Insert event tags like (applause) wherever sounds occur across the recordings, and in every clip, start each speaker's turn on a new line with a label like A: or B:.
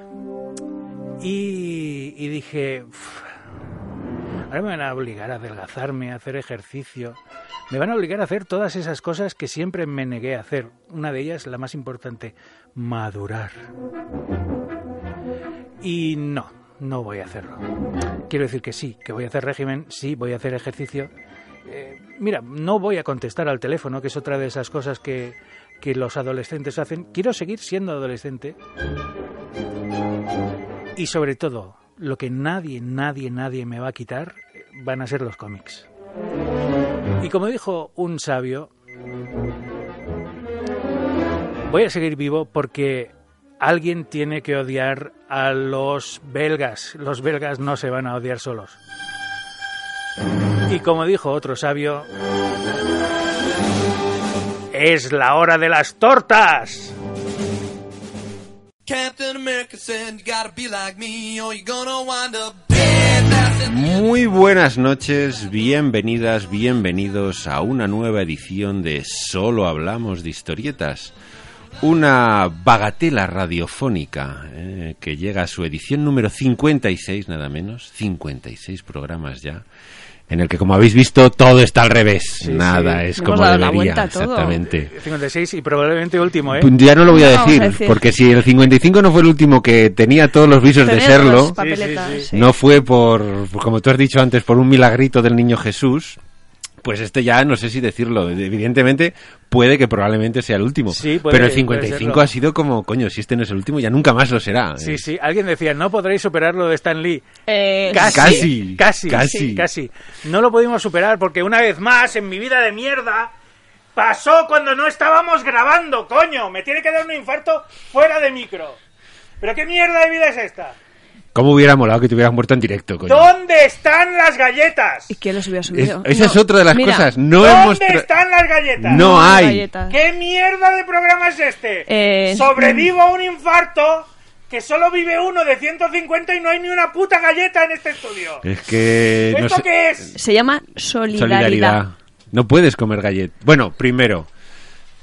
A: (laughs) y, y dije, "Uf, ahora me van a obligar a adelgazarme, a hacer ejercicio. Me van a obligar a hacer todas esas cosas que siempre me negué a hacer. Una de ellas, la más importante, madurar. Y no, no voy a hacerlo. Quiero decir que sí, que voy a hacer régimen, sí, voy a hacer ejercicio. Eh, mira, no voy a contestar al teléfono, que es otra de esas cosas que, que los adolescentes hacen. Quiero seguir siendo adolescente. Y sobre todo, lo que nadie, nadie, nadie me va a quitar eh, van a ser los cómics. Y como dijo un sabio, voy a seguir vivo porque alguien tiene que odiar a los belgas. Los belgas no se van a odiar solos. Y como dijo otro sabio, es la hora de las tortas.
B: Captain America said, You gotta be like me, or you're gonna wind up dead. That's it.
C: Muy buenas noches, bienvenidas, bienvenidos a una nueva edición de Solo Hablamos de Historietas. Una bagatela radiofónica eh, que llega a su edición número 56, nada menos, 56 programas ya, en el que como habéis visto todo está al revés, nada
D: sí.
C: es
D: Le
C: como
D: hemos dado la
C: debería,
D: vuelta a todo.
C: exactamente.
A: 56 y probablemente último, ¿eh?
C: Ya no lo voy a
D: No lo vamos
C: decir,
D: a decir.
C: porque si el 55 no fue el último que tenía todos los visos de
D: Tener
C: serlo,
D: las papeletas.
A: Sí, sí,
C: no fue por, como tú has dicho antes, por un milagrito del niño Jesús, pues este ya no sé si decirlo. Evidentemente, puede que probablemente sea el último.
A: Sí, puede-
C: pero el
A: puede
C: 55
A: serlo.
C: ha sido como, coño, si este no es el último, ya nunca más lo será.
A: Sí, sí. Alguien decía, no podréis superar lo de Stan Lee.
D: Eh,
A: Casi, casi,
C: Casi, casi.
A: casi, casi. No lo pudimos superar porque una vez más en mi vida de mierda pasó cuando no estábamos grabando, coño. Me tiene que dar un infarto fuera de micro. Pero qué mierda de vida es esta.
C: ¿Cómo hubiera molado que te hubieras muerto en directo, coño?
A: ¿Dónde están las galletas?
D: ¿Y quién los hubiera
C: Es-
D: subido?
C: esa
D: No,
C: es otra de las
D: mira,
C: cosas. No hemos
A: ¿Dónde
C: tra-
A: están las galletas?
C: No
D: Las
C: hay.
D: galletas.
A: ¿Qué mierda de programa es este?
D: Eh,
A: Sobrevivo a un infarto que solo vive uno de 150 y no hay ni una puta galleta en este estudio.
C: Es que. Eh, no
A: ¿Esto
C: sé-
A: qué es?
D: Se llama solidaridad.
C: Solidaridad. No puedes comer galletas. Bueno, primero.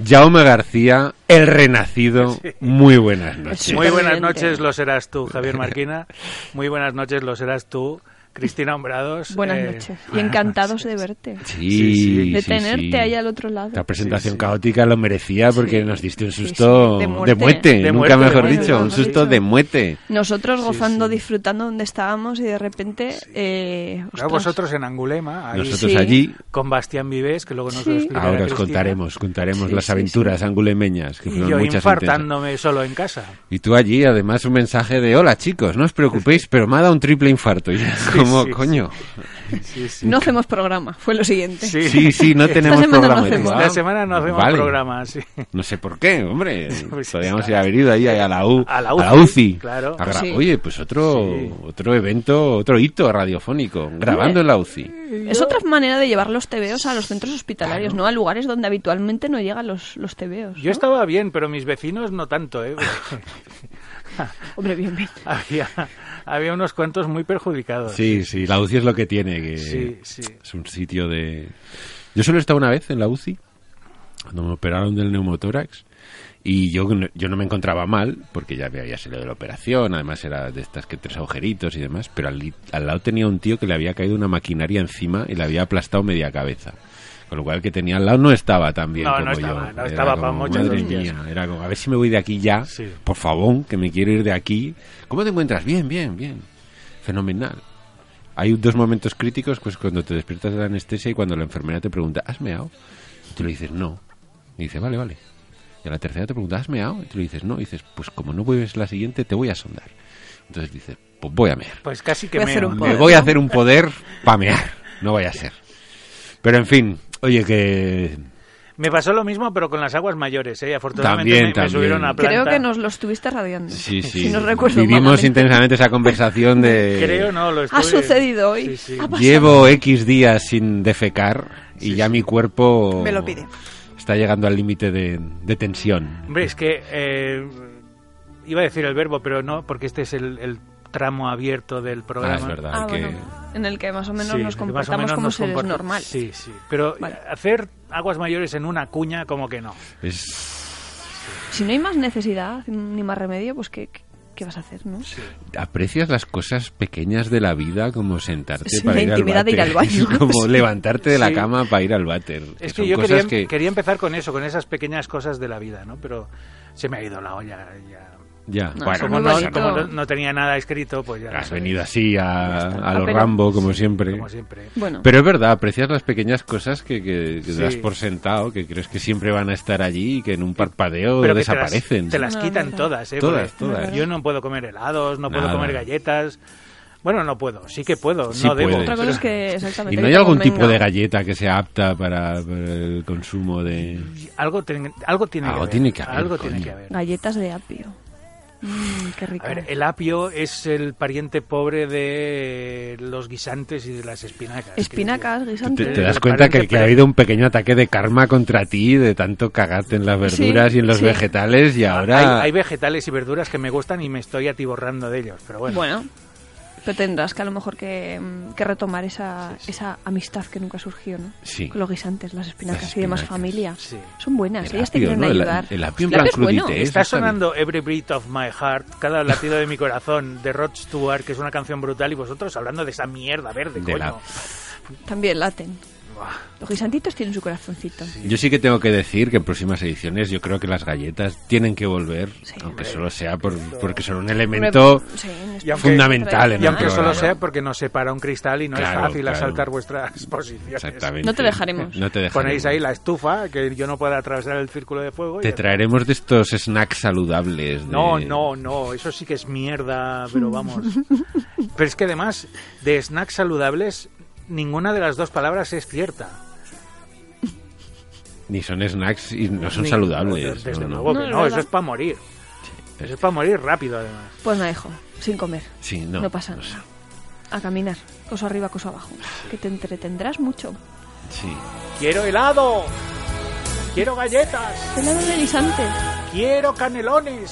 C: Jaume García, el renacido. Muy buenas noches.
D: Sí.
A: Muy buenas
D: Totalmente.
A: noches, lo serás tú, Javier
D: (laughs)
A: Marquina. Muy buenas noches, lo serás tú, Cristina Hombrados.
D: Buenas
A: Eh,
D: noches. Y
A: buenas
D: encantados
A: noches.
D: de verte.
C: Sí,
A: Sí,
D: de
C: sí,
D: tenerte
C: sí.
D: ahí al otro lado.
C: La presentación
A: Sí, sí.
C: caótica lo merecía porque
D: Sí,
C: nos diste un
D: sí, sí.
C: susto
D: De
C: de
D: muerte.
C: muerte,
A: De
C: nunca
A: muerte,
C: mejor
A: de muerte,
C: dicho, un
D: mejor
C: susto
D: dicho.
C: de muerte.
D: Nosotros
A: Sí,
D: gozando,
A: sí.
D: disfrutando donde estábamos y de repente... Eh,
A: Claro,
D: ostras.
A: vosotros en Angulema, ahí,
C: Nosotros
D: Sí.
C: allí,
A: con Bastián Vives, que luego nos lo
D: Sí.
A: explicará
C: ahora os
A: Cristina.
C: contaremos, contaremos
D: Sí,
C: las
D: sí,
C: aventuras angulemeñas, que
A: Y
C: fueron
A: yo
C: muchas intensas.
A: infartándome solo en casa.
C: Y tú allí, además, un mensaje de, hola chicos, no os preocupéis, pero me ha dado un triple infarto. Y yo, como,
A: sí,
C: coño,
A: Sí, sí.
D: No hacemos programa, fue lo siguiente.
A: Sí.
C: sí, sí, no tenemos
D: semana no
C: programa. Y
D: hacemos.
C: digo,
A: Esta
C: "Ah,
A: semana no hacemos
C: vale".
A: programa,
C: (laughs)
A: sí.
C: No sé por qué, hombre.
A: Pues (laughs) sí,
C: Podríamos
A: claro.
C: haber ido ahí a la, U,
A: A la UCI,
C: UCI.
A: claro.
C: A gra-
D: Sí.
C: Oye, pues otro,
A: Sí.
C: otro evento, otro hito radiofónico, grabando en la UCI.
D: Es otra manera de llevar los tebeos a los centros hospitalarios, ¿no? A lugares donde habitualmente no llegan los, los tebeos.
A: Yo estaba bien, pero mis vecinos no tanto,
C: (laughs)
A: ¿eh?
D: Hombre, bien, bien.
A: había, había unos cuantos muy perjudicados.
C: Sí, sí, la UCI es lo que tiene, que
A: sí. sí.
C: es un sitio de... Yo solo he estado una vez en la UCI, cuando me operaron del neumotórax, Y yo, no- yo no me encontraba mal, porque ya había salido de la operación, además era de estas que tres agujeritos y demás, pero al, li- al lado tenía un tío que le había caído una maquinaria encima y le había aplastado media cabeza. Con lo cual el que tenía al lado no estaba tan bien
E: No,
C: como
E: no estaba,
C: yo.
E: no
C: Era
E: estaba
C: como,
E: pa' muchas
C: "Madre
E: hostias".
C: mía, era como, a ver si me voy de aquí ya,
E: Sí.
C: por favor, que me quiero ir de aquí. ¿Cómo te encuentras? Bien, bien, bien. Fenomenal. Hay dos momentos críticos, pues cuando te despiertas de la anestesia y cuando la enfermera te pregunta, ¿has meado? Y tú le dices, no. Y dice, vale, vale. Y a la tercera te pregunta, ¿has meado? Y tú le dices, no. Y dices, pues como no vuelves la siguiente, te voy a sondar. Entonces dices, pues voy a mear.
E: Pues casi que
D: Voy a
E: me...
D: hacer un
C: Me
D: poder.
C: voy a hacer un poder para mear. No vaya a ser. Pero en fin, oye, que
E: Me pasó lo mismo, pero con las aguas mayores, ¿eh? Afortunadamente
C: También,
E: me- me,
C: también.
E: subieron a planta.
D: Creo que nos lo estuviste radiando. ¿eh?
C: Sí, sí.
D: (laughs) Si no recuerdo
C: Vivimos
D: malamente.
C: intensamente esa conversación de.
D: (laughs)
E: Creo, no, lo
D: Ha
E: estuve-
D: sucedido hoy.
E: Sí, sí.
D: Ha pasado.
C: Llevo X días sin defecar y ya mi cuerpo.
D: Me lo pide.
C: Está llegando al límite de, de tensión.
E: Hombre, es que eh, iba a decir el verbo, pero no, porque este es el, el tramo abierto del programa.
C: Ah, es verdad.
D: Ah,
C: que-
D: bueno, en el que más o menos
E: Sí,
D: nos
E: que más
D: comportamos
E: o menos
D: como
E: nos
D: seres
E: comport-
D: normales.
E: Sí, sí. Pero
D: Vale.
E: hacer aguas mayores en una cuña, como que no.
C: Es-
D: Si no hay más necesidad ni más remedio, pues ¿qué, qué- qué vas a hacer, no?
C: aprecias las cosas pequeñas de la vida como sentarte
D: Sí,
C: para
D: la
C: ir al
D: intimidad de ir
C: váter,
D: al
C: (laughs)
D: baño.
C: como levantarte de la
E: Sí.
C: cama para ir al váter.
E: Es
C: son
E: que yo
C: cosas
E: quería, em-,
C: que
E: quería empezar con eso, con esas pequeñas cosas de la vida, ¿no? Pero se me ha ido la olla. ya.
C: ya,
D: No,
C: bueno,
D: son
E: Como,
D: muy
E: no,
D: bonito.
E: como no- no tenía nada escrito, pues ya.
C: has venido así a, a lo
D: Ah, pero-
C: Rambo como siempre.
E: Como siempre.
D: Bueno,
C: Pero es verdad, aprecias las pequeñas cosas que, que- que
E: Sí.
C: das por sentado, que crees que siempre van a estar allí y que en un parpadeo
E: Pero que te las-
C: desaparecen.
E: Te las,
D: No,
E: quitan
D: no, no.
E: todas, ¿eh?
C: Todas,
E: Porque
C: todas.
E: Yo no puedo comer helados, no
C: Nada.
E: puedo comer galletas. Bueno, no puedo, sí que puedo,
C: Sí
E: no debo.
C: puedes.
D: otra cosa es
E: pero-
D: que exactamente.
C: ¿Y no
D: que
C: hay
D: te
C: algún tipo
D: convenga.
C: de galleta que sea apta para, para el consumo de...?
E: Algo, ten- algo tiene
C: Algo
E: que haber.
C: tiene que haber,
E: algo
C: coño.
E: tiene que haber.
D: Galletas de apio. Mm, qué rico.
E: A ver, el apio es el pariente pobre de los guisantes y de las espinacas.
D: Espinacas,
C: Te,
D: guisantes.
C: te das
E: El
C: cuenta que,
E: parente
C: que ha
E: pre-
C: habido un pequeño ataque de karma contra ti, de tanto cagarte en las
D: Sí,
C: verduras y en los
D: sí.
C: vegetales y ahora...
E: Hay, hay vegetales y verduras que me gustan y me estoy atiborrando de ellos, pero bueno.
D: Bueno, pero tendrás que a lo mejor que, mm, que retomar esa, esa amistad que nunca surgió, ¿no?
C: Sí.
D: Con los guisantes, las espinacas,
C: Las
D: y demás
C: espinacas.
D: familia.
E: Sí.
D: Son buenas,
C: El
D: ellas te
C: apio,
D: quieren
C: ¿no? El-
D: ayudar.
C: el apio en
D: La
C: plan
D: es bueno.
C: crudité.
E: Está
C: Eso está
E: sonando Every Beat of My Heart, cada latido de mi corazón, de Rod Stewart, que es una canción brutal, y vosotros hablando de esa mierda verde,
C: De la-
E: coño.
D: También laten.
E: Buah.
D: Los guisantitos tienen su corazoncito.
C: Yo sí que tengo que decir que en próximas ediciones yo creo que las galletas tienen que volver,
D: Sí.
C: aunque solo sea por- porque son un elemento...
D: Sí, en este
E: Y aunque-
C: fundamental en
E: Y
C: el
E: aunque solo
C: programa.
E: sea porque nos separa un cristal y no
C: Claro,
E: es fácil
C: claro.
E: asaltar vuestras posiciones.
C: Exactamente.
D: No te dejaremos.
C: No te dejaremos.
E: Ponéis ahí la estufa, que yo no pueda atravesar el círculo de fuego. y
C: Te
E: ya-
C: traeremos de estos snacks saludables. de-
E: No, no, no, eso sí que es mierda,
C: (laughs)
E: pero vamos. pero es que además, de snacks saludables, ninguna de las dos palabras es cierta.
C: Ni son snacks y no son
E: Ni-
C: saludables.
E: Desde
C: no, no.
E: luego
D: No,
E: que
D: es
E: no,
D: verdad.
E: eso es para morir. Eso es para morir rápido, además.
D: Pues me dejo, sin comer.
C: Sí, no.
D: No, pasa
C: no sé.
D: nada. A caminar, coso arriba, coso abajo. Que te entretendrás mucho.
C: Sí.
E: ¡Quiero helado! ¡Quiero galletas!
D: Helado de guisantes.
E: ¡Quiero canelones!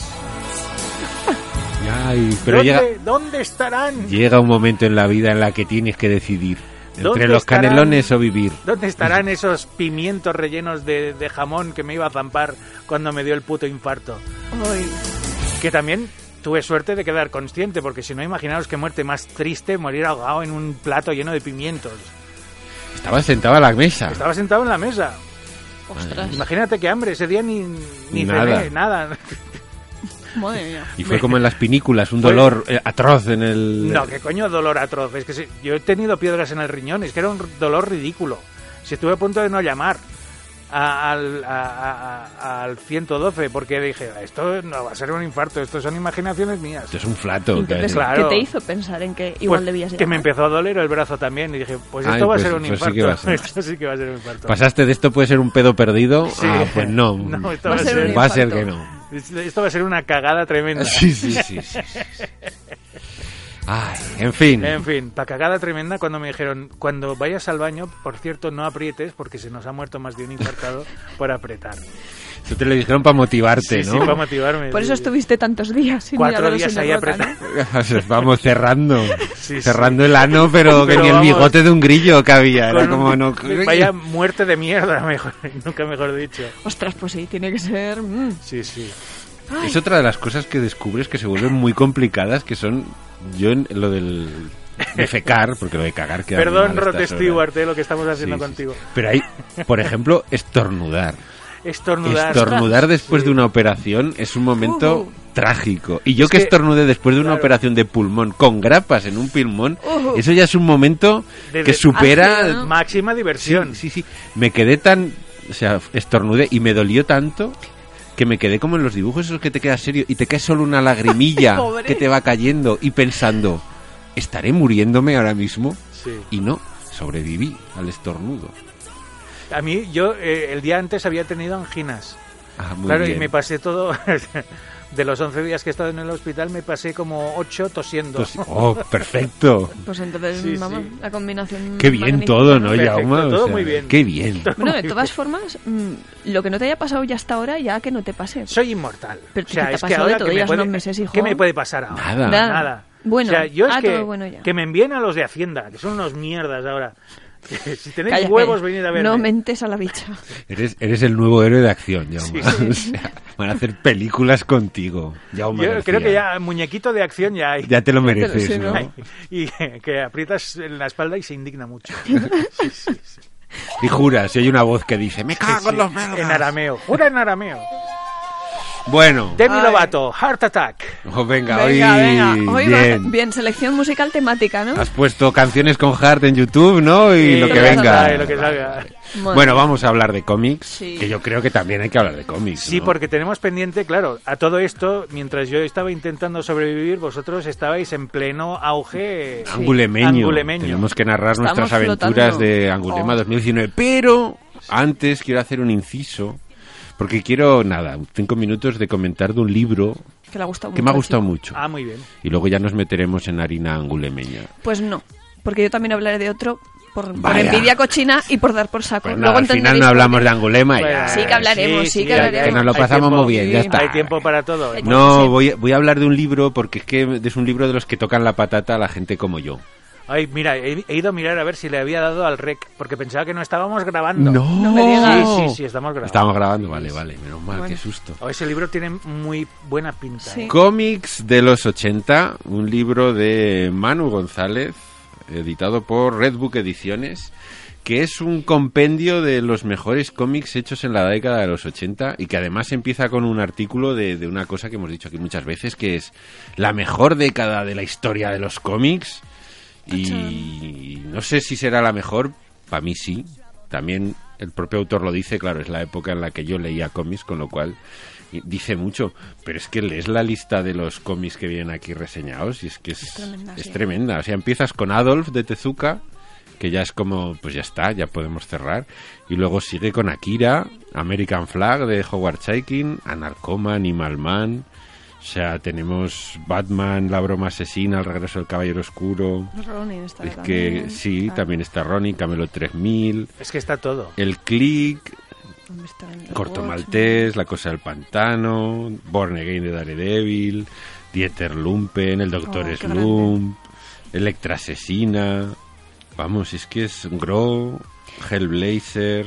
C: Ay, pero
E: ¿Dónde,
C: llega,
E: ¿Dónde estarán?
C: llega un momento en la vida en la que tienes que decidir entre
E: ¿Dónde
C: los
E: estarán?
C: canelones o vivir.
E: ¿Dónde estarán esos pimientos rellenos de, de jamón que me iba a zampar cuando me dio el puto infarto?
D: Hoy.
E: Que también tuve suerte de quedar consciente, porque si no, imaginaos qué muerte más triste morir ahogado en un plato lleno de pimientos.
C: Estabas sentado a la mesa.
E: Estaba sentado en la mesa.
D: Ostras.
E: Imagínate qué hambre, ese día ni, ni
C: Nada.
E: cené, nada.
D: Madre mía.
C: Y fue como en las películas, un
E: Fue-
C: dolor eh, atroz en el...
E: No, qué coño dolor atroz. Es que sí, yo he tenido piedras en el riñón, es que era un dolor ridículo. Si estuve a punto de no llamar a- al, a- a- a- al 112 porque dije, esto no va a ser un infarto, esto son imaginaciones mías.
C: Esto es un flato. que-
D: Entonces,
E: Claro.
D: ¿qué te hizo pensar en que igual
E: Pues,
D: debías llegar?
E: que me empezó a doler el brazo también y dije, pues esto
C: Ay,
E: va
C: pues-
E: a ser un
C: pues sí que va a
E: infarto.
C: ser.
E: (laughs) esto sí que va a ser un infarto.
C: Pasaste de esto puede ser un pedo perdido.
E: Sí.
C: Ah, pues no.
E: (laughs) No, esto
D: Va a ser un
C: Va a ser
D: infarto.
C: que no.
E: Esto va a ser una cagada tremenda.
C: Sí, sí, sí. sí, sí. Ay, en fin.
E: En fin, la cagada tremenda cuando me dijeron,
C: (laughs)
E: cuando vayas al baño, por cierto, no aprietes porque se nos ha muerto más de un infartado por apretar.
C: Tú te lo dijeron para motivarte,
A: Sí,
C: ¿no?
A: sí,
C: (laughs)
A: para motivarme.
D: Por eso
A: sí.
D: estuviste tantos días sin
A: Cuatro
D: ir a los
A: días
D: en el
A: ahí
D: Roca, ¿no?
A: apretado.
C: Pues vamos cerrando.
A: Sí, sí.
C: cerrando el ano, pero, que
A: Pero
C: ni el
A: vamos.
C: bigote de un grillo cabía. Era
A: Con
C: como,
A: un-
C: no.
A: Vaya muerte de mierda, (laughs) mejor, nunca mejor dicho.
D: Ostras, pues sí, tiene que ser... mm.
A: Sí, sí.
C: Es otra de las cosas que descubres que se vuelven muy complicadas, que son yo en lo del de fecar, porque lo de cagar queda
A: Perdón,
C: muy mal a
A: Rod
C: estas
A: Stewart,
C: horas.
A: eh, lo que estamos
C: Sí,
A: haciendo
C: sí,
A: contigo.
C: sí. Pero hay, por ejemplo, estornudar.
A: Estornudar.
C: Estornudar después
A: Sí.
C: de una operación es un momento
D: Ujú.
C: trágico. Y yo
A: Es
C: que,
A: que-
C: estornude después de una
A: claro.
C: operación de pulmón con grapas en un pulmón,
D: Ujú.
C: eso ya es un momento
A: De- Ah,
C: que
A: de-
C: supera
D: Ácido, ¿no?
A: Máxima
C: Sí,
A: diversión.
C: sí, sí. Me quedé tan. O sea, estornudé y me dolió tanto que me quedé como en los dibujos esos que te quedas serio y te cae solo
A: (laughs)
C: una lagrimilla
D: Pobre.
C: que te va cayendo y pensando, ¿estaré muriéndome ahora mismo?
A: Sí.
C: Y no, sobreviví al estornudo.
A: A mí, yo eh, el día antes había tenido anginas.
C: Ah, muy
A: claro,
C: bien.
A: y me pasé todo. (laughs) de los 11 días que he estado en el hospital, me pasé como 8 tosiendo.
C: Entonces, oh, perfecto.
D: Pues entonces,
A: Sí,
D: vamos,
A: sí.
D: la combinación...
C: Qué bien
D: magnífica.
C: todo, ¿no,
A: Mm, Perfecto,
C: Jaume? O
A: todo
C: sea,
A: muy bien. (laughs)
C: Qué bien.
D: Bueno, de todas formas, mm, lo que no te haya pasado ya hasta ahora, ya que no te pase.
A: Soy inmortal.
D: Pero
A: o sea,
D: te ha
A: es que
D: pasado
A: ahora
D: de todo,
A: que me
D: llevas
A: puede,
D: unos meses, hijo.
A: ¿Qué me puede pasar ahora?
C: Nada.
D: Nada.
A: Nada.
D: Bueno,
A: o sea, yo es
D: ah,
A: que,
D: todo bueno ya.
A: que me envíen a los de Hacienda, que son unos mierdas ahora. (laughs) si tenéis
D: Cállate,
A: huevos, venid a verme.
D: eh, No mentes a la bicha.
C: Eres, eres el nuevo héroe de acción,
A: Sí.
C: Jaume. (laughs) O sea, van a hacer películas contigo, Jaume
A: Yo creo
C: García.
A: que ya muñequito de acción ya hay.
C: Ya te lo mereces,
D: sí,
C: ¿no?
D: ¿no?
A: Ay, (laughs) Y que aprietas en la espalda y se indigna (laughs) mucho. Sí, sí, sí.
C: Y jura, si hay una voz que dice, me cago en los merdas.
A: En arameo. Jura en arameo.
C: Bueno,
A: Demi
D: Ay.
A: Lovato, Heart Attack.
C: oh, (laughs) venga,
D: Venga,
C: hoy,
D: venga. Hoy vas-
C: bien.
D: bien, selección musical temática, ¿no?
C: Has puesto canciones con Hart en YouTube, ¿no? Y
A: Sí,
C: lo que
D: lo que
C: venga.
D: salga,
A: lo que salga.
D: Madre
C: Bueno,
D: mía.
C: vamos a hablar de cómics,
D: Sí.
C: que yo creo que también hay que hablar de cómics.
A: Sí,
C: ¿no?
A: porque tenemos pendiente, claro, a todo esto, mientras yo estaba intentando sobrevivir, vosotros estabais en pleno auge.
C: Angulemeño.
A: Angulemeño.
C: Tenemos que narrar
D: Estamos
C: nuestras aventuras
D: flotando.
C: de Angulema
D: Oh.
C: 2019. Pero antes quiero hacer un inciso, porque quiero, nada, cinco minutos de comentar de un libro
D: Que le ha gustado
C: que
D: mucho
C: me ha
D: al
C: gustado
D: chico.
C: mucho.
A: Ah, muy bien.
C: Y luego ya nos meteremos en harina angulemeña.
D: Pues no, porque yo también hablaré de otro por, por
C: Vaya.
D: envidia cochina y por dar por saco.
C: Pues nada,
D: Luego
C: al final
D: entenderéis
C: no
D: por
C: hablamos
D: qué. Pues
C: de Angulema. y
A: Bueno,
C: ya.
D: Sí, que hablaremos, sí que hablaremos.
C: que nos lo
A: Hay
C: pasamos
A: tiempo.
C: muy bien, ya
D: Sí.
C: está.
A: Hay tiempo para todo.
D: Hay
C: No,
D: Sí.
C: voy, voy a hablar de un libro porque es que es un libro de los que tocan la patata a la gente como yo.
A: Ay, mira, he, he ido a mirar a ver si le había dado al rec, porque pensaba que no estábamos grabando.
D: No me digas.
A: Sí, sí, sí, estamos grabando.
C: Estamos grabando, vale, vale, menos mal, qué susto.
A: Oh, ese libro tiene muy buena pinta.
D: Sí.
A: ¿eh?
C: Cómics de los 80, un libro de Manu González, editado por Redbook Ediciones, que es un compendio de los mejores cómics hechos en la década de los 80 y que además empieza con un artículo de, de una cosa que hemos dicho aquí muchas veces, que es la mejor década de la historia de los cómics. Y no sé si será la mejor, para mí sí. También el propio autor lo dice, claro, es la época en la que yo leía cómics, con lo cual eh, dice mucho. Pero es que lees la lista de los cómics que vienen aquí reseñados y es que es, es tremenda.
D: tremenda, sí.
C: O sea, empiezas con Adolf de Tezuka, que ya es como, pues ya está, ya podemos cerrar. Y luego sigue con Akira, American Flag de Howard Chaykin, Anarcoma, Animal Man. O sea, tenemos Batman, La broma asesina, El regreso del caballero oscuro,
D: Los Ronin estará
C: es que
D: también.
C: sí,
D: Ah,
C: también está Ronnie, Camelot 3000,
A: Es que está todo.
C: El Click,
D: ¿dónde está el
C: Corto
D: robot?
C: Maltés, La Cosa del Pantano, Born Again de Daredevil, Dieter Lumpen, El Doctor
D: Oh, qué
C: Slump, Electra Asesina. Vamos, es que es Grow, Hellblazer.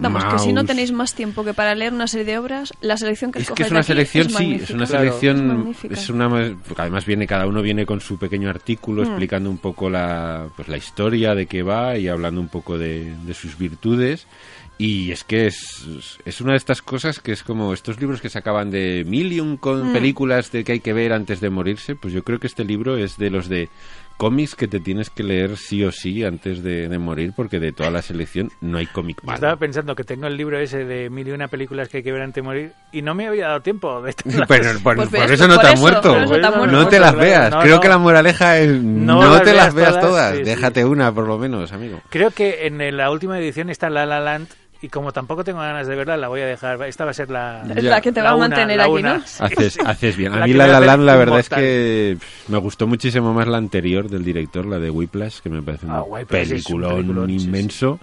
D: Vamos, que si no
C: Mouse.
D: tenéis más tiempo que para leer una serie de obras, la selección que
C: Es que
D: escoges
C: es una
D: de aquí
C: selección,
D: es
C: sí, es
D: magnífica.
A: Claro.
C: una
D: Es
C: selección,
D: magnífica.
C: es una, porque además viene cada uno viene con su pequeño artículo
D: Hmm.
C: explicando un poco la, pues la historia de qué va y hablando un poco de, de sus virtudes y es que es, es una de estas cosas que es como estos libros que se acaban de mil y un
D: Hmm.
C: con películas de que hay que ver antes de morirse, pues yo creo que este libro es de los de cómics que te tienes que leer sí o sí antes de, de morir porque de toda la selección no hay cómic malo.
A: Estaba pensando que tengo el libro ese de mil y una películas que hay que ver antes de morir y no me había dado tiempo de
C: (laughs) Pero,
A: tenerlas.
C: por-
D: Pues
C: por
D: ves,
C: eso no
D: por
C: te has
D: eso,
C: muerto.
D: por eso te has muerto.
C: No te las
A: Claro,
C: veas.
A: no,
C: Creo
A: no.
C: que la moraleja es no,
A: No
C: te las veas todas.
A: sí, sí.
C: Déjate una, por lo menos, amigo.
A: Creo que en la última edición está La La Land y como tampoco tengo ganas de verla, la voy a dejar. Esta va a ser la...
D: Es la que te va
A: la
D: a
A: una,
D: mantener
A: la
D: aquí,
A: una.
D: ¿no?
A: Sí,
C: Haces,
A: sí.
C: haces bien. A
A: La
C: mí
A: que
C: La
A: me
C: La
A: hace
C: Land, la verdad es
A: inmortal.
C: que pff, me gustó muchísimo más la anterior del director, la de Whiplash, que me parece un
A: Ah, Whiplash es un
C: peliculón
A: peliculón, sí, sí.
C: inmenso.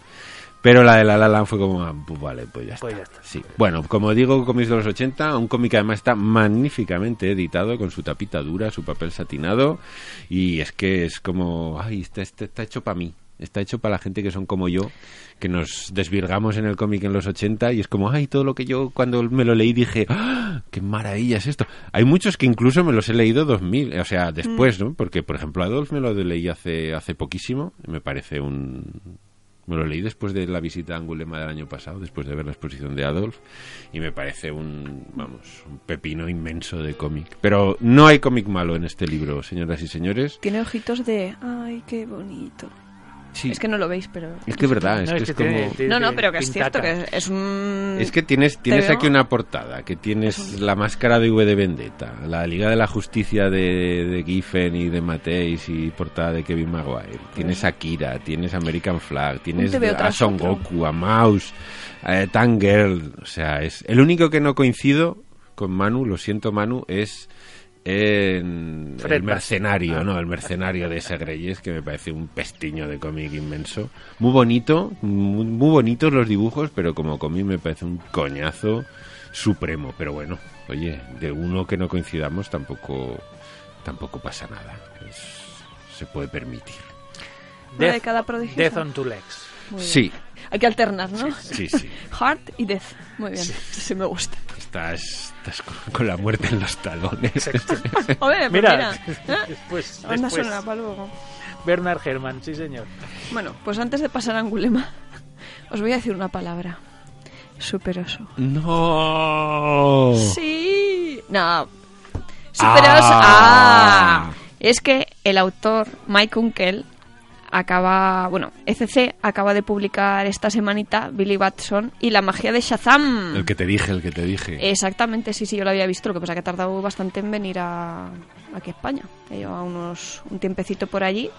C: Pero la de La La Land fue como, ah, pues vale, pues ya está.
A: Pues ya está.
C: Sí. Bueno, como digo, cómics de los 80, un cómic que además está magníficamente editado, con su tapita dura, su papel satinado, y es que es como, ay, este, este está hecho para mí. Está hecho para la gente que son como yo, que nos desvirgamos en el cómic en los 80 y es como, ay, todo lo que yo cuando me lo leí dije, ¡Ah, qué maravilla es esto. Hay muchos que incluso me los he leído 2000, o sea, después, ¿no? Porque, por ejemplo, Adolf me lo leí hace, hace poquísimo, me parece un, me lo leí después de la visita a Angulema del año pasado, después de ver la exposición de Adolf, y me parece un, vamos, un pepino inmenso de cómic. Pero no hay cómic malo en este libro, señoras y señores.
D: Tiene ojitos de. Ay, qué bonito.
C: Sí,
D: Es que no lo veis, pero.
C: es que es verdad, es
A: No,
C: que
A: es
C: es
A: que tiene-
C: como...
A: tiene-
D: No, no, pero que es cierto
A: pintaca.
D: que es un.
C: Es que tienes, tienes
D: veo.
C: aquí una portada, que tienes la máscara de V de Vendetta, la Liga de la Justicia de, de Giffen y de Mateis y portada de Kevin Maguire.
A: Pues-
C: Tienes a Kira, tienes American Flag, tienes
D: te veo
C: a
D: tras
C: Son
D: otro.
C: Goku, a Mouse, a Tangirl. O sea, es el único que no coincido con Manu, lo siento Manu, es en
A: Fred
C: el
A: Bast-
D: Ah.
C: mercenario, ¿no? El mercenario de ese Reyes, que me parece un pestiño de cómic inmenso. Muy bonito, muy, muy bonitos los dibujos, pero como cómic me parece un coñazo supremo. Pero bueno, oye, de uno que no coincidamos tampoco, tampoco pasa nada. Es- se puede permitir.
D: Una década prodigiosa.
A: Death on Two Legs.
D: Muy bien.
C: Sí,
D: Hay que alternar, ¿no?
C: sí, sí.
D: Heart y Death. Muy bien. (laughs) Sí,
C: (laughs)
D: me gusta.
C: Estás, estás con, con la muerte en los (laughs) talones.
D: Hombre,
A: Mira,
D: pues mira.
C: (laughs)
D: ¿eh?
A: después,
D: Banda
A: después.
D: sonora para luego.
A: Bernard Herrmann, sí señor.
D: Bueno, pues antes de pasar a Angulema, (laughs) os voy a decir una palabra. Superoso.
C: No.
D: Sí. No. Superoso.
C: Ah.
D: Ah. Es que el autor Mike Unkel acaba, bueno, ECC acaba de publicar esta semanita Billy Batson y la magia de Shazam.
C: El que te dije, el que te
D: Eh,
C: dije.
D: Exactamente, sí, sí, yo lo había visto, lo que pasa que ha tardado bastante en venir a, aquí a España. He llevado unos, un tiempecito por allí.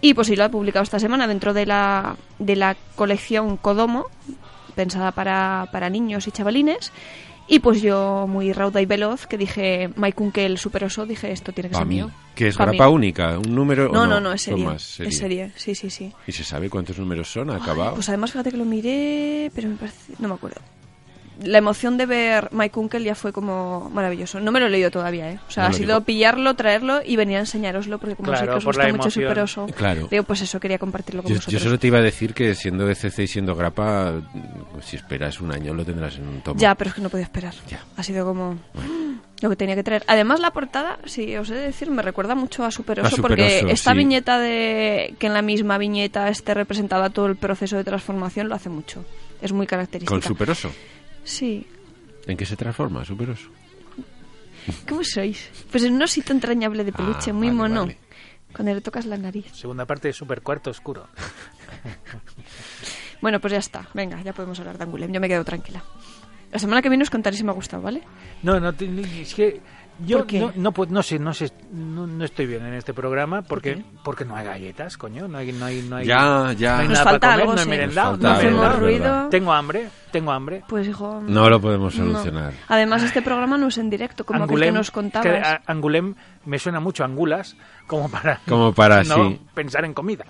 D: Y pues sí, lo ha publicado esta semana dentro de la, de la colección Codomo, pensada para, para niños y chavalines. Y pues yo, muy rauda y veloz, que dije, Mike Unkel, el superoso, dije, esto tiene que
C: Pa'
D: ser
C: mí.
D: mío.
C: Que es
D: Pa' mí.
C: grapa única, un número. o
D: No, no, no, es
C: Son
D: serie.
C: más
D: Es serie, sí, sí, sí.
C: ¿Y se sabe cuántos números son? ¿Ha
D: Ay,
C: acabado?
D: Pues además, fíjate que lo miré, pero me parece. No me acuerdo. La emoción de ver Mike Unkel ya fue como maravilloso. No me lo he leído todavía, ¿eh? O sea,
C: No
D: ha
C: lo
D: sido
C: digo.
D: pillarlo, traerlo y venir a enseñároslo, porque como sé
A: Claro,
D: que os
A: por la
D: gusta mucho
A: emoción.
D: Superoso.
C: Claro.
D: Digo, pues eso, quería compartirlo con
C: Yo, yo
D: vosotros.
C: solo te iba a decir que siendo ECC y siendo grapa, pues, si esperas un año lo tendrás en un tomo.
D: Ya, pero es que no podía esperar.
C: Ya.
D: Ha sido como ¡Ah! (gasps) lo que tenía que traer. Además, la portada, sí, os he de decir, me recuerda mucho a Superoso,
C: A Superoso,
D: porque esta
C: sí.
D: viñeta de que en la misma viñeta esté representada todo el proceso de transformación lo hace mucho. Es muy característica.
C: Con Superoso.
D: Sí,
C: ¿En qué se transforma Superoso?
D: ¿Cómo sois? Pues en un osito entrañable de peluche,
C: Ah,
D: muy
C: vale,
D: mono.
C: vale.
D: Cuando le tocas la nariz.
A: Segunda parte, Super Cuarto Oscuro.
D: Bueno, pues ya está. Venga, ya podemos hablar de Angulem. Yo me quedo tranquila. La semana que viene os contaré si me ha gustado, ¿vale?
A: No, no, te- ni- es que yo
D: ¿Por qué?
A: no, no, pu- no sé, no sé, no, no estoy bien en este programa porque
D: qué?
A: porque no hay galletas, coño, no hay no hay no hay
C: Ya, ya.
A: no hay
D: Nos
A: nada
D: falta
A: para comer,
D: algo,
A: no he
D: sí.
A: merendado,
C: Nos
A: no he
C: falta algo,
A: merendado.
D: hacemos
C: es verdad.
D: ruido.
A: Tengo hambre, tengo hambre.
D: Pues hijo...
C: No lo podemos
D: no.
C: solucionar.
D: Además, este programa no es en directo, como aquel que nos
A: es que,
D: contabas.
A: a- Angulem me suena mucho a Angulas como para
C: Como para,
A: no
C: sí.
A: pensar en comida.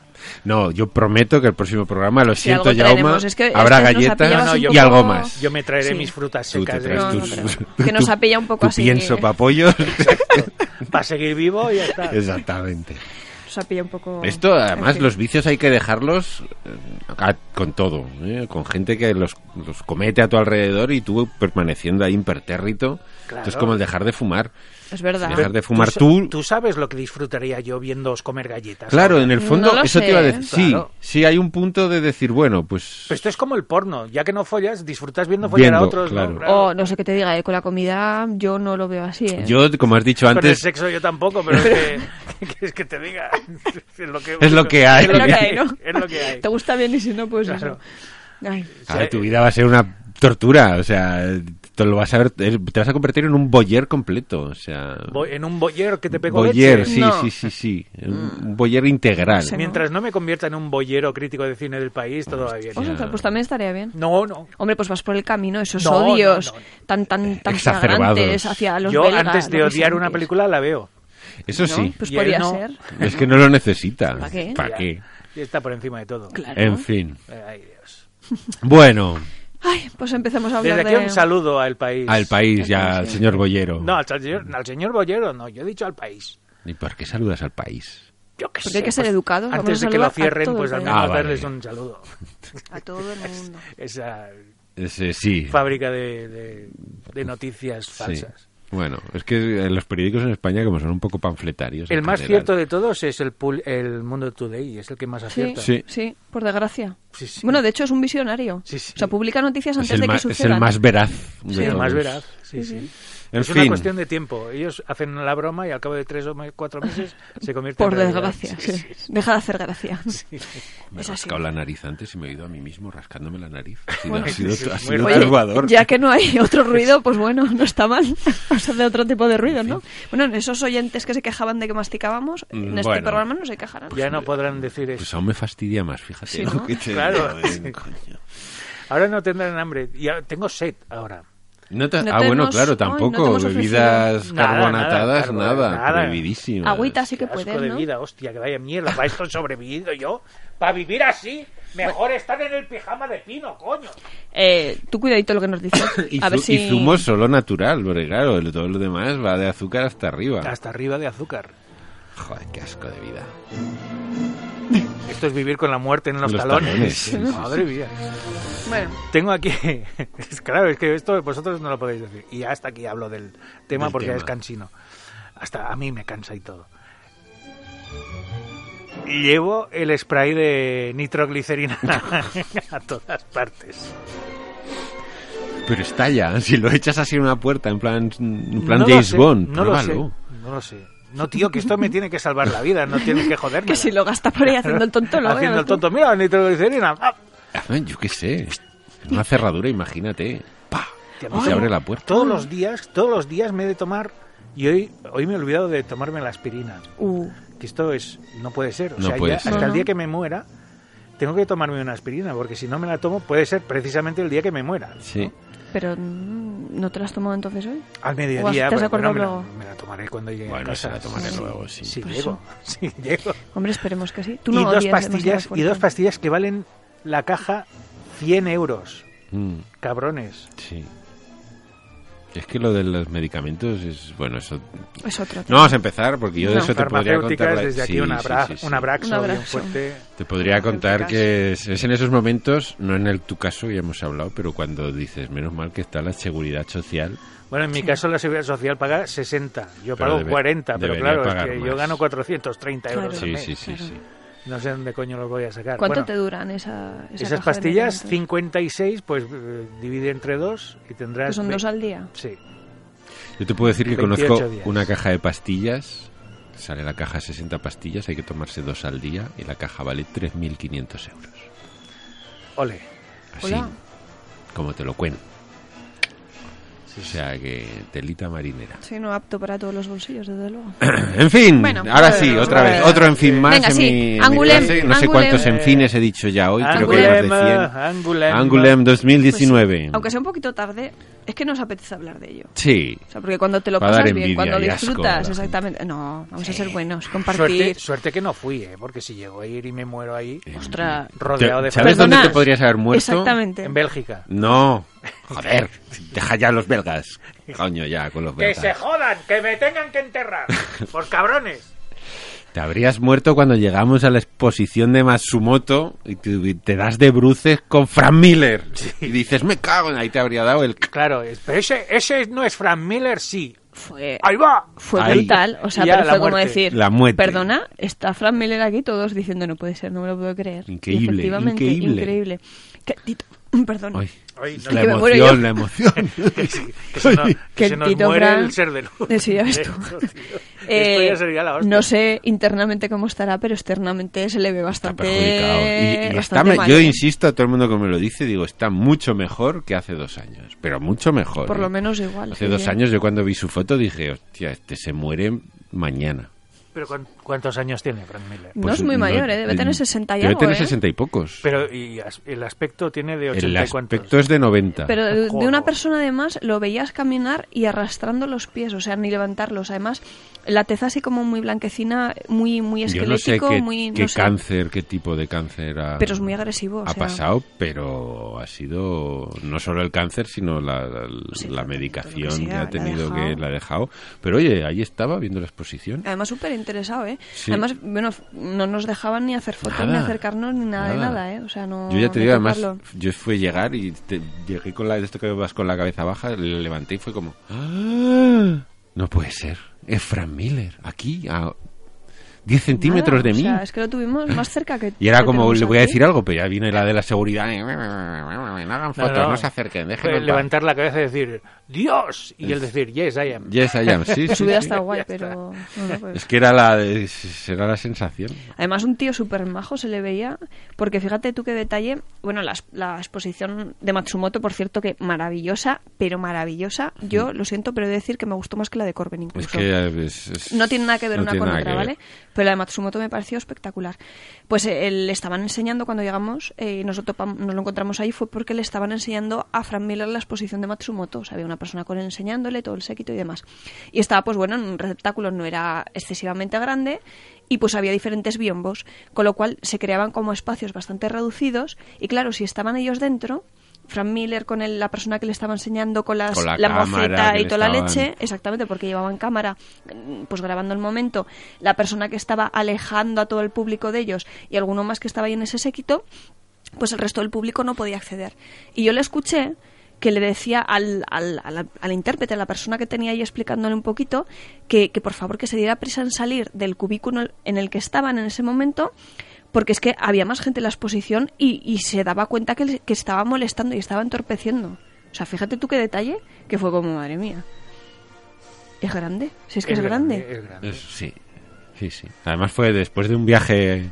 C: No, yo prometo que el próximo programa, lo
D: Si
C: siento,
D: algo
C: Yauma,
D: traeremos. Es que
C: habrá
D: este nos ha
C: galletas
D: pillado
A: así un
C: y
D: poco-
C: algo más.
A: Yo me traeré
D: Sí.
A: mis frutas
C: Tú te
A: secas ¿eh?
C: traes
D: No, no
C: tus-
D: creo.
C: (laughs)
D: Que nos ha pillado un poco
C: tu
D: así.
C: pienso
D: (laughs)
C: papollos.
A: (laughs) para seguir vivo y ya está.
C: (laughs) Exactamente.
D: Nos ha pillado un poco...
C: Esto, además,
D: en fin.
C: los vicios hay que dejarlos eh, a- con todo, ¿eh? con gente que los, los comete a tu alrededor y tú permaneciendo ahí impertérrito.
A: Claro.
C: Esto es como el dejar de fumar.
D: Es verdad.
C: Dejar de fumar
A: sa-
C: tú.
A: Tú sabes lo que disfrutaría yo viéndoos comer galletas.
C: Claro, en el
D: No
C: fondo,
D: lo
C: eso te iba a
D: sé,
C: decir.
D: ¿eh?
C: Sí,
A: Claro.
C: sí, hay un punto de decir, bueno, pues.
A: Pero esto es como el porno. Ya que no follas, disfrutas viendo follar a
C: Viendo,
A: otros. ¿no?
C: claro.
D: O no sé qué te diga, eh, con la comida yo no lo veo así, ¿eh?
C: Yo, como has dicho
A: Con el
C: antes,
A: sexo yo tampoco, pero es
C: (laughs)
A: que, (laughs) que es que te diga. (laughs) Es lo que,
C: Es lo que hay.
D: Es lo que hay, ¿no?
A: (laughs) Es lo que hay.
D: Te gusta bien y si no, pues
A: Claro.
D: eso. Ay.
C: ah,
A: eh,
C: tu vida va a ser una tortura. O sea, te lo vas a ver, eh, te vas a convertir en un boyer completo. O sea.
A: Bo- En un boyer que te pego
C: Boyer,
A: leche. Mm.
C: sí,
D: No.
C: sí, sí, sí. Un un boyer integral.
D: Sí.
A: Mientras no me convierta en un boyero crítico de cine del país, todo va bien.
D: Vamos a hacer, pues también estaría bien.
A: No, no.
D: Hombre, pues vas por el camino, esos
A: No, no,
D: odios
A: no, no.
D: tan tan tan
C: Exacerbados.
D: flagrantes hacia los
A: Yo
D: belgas,
A: antes de
D: los
A: odiar una
D: bizantinos.
A: película la veo.
C: Eso
D: ¿No?
C: sí.
D: Pues
A: Y él
D: podría
A: no.
D: ser.
C: Es que no lo necesita.
D: ¿Para qué? ¿Ah,
C: ¿Para
A: Ya.
C: qué?
A: Y está por encima de todo.
D: Claro.
C: En fin.
A: Eh, Ay, Dios.
C: Bueno,
D: Ay, pues empecemos a hablar
A: Desde aquí
D: de...
A: un saludo al país.
C: al país ya, al señor Bollero.
A: Pues, eh, No, al señor, al señor Bollero, no, yo he dicho al país.
C: ¿Y por qué saludas al país?
A: Yo qué
D: Porque
A: sé,
D: hay que ser
A: pues,
D: educados, vamos
A: Antes
D: a
A: de que lo
D: saludar a
A: cierren,
D: todo
A: pues
D: el
A: al
D: país.
A: menos
C: Ah, vale.
A: darles un saludo.
D: A todo el mundo.
A: Esa
C: Ese, sí.
A: fábrica de, de- de noticias
C: sí.
A: falsas.
C: Bueno, es que eh, los periódicos en España como son un poco panfletarios.
A: El
C: en
A: más
C: general.
A: cierto de todos es el, pul- el Mundo Today, es el que más
D: Sí,
A: acierta.
C: Sí.
D: sí, por desgracia.
A: Sí, sí.
D: Bueno, de hecho es un visionario.
A: Sí, sí.
D: O sea, publica noticias
C: Es
D: antes
C: el,
D: de que
C: más, es el
D: sucedan.
C: más veraz. de
A: Sí, el más
C: todos.
A: veraz. Sí, sí.
C: En
A: es
C: fin.
A: una cuestión de tiempo. Ellos hacen la broma y al cabo de tres o me- cuatro meses
D: (laughs)
A: se convierte
D: Por
A: en realidad.
D: desgracia,
A: Sí,
D: sí.
A: sí, sí.
D: Deja de hacer gracia.
C: Me he
D: Es así.
C: rascado la nariz antes y me he oído a mí mismo rascándome la nariz. Ha sido,
A: Bueno,
C: ha sido-
A: sí, sí,
C: ha
A: muy
C: sido
A: raro.
C: perturbador.
D: ya que no hay (laughs) otro ruido, pues bueno, (laughs) no está mal. Vamos a hacer otro tipo de ruido, ¿no? Bueno, en esos oyentes que se quejaban de que masticábamos, en
C: Mm,
D: este
C: bueno.
D: programa no se quejarán.
A: Ya no podrán decir eso.
C: Pues aún me fastidia más, fíjate.
D: Sí,
C: lo
D: ¿no?
C: que te
A: Claro.
C: digo, eh, coño.
A: (laughs) Ahora no tendrán hambre. Y ahora- tengo sed ahora.
C: No te-
D: No
C: ah,
D: te
C: bueno,
D: hemos-
C: claro,
D: ay,
C: tampoco.
D: no te hemos
C: bebidas
A: ofrecido. Nada,
C: carbonatadas,
A: nada,
C: nada.
A: nada.
C: Prohibidísimas.
D: Agüita sí que
A: Qué asco
D: puedes,
A: de
D: ¿no?
A: vida, hostia, que vaya mierda. Para esto he sobrevivido yo. Para vivir así, mejor estar en el pijama de pino, coño.
D: Eh, tú cuidadito lo que
A: (laughs)
D: nos dices.
C: Y,
D: a ver
C: zu-
D: si...
C: y zumo solo natural, porque claro, el- todo lo demás va de azúcar hasta arriba.
A: Hasta arriba de azúcar.
C: Joder, qué asco de vida.
A: Esto es vivir con la muerte en los,
C: Los
A: talones.
C: talones, sí, sí,
A: Madre mía.
D: Bueno,
A: Tengo aquí. (laughs) es claro, es que esto vosotros no lo podéis decir. Y hasta aquí hablo del tema
C: Del
A: porque
C: tema.
A: es cansino. Hasta a mí me cansa y todo. Llevo el spray de nitroglicerina (laughs) a todas partes.
C: Pero estalla, (laughs) si lo echas así en una puerta, en plan, en plan
A: No lo
C: James
A: sé,
C: Bond,
A: No lo sé,
C: pruébalo.
A: no lo sé. No, tío, que esto me tiene que salvar la vida, no tiene que joderme.
D: que si lo gasta por ahí haciendo el tonto, lo
A: Haciendo
D: veo,
A: el tonto, mira, nitroglicerina. ¡ah!
C: Ah, yo qué sé. En Una cerradura, imagínate. ¡Pah!
A: Que
C: Y se abre la puerta.
A: pues, Todos los días, todos los días me he de tomar, y hoy, hoy me he olvidado de tomarme la aspirina.
D: Uh,
A: que esto es no puede ser. O
C: No
A: sea,
C: puede
A: ya
C: ser.
A: hasta
D: No,
A: el
D: no.
A: día que me muera tengo que tomarme una aspirina porque si no me la tomo puede ser precisamente el día que me muera. ¿no?
C: Sí.
D: pero mm, ¿no te lo has tomado entonces hoy?
A: Al
D: O has- te
A: mediodía.
D: has
A: pero
D: acordado
A: me, la,
D: luego. Pues
A: me la tomaré cuando llegue a
C: Bueno,
A: casa.
C: se la tomaré
A: Sí,
C: luego, sí.
A: Sí,
D: Por
A: llego. (laughs) Sí, llego.
D: Hombre, esperemos que sí. Tú
A: y
D: no
A: dos
D: odies demasiado
A: pastillas y
D: fuerte.
A: dos pastillas que valen la caja 100 euros.
C: Mm,
A: Cabrones.
C: sí. Es que lo de los medicamentos es. Bueno, eso.
D: Es otro.
C: No vamos a empezar porque yo de
D: No.
C: eso te podría contar.
A: Farmacéuticas,
C: la-
A: desde aquí
C: Sí,
A: un,
C: sí,
A: abra...
C: sí, sí.
A: un abrazo
D: Un
A: bien
D: abrazo.
A: fuerte.
C: Te podría contar
D: Farmacéuticas.
C: que es, es en esos momentos, no en el tu caso, ya hemos hablado, pero cuando dices, menos mal que está la seguridad social.
A: Bueno, en mi caso la seguridad social paga 60, yo
C: Pero
A: pago
C: debe-
A: 40, pero
C: debería
A: claro, es
C: pagar
A: que
C: más.
A: yo gano 430 euros
D: Claro.
A: al
C: Sí,
A: mes.
C: sí, sí,
D: claro.
C: sí.
A: No sé dónde coño los voy a sacar.
D: ¿Cuánto
A: Bueno,
D: te duran esa, esa
A: esas
D: caja de
A: pastillas,
D: medicamentos?
A: 56, pues eh, divide entre dos y
D: Que
A: tendrás...
D: Pues son
A: ve-
D: dos al día.
A: Sí.
C: Yo te puedo decir que
A: 28
C: conozco
A: días.
C: una caja de pastillas. Sale la caja 60 pastillas, hay que tomarse dos al día y la caja vale 3.500 euros.
A: Ole.
C: Así,
D: Hola.
C: como te lo cuento.
A: Sí,
C: O sea que telita marinera. (clears throat)
D: Sí, no apto para todos los bolsillos, desde luego.
C: En fin,
D: Bueno,
C: ahora
D: pues, eh,
C: sí, otra
A: bueno.
C: vez, otro en fin más
D: Venga,
C: en
D: sí,
C: mi- en mi
D: Angulem,
C: clase. No sé
D: Angulem.
C: cuántos en fines he dicho ya hoy, creo que hay más de 100.
A: Angulem.
C: Angulem
D: Pues sí,
C: 2019.
D: aunque sea un poquito tarde, es que nos apetece hablar de ello.
C: Sí,
D: O sea, porque cuando te lo
C: Va a dar
D: pasas
C: envidia
D: bien, cuando
C: y asco a la
D: disfrutas,
C: gente.
D: exactamente. No, vamos a ser buenos,
A: Suerte,
D: compartir.
A: suerte que no fui, ¿eh? porque si llego a ir y me muero ahí,
D: Ostras.
A: rodeado
C: Te-
A: de
C: ¿Sabes
A: familia.
C: dónde
D: Perdona,
C: te podrías haber muerto?
D: Exactamente.
A: En Bélgica.
C: No, joder, deja ya a los belgas. Coño, ya con los belgas.
A: jodan! ¡Que me tengan que
C: (laughs)
A: enterrar! ¡Por cabrones!
C: Te habrías muerto cuando llegamos a la exposición de Matsumoto y te, y te das de bruces con Frank Miller. Y dices, me cago en ahí, te habría dado el... c-
A: Claro, es- pero ese, ese no es Frank Miller, sí.
D: Fue,
A: ¡Ahí va!
D: fue
C: Ahí.
D: brutal, o sea,
A: Y ya,
D: pero
A: la
D: fue como
A: muerte.
D: decir,
C: La muerte.
D: perdona, está Fran Miller aquí, todos diciendo, no puede ser, no me lo puedo creer. Y
C: Increíble,
D: efectivamente,
C: increíble.
D: increíble. Que- Tito, (laughs) perdón.
C: Ay,
A: Ay, no,
C: la
D: que me muero
C: emoción,
D: yo.
C: la emoción.
D: (laughs)
C: (laughs)
A: que, sí, que se nos, que
D: el
A: se nos
D: Tito
A: muere
D: Brandt-
A: el ser de luz.
D: Eh, Sí, ya ves tú. (laughs)
A: Esto
D: Eh,
A: ya sería la hostia.
D: no sé internamente cómo estará, pero externamente se le ve
C: Está
D: bastante,
C: perjudicado. Y- y está
D: Eh, bastante
C: me-
D: mal.
C: yo insisto a todo el mundo que me lo dice, digo, está mucho mejor que hace dos años. Pero mucho mejor.
D: Por
C: ¿eh?
D: lo menos igual.
C: Hace
D: sí,
C: dos
D: sí.
C: años yo cuando vi su foto dije, hostia, este se muere mañana.
A: Pero cuán- ¿cuántos años tiene Frank Miller?
D: no es
C: pues
D: muy
C: no-
D: mayor, ¿eh? debe tener 60 y
C: Debe
D: algo.
C: tener
D: ¿eh?
C: 60 y pocos.
A: Pero y as- el aspecto tiene de 80
C: el
A: y cuantos.
C: aspecto es de 90.
D: Pero de, de
A: Joder.
D: una persona además lo veías caminar y arrastrando los pies, o sea, ni levantarlos. Además, la teza así como muy blanquecina, muy muy
C: Yo no sé
D: esquelético,
C: qué,
D: muy
C: qué
D: no sé.
C: cáncer, qué tipo de cáncer ha,
D: Pero es muy agresivo, o
C: ha
D: sea.
C: pasado, pero ha sido no solo el cáncer, sino la, la-
D: Sí,
C: la
D: lo que-
C: medicación
D: lo que sea,
C: que
D: la
C: ha
D: ha
C: tenido
D: dejado.
C: que la ha dejado. Pero oye, ahí estaba viendo la exposición.
D: Además, súper interesado, ¿eh?
C: Sí.
D: Además, bueno, f- no nos dejaban ni hacer fotos, ni
C: Nada,
D: acercarnos, ni nada, de
C: nada.
D: nada, ¿eh? O sea, no.
C: Yo ya te
D: ni
C: digo, además,
D: tocarlo.
C: yo fui llegar y te- llegué con la de esto que vas con la cabeza baja, le levanté y fue como, ¡Ah! no puede ser, es Frank Miller, aquí, a 10 centímetros de
D: Nada,
C: mí.
D: O sea, es que lo tuvimos más cerca que.
C: Y era
D: que
C: como,
D: tenemos
C: le voy a
D: aquí.
C: decir "Ah, algo, pero ya viene la de la seguridad. y, No hagan
A: No,
C: fotos, no,
A: no.
C: se acerquen, déjenlo
A: Eh,
C: en paz".
A: Levantar la cabeza y decir, ¡Dios! Y él decir, ¡Yes, I am!
C: Yes, I am. Sí,
D: Pues
C: sí,
D: hubiera
C: sí.
D: estado guay, pero. no,
C: (laughs)
D: no, pues-
C: Es que era la, de- era la sensación.
D: Además, un tío súper majo se le veía, porque fíjate tú qué detalle. Bueno, la, la exposición de Matsumoto, por cierto, que maravillosa, pero maravillosa. Yo lo siento, pero he de decir que me gustó más que la de Corbin
C: Es
D: incluso.
C: que es- es-
D: No tiene nada que ver
C: no
D: una
C: tiene
D: con
C: nada
D: otra,
C: que ver.
D: ¿vale? Pero la de Matsumoto me pareció espectacular. Pues eh, él- le estaban enseñando cuando llegamos, eh, y nos, lo topam- nos lo encontramos ahí, fue porque le estaban enseñando a Frank Miller la exposición de Matsumoto. O sea, había una persona con él enseñándole todo el séquito y demás. Y estaba, pues bueno, en un receptáculo no era excesivamente grande y pues había diferentes biombos, con lo cual se creaban como espacios bastante reducidos y claro, si estaban ellos dentro... Frank Miller con el- la persona que le estaba enseñando con, las,
C: Con la
D: la
C: cámara
D: moceta
C: que
D: y
C: le
D: toda la
C: estaban-
D: leche, Exactamente, porque llevaban cámara, mm, pues grabando el momento, la persona que estaba alejando a todo el público de ellos y alguno más que estaba ahí en ese séquito, pues el resto del público no podía acceder. Y yo le escuché que le decía al, al, al, al intérprete, a la persona que tenía ahí explicándole un poquito, que, que por favor que se diera prisa en salir del cubículo en el que estaban en ese momento, porque es que había más gente en la exposición y, y se daba cuenta que, le- que estaba molestando y estaba entorpeciendo. O sea, fíjate tú qué detalle, que fue como, madre mía. Es grande, si es que es, grande.
A: Es grande.
C: Es- sí, sí, sí. Además fue después de un viaje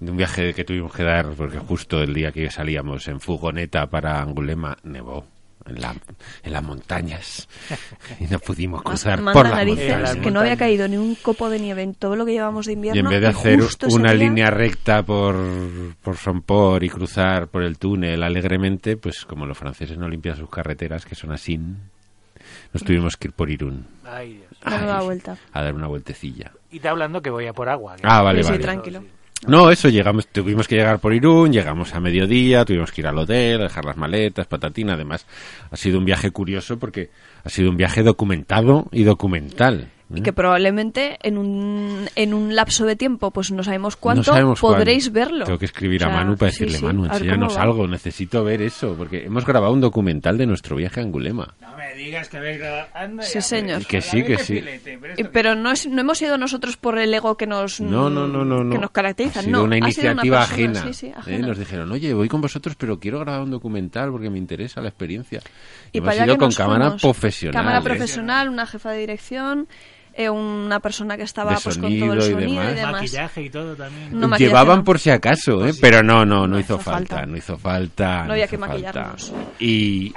C: de un viaje que tuvimos que dar porque justo el día que salíamos en furgoneta para Angulema nevó en, la, en las
D: (laughs)
C: montañas y no pudimos
D: Más-
C: cruzar
D: manda
C: por las
D: narices,
C: montañas.
D: que no había
A: Montañas.
D: caído ni un copo de nieve en todo lo que llevamos de invierno.
C: Y en vez de hacer
D: justo ese
C: una
D: día-
C: línea recta por, por Sompor y cruzar por el túnel alegremente, pues como los franceses no limpian sus carreteras, que son así, nos
D: Mm.
C: tuvimos que ir por Irún.
A: Ay, Dios.
D: Dar una
C: Ay,
D: vuelta.
C: A dar una vueltecilla.
A: Y está hablando que voy a por agua. que-
C: Ah, vale,
D: Sí, sí,
C: vale.
D: tranquilo.
C: No, eso, llegamos, tuvimos que llegar por Irún, llegamos a mediodía, tuvimos que ir al hotel, dejar las maletas, patatina, además ha sido un viaje curioso porque ha sido un viaje documentado y documental.
D: Y que probablemente en un, en un lapso de tiempo, pues no sabemos cuánto,
C: No sabemos cuándo.
D: podréis verlo.
C: Tengo que escribir
D: O sea,
C: a Manu para
D: sí,
C: decirle,
D: sí,
C: Manu,
D: a ver
C: enséñanos
D: cómo va".
C: algo, necesito ver eso, porque hemos grabado un documental de nuestro viaje a Angulema.
A: No me digas que habéis grabado. Anda ya,
D: Sí,
A: hombre.
D: señor.
C: Que sí, que sí.
A: Filete, pero
D: Eh,
A: esto-
D: Pero no, es- no hemos ido nosotros por el ego que nos,
C: No, no, no, no, no.
D: Que nos caracteriza.
C: Ha sido
D: no,
C: una
D: ha sido
C: iniciativa
D: persona,
C: ajena.
D: sí, sí,
C: ¿eh?
D: ajena.
C: Nos dijeron, oye, voy con vosotros, pero quiero grabar un documental porque me interesa la experiencia.
D: Y
C: hemos
D: para allá
C: ido
D: que
C: con
D: nos
C: cámara
D: fuimos.
C: profesional.
D: Cámara
C: ¿eh?
D: profesional, una jefa de dirección, eh, una persona que estaba
C: De
D: pues, con todo el
C: sonido y
D: sonido y
C: demás.
D: demás.
A: Maquillaje y todo también.
D: No maquillaje,
C: Llevaban
D: no.
C: por si acaso, ¿eh? pero no, no, no,
D: Pues No
C: hizo
D: hizo
C: falta,
D: falta.
C: no hizo falta.
D: No había
C: hizo
D: que
C: falta.
D: maquillarnos.
C: Y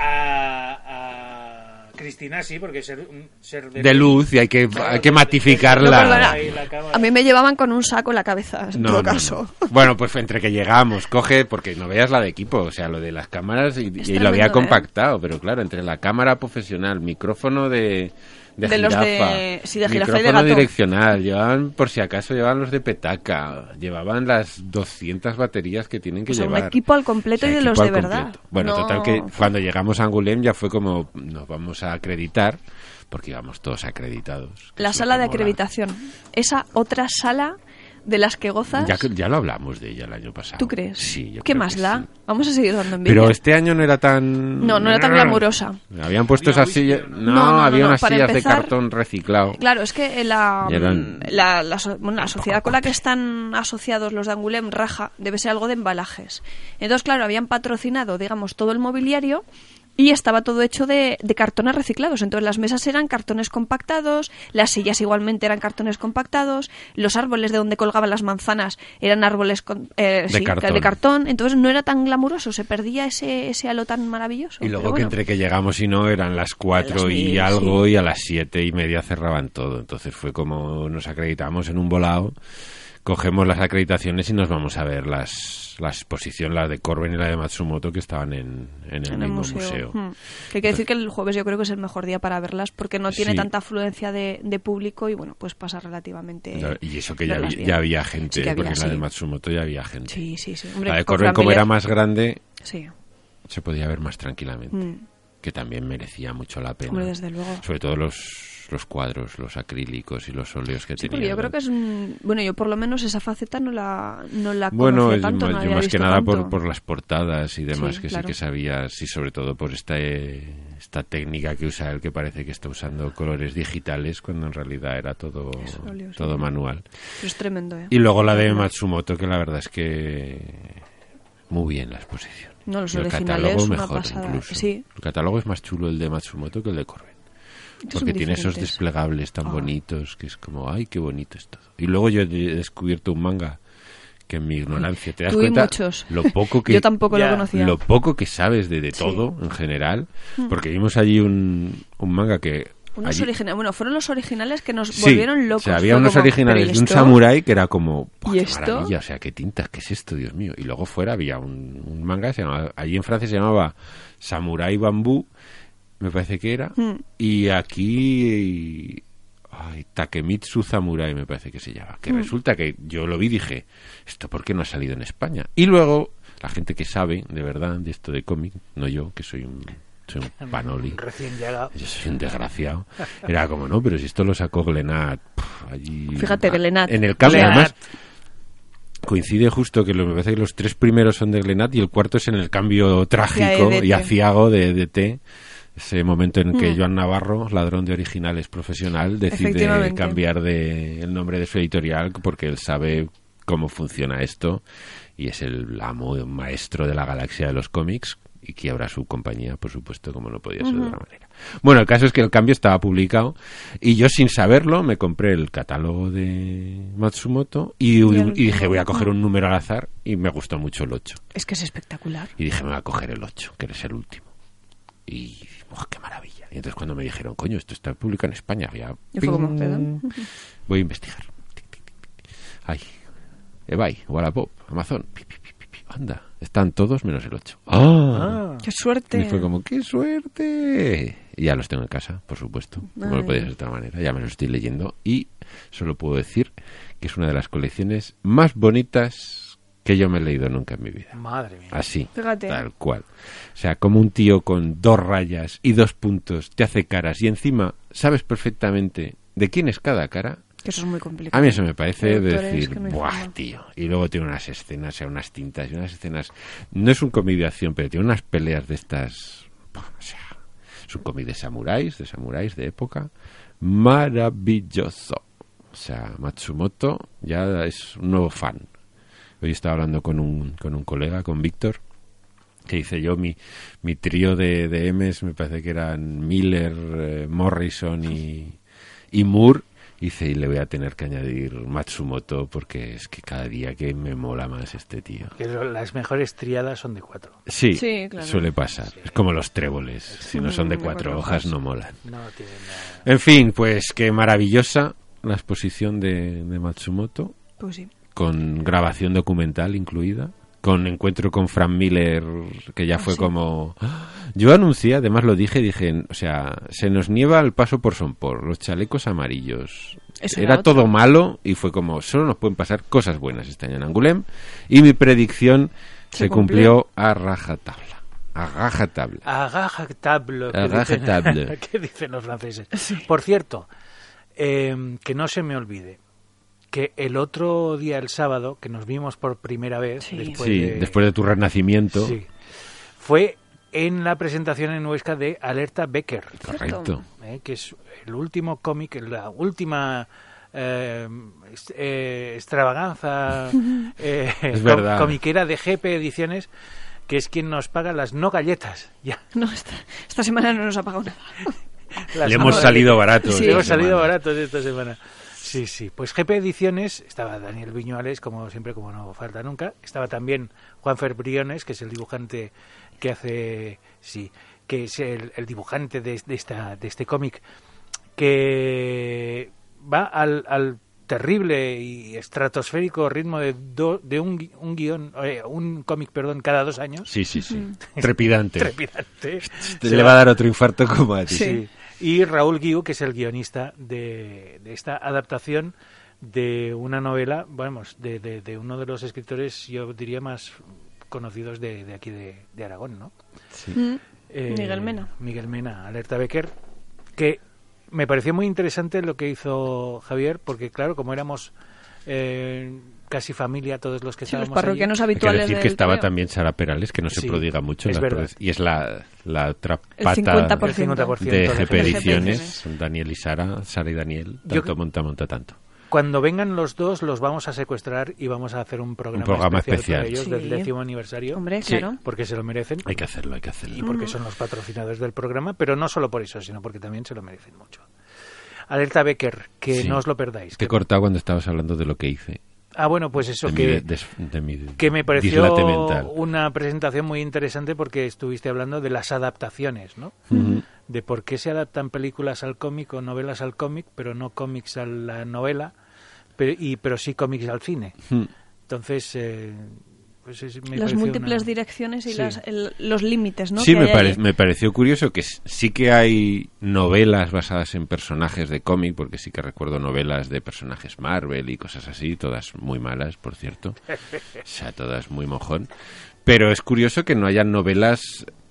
A: A, a Cristina sí, porque ser, ser
C: de luz, y hay que, hay que
D: No, perdona.
C: matificarla.
A: Ahí la cámara.
D: A mí me llevaban con un saco en la cabeza, en
C: No,
D: todo
C: no,
D: caso. (laughs)
C: no. Bueno, pues entre que llegamos, coge, porque no veas la de equipo, o sea, lo de las cámaras y,
D: Es
C: y lo había
D: tremendo, ¿eh?
C: compactado, pero claro, entre la cámara profesional, micrófono de, de,
D: De los
C: jirafa,
D: de- sí, de jirafa y de
C: micrófono
D: gato.
C: direccional, llevaban, por si acaso, llevaban los de petaca, llevaban las 200 baterías que tienen que
D: O sea, Pues un
C: llevar.
D: equipo al completo y de
C: equipo
D: los
C: al
D: de verdad.
C: completo. Bueno,
D: No.
C: total que cuando llegamos a Angoulême ya fue como, nos vamos a acreditar, porque íbamos todos acreditados. que
D: La
C: es lo
D: sala
C: que
D: de
C: mola.
D: acreditación. Esa otra sala de las que gozas.
C: Ya, que- ya lo hablamos de ella el año pasado.
D: ¿Tú crees?
C: Sí, yo
D: ¿Qué
C: creo
D: más
C: que
D: da?
C: sí.
D: Vamos a seguir dando envidia.
C: Pero este año no era tan...
D: No, no era tan glamurosa.
C: Habían puesto esas sillas... No,
D: No, no, no,
C: había
D: no,
C: unas
D: para
C: sillas de
D: empezar-
C: cartón reciclado.
D: Claro, es que eh, la, mm,
C: Y eran-
D: la, la so- bueno, la sociedad con la que están asociados los de Angulem Raja debe ser algo de embalajes. Entonces, claro, habían patrocinado, digamos, todo el mobiliario y estaba todo hecho de, de cartones reciclados. Entonces las mesas eran cartones compactados, las sillas igualmente eran cartones compactados, los árboles de donde colgaban las manzanas eran árboles con- eh,
C: De
D: sí,
C: cartón.
D: de cartón. Entonces no era tan glamuroso, se perdía ese, ese halo tan maravilloso.
C: Y luego
D: Pero
C: que
D: bueno.
C: entre que llegamos y no eran las
D: A
C: cuatro
D: las
C: y
D: mil,
C: algo
D: sí.
C: y a las siete y media cerraban todo. Entonces fue como nos acreditamos en un volado, cogemos las acreditaciones y nos vamos a ver las, la exposición, la de Corben y la de Matsumoto que estaban en, en el
D: en el
C: mismo
D: museo.
C: museo.
D: Hmm. Que hay que decir que el jueves yo creo que es el mejor día para verlas porque no tiene
C: Sí.
D: tanta afluencia de, de público y bueno, pues pasa relativamente.
C: Ya- Y eso que ya, había-
D: verlas eh, bien.
C: ya había gente,
D: Sí, que había,
C: porque en la de
D: sí.
C: Matsumoto ya había gente.
D: Sí, sí, sí. Hombre,
C: la de
D: con
C: Corben,
D: Fran
C: como era
D: Miller,
C: más grande,
D: Sí,
C: se podía ver más tranquilamente,
D: Mm.
C: que también merecía mucho la pena.
D: hombre, desde luego.
C: Sobre todo los, los cuadros, los acrílicos y los óleos que
D: Sí,
C: tenían.
D: porque yo creo que es un- bueno, yo por lo menos esa faceta no la no la
C: Bueno,
D: conocía
C: es
D: tanto,
C: ma-
D: no
C: yo
D: había
C: más que
D: visto
C: nada por,
D: tanto.
C: por las portadas y demás,
D: Sí,
C: que
D: claro.
C: sí que sabías, y sobre todo por esta, eh, esta técnica que usa él, que parece que está usando colores digitales, cuando en realidad era todo,
D: Eso, óleo, sí.
C: todo manual.
D: Pero es tremendo, ¿eh?
C: Y luego la de Matsumoto, que la verdad es que muy bien la exposición.
D: No, los
C: Y el
D: originales,
C: catálogo
D: una
C: mejor
D: pasada.
C: incluso.
D: Sí.
C: El catálogo es más chulo el de Matsumoto que el de Corben.
D: Estos son
C: Porque tiene esos
D: diferentes.
C: desplegables tan
D: Ah.
C: bonitos que es como, ay, qué bonito es todo. Y luego yo he descubierto un manga que en mi ignorancia te das
D: Tú y
C: cuenta
D: muchos.
C: lo
D: (laughs)
C: poco que
D: Yo tampoco
A: Ya,
D: lo conocía.
C: lo poco que sabes de, de todo en general, porque vimos allí un, un manga que
D: Hmm. Unos
C: allí-
D: origina- bueno, fueron los originales que nos
C: Sí,
D: volvieron
C: o
D: locos.
C: sea, había
D: Fue
C: unos
D: como,
C: originales
D: ¿pero y
C: de un
D: esto?
C: samurái que era como, "Buah,
D: ¿Y
C: qué
D: esto?
C: maravilla, o sea, qué tintas, qué es esto, Dios mío. Y luego fuera había un, un manga, se llamaba- allí en Francia se llamaba Samurai Bambú, me parece que era,
D: Mm.
C: y aquí ay, Takemitsu Samurai me parece que se llama,
D: Hmm.
C: que resulta que yo lo vi y dije, ¿esto por qué no ha salido en España? Y luego la gente que sabe de verdad de esto de cómic, no yo, que soy un, soy un panoli.
A: Recién llegado.
C: Yo soy un desgraciado. Era como, no, pero si esto lo sacó Glenat. puf, allí-
D: Fíjate,
C: Ah,
D: Glenat.
C: En el cambio,
A: Glenat.
C: además, coincide justo que lo- me parece que los tres primeros son de Glenat y el cuarto es en el cambio trágico
D: EDT.
C: y aciago de DT. Ese momento en
D: Mm.
C: que Joan Navarro, ladrón de originales profesional, decide
D: Efectivamente.
C: cambiar de, el nombre de su editorial porque él sabe cómo funciona esto y es el amo, el maestro de la galaxia de los cómics y quiebra su compañía, por supuesto, como no podía ser de otra manera. Bueno, el caso es que el cambio estaba publicado y yo sin saberlo me compré el catálogo de Matsumoto y,
D: el-
C: y dije voy a coger un número al azar y me gustó mucho el 8.
D: Es que es espectacular.
C: Y dije me voy a coger el 8, que eres el último. Y ¡buah, qué maravilla. Y entonces cuando me dijeron, coño, esto está publicado en España, ya,
D: Yo fue como, ¿perdón?
C: voy a investigar. Tic, tic, tic, tic. Ay, Ebay, Wallapop, Amazon. Pi, pi, pi, pi, pi. Anda, están todos menos el 8. ¡Ah!
D: Qué
C: Y
D: suerte.
C: fue como, ¡qué suerte! Y ya los tengo en casa, por supuesto. No
D: Ay.
C: lo podía ser de otra manera. Ya me los estoy leyendo. Y solo puedo decir que es una de las colecciones más bonitas que yo me he leído nunca en mi vida.
A: Madre mía.
C: Así,
D: Fíjate.
C: tal cual. O sea, como un tío con dos rayas y dos puntos te hace caras y encima sabes perfectamente de quién es cada cara.
D: Que eso es muy
C: A
D: complicado.
C: mí eso me parece de
D: Productores
C: decir,
D: que no hay
C: ¡buah,
D: forma".
C: tío! Y luego tiene unas escenas, o sea, unas tintas y unas escenas. No es un cómic de acción, pero tiene unas peleas de estas. buah, O sea, es un cómic de samuráis, de samuráis de época. Maravilloso. O sea, Matsumoto ya es un nuevo fan. Hoy estaba hablando con un, con un colega, con Víctor, que dice yo, mi, mi trío de, de M's, me parece que eran Miller, eh, Morrison y, y Moore. Dice, y le voy a tener que añadir Matsumoto porque es que cada día que me mola más este tío.
A: Que lo- las mejores triadas son de cuatro.
C: Sí,
D: Sí, claro.
C: suele pasar. Es como los tréboles. Si no son de
D: Mm, de
C: cuatro
D: cuatro
C: hojas, no molan.
A: No tienen nada.
C: En fin, pues qué maravillosa la exposición de, de Matsumoto
D: Pues sí.
C: con grabación documental incluida, con encuentro con Frank Miller, que ya fue como... ¡Ah! Yo anuncié, además lo dije, dije, o sea, se nos nieva el paso por Sonpor, los chalecos amarillos.
D: Eso
C: era
D: era otro.
C: todo malo y fue como, solo nos pueden pasar cosas buenas este año en Angulem. Y mi predicción se,
D: Se
C: cumplió a rajatabla. A rajatabla.
A: Agaja tablo. que
C: Agaja
A: dicen- (laughs)
C: tablo.
A: que dicen los franceses. Por cierto, eh, que no se me olvide que el otro día, el sábado, que nos vimos por primera vez,
D: Sí.
A: después,
C: Sí,
A: Pues de,
C: después de tu renacimiento.
A: Sí. Fue en la presentación en Huesca de Alerta Becker,
C: Correcto.
A: ¿eh? que es el último cómic, la última eh, es- eh, extravaganza eh,
C: Es
A: com-
C: verdad.
A: comiquera de GP Ediciones que es quien nos paga las no galletas. (laughs) Ya,
D: No, esta, esta semana no nos ha pagado nada.
A: las
C: Le
A: no
C: hemos
A: galletas.
C: salido barato. ¿eh? esta
D: Sí.
A: Le
D: Le
A: hemos salido
C: semana.
A: baratos esta semana. Sí, sí. Pues GP Ediciones, estaba Daniel Viñuales, como siempre, como no falta nunca. Estaba también Juan Briones, que es el dibujante que hace. Sí, que es el, el dibujante de, de esta, de este cómic, que va al, al terrible y estratosférico ritmo de, do- de un, gui- un guión, eh, un cómic, perdón, cada dos años. (laughs)
C: Sí, sí, sí. Trepidante.
A: Trepidante.
C: Te- Le va a dar otro infarto (laughs) como a ti.
D: Sí.
A: Sí. Y Raúl Guiu, que es el guionista de, de esta adaptación de una novela, vamos, de, de- de uno de los escritores, yo diría, más conocidos de, de aquí de, de Aragón, ¿no?
D: Mm.
A: Eh,
D: Miguel Mena.
A: Miguel Mena, Alerta Becker, que me pareció muy interesante lo que hizo Javier, porque claro, como éramos eh, casi familia todos los que
D: Sí, los
A: estábamos allí,
D: parroquianos
C: Hay que
D: habituales
C: decir que
D: del
C: estaba
D: torneo.
C: también Sara Perales, que no se
A: Sí,
C: prodiga mucho. en
A: es
C: las
A: verdad.
C: prodes- y es la, la otra
D: El
C: pata
D: 50%.
A: el 50%
C: de
A: de
C: GP
D: GP
C: Ediciones.
D: Ediciones.
C: Son Daniel y Sara, Sara y Daniel.
A: Yo
C: Tanto
A: creo-
C: monta, monta tanto.
A: Cuando vengan los dos, los vamos a secuestrar y vamos a hacer un programa,
C: programa
A: especial, para
C: especial.
A: ellos
D: Sí.
A: del décimo aniversario.
D: Hombre,
C: Sí.
D: claro.
A: Porque se lo merecen.
C: Hay que hacerlo, hay que
A: y
C: hacerlo.
A: porque son los patrocinadores del programa, pero no solo por eso, sino porque también se lo merecen mucho. Alerta Becker, que
C: Sí.
A: no os lo perdáis.
C: Te he
A: Que-
C: cortado cuando estabas hablando de lo que hice.
A: ah, bueno, pues eso
C: de mi
A: que,
C: de- des- de mi
A: que me pareció
C: dislate mental.
A: una presentación muy interesante porque estuviste hablando de las adaptaciones, ¿no?
C: Ujú.
A: De por qué se adaptan películas al cómic o novelas al cómic, pero no cómics a la novela, pero, y, pero sí cómics al cine.
C: Ujú.
A: Entonces, eh, pues es- me
D: Las
A: pareció
D: múltiples
A: una-
D: direcciones y
A: Sí.
D: las, el- los límites, ¿no?
C: Sí,
D: que
C: me,
D: hay
C: pare-
D: ahí.
C: me pareció curioso que s- sí que hay novelas basadas en personajes de cómic, porque sí que recuerdo novelas de personajes Marvel y cosas así, todas muy malas, por cierto. O sea, todas muy mojón. Pero es curioso que no haya novelas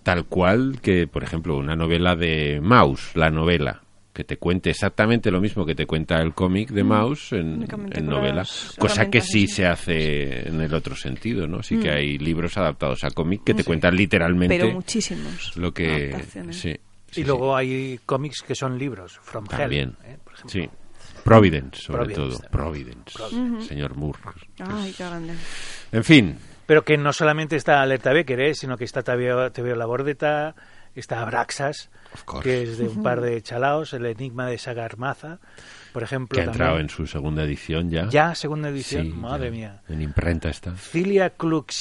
C: tal cual que, por ejemplo, una novela de Mouse, la novela, que te cuente exactamente lo mismo que te cuenta el cómic de Mouse en,
D: Únicamente
C: en
D: Mm. con
C: novela,
D: las
C: cosa que
D: herramientas
C: sí
D: en sí. Mm.
C: se hace en el otro sentido, ¿no? Sí que hay libros adaptados a cómic que te cuentan literalmente
D: Pero muchísimos.
C: lo que
D: adaptaciones.
C: sí, sí,
A: y luego hay cómics que son libros, From
C: sí. también
A: Hell, ¿eh? por ejemplo.
C: sí Providence sobre
A: Providence
C: todo
A: también.
C: Providence, señor Moore
D: Ay, qué grande.
C: en fin
A: Pero que no solamente está Alerta Becker, ¿eh? sino que está Tebeo Tebeo La Bordeta, está Abraxas,
C: Of course.
A: que es de un par de chalaos, el enigma de Sagarmaza, por ejemplo.
C: que ha entrado en
A: también.
C: su segunda edición ya
A: Ya, segunda edición,
C: Sí,
A: madre
C: ya.
A: mía.
C: en imprenta está
A: Cilia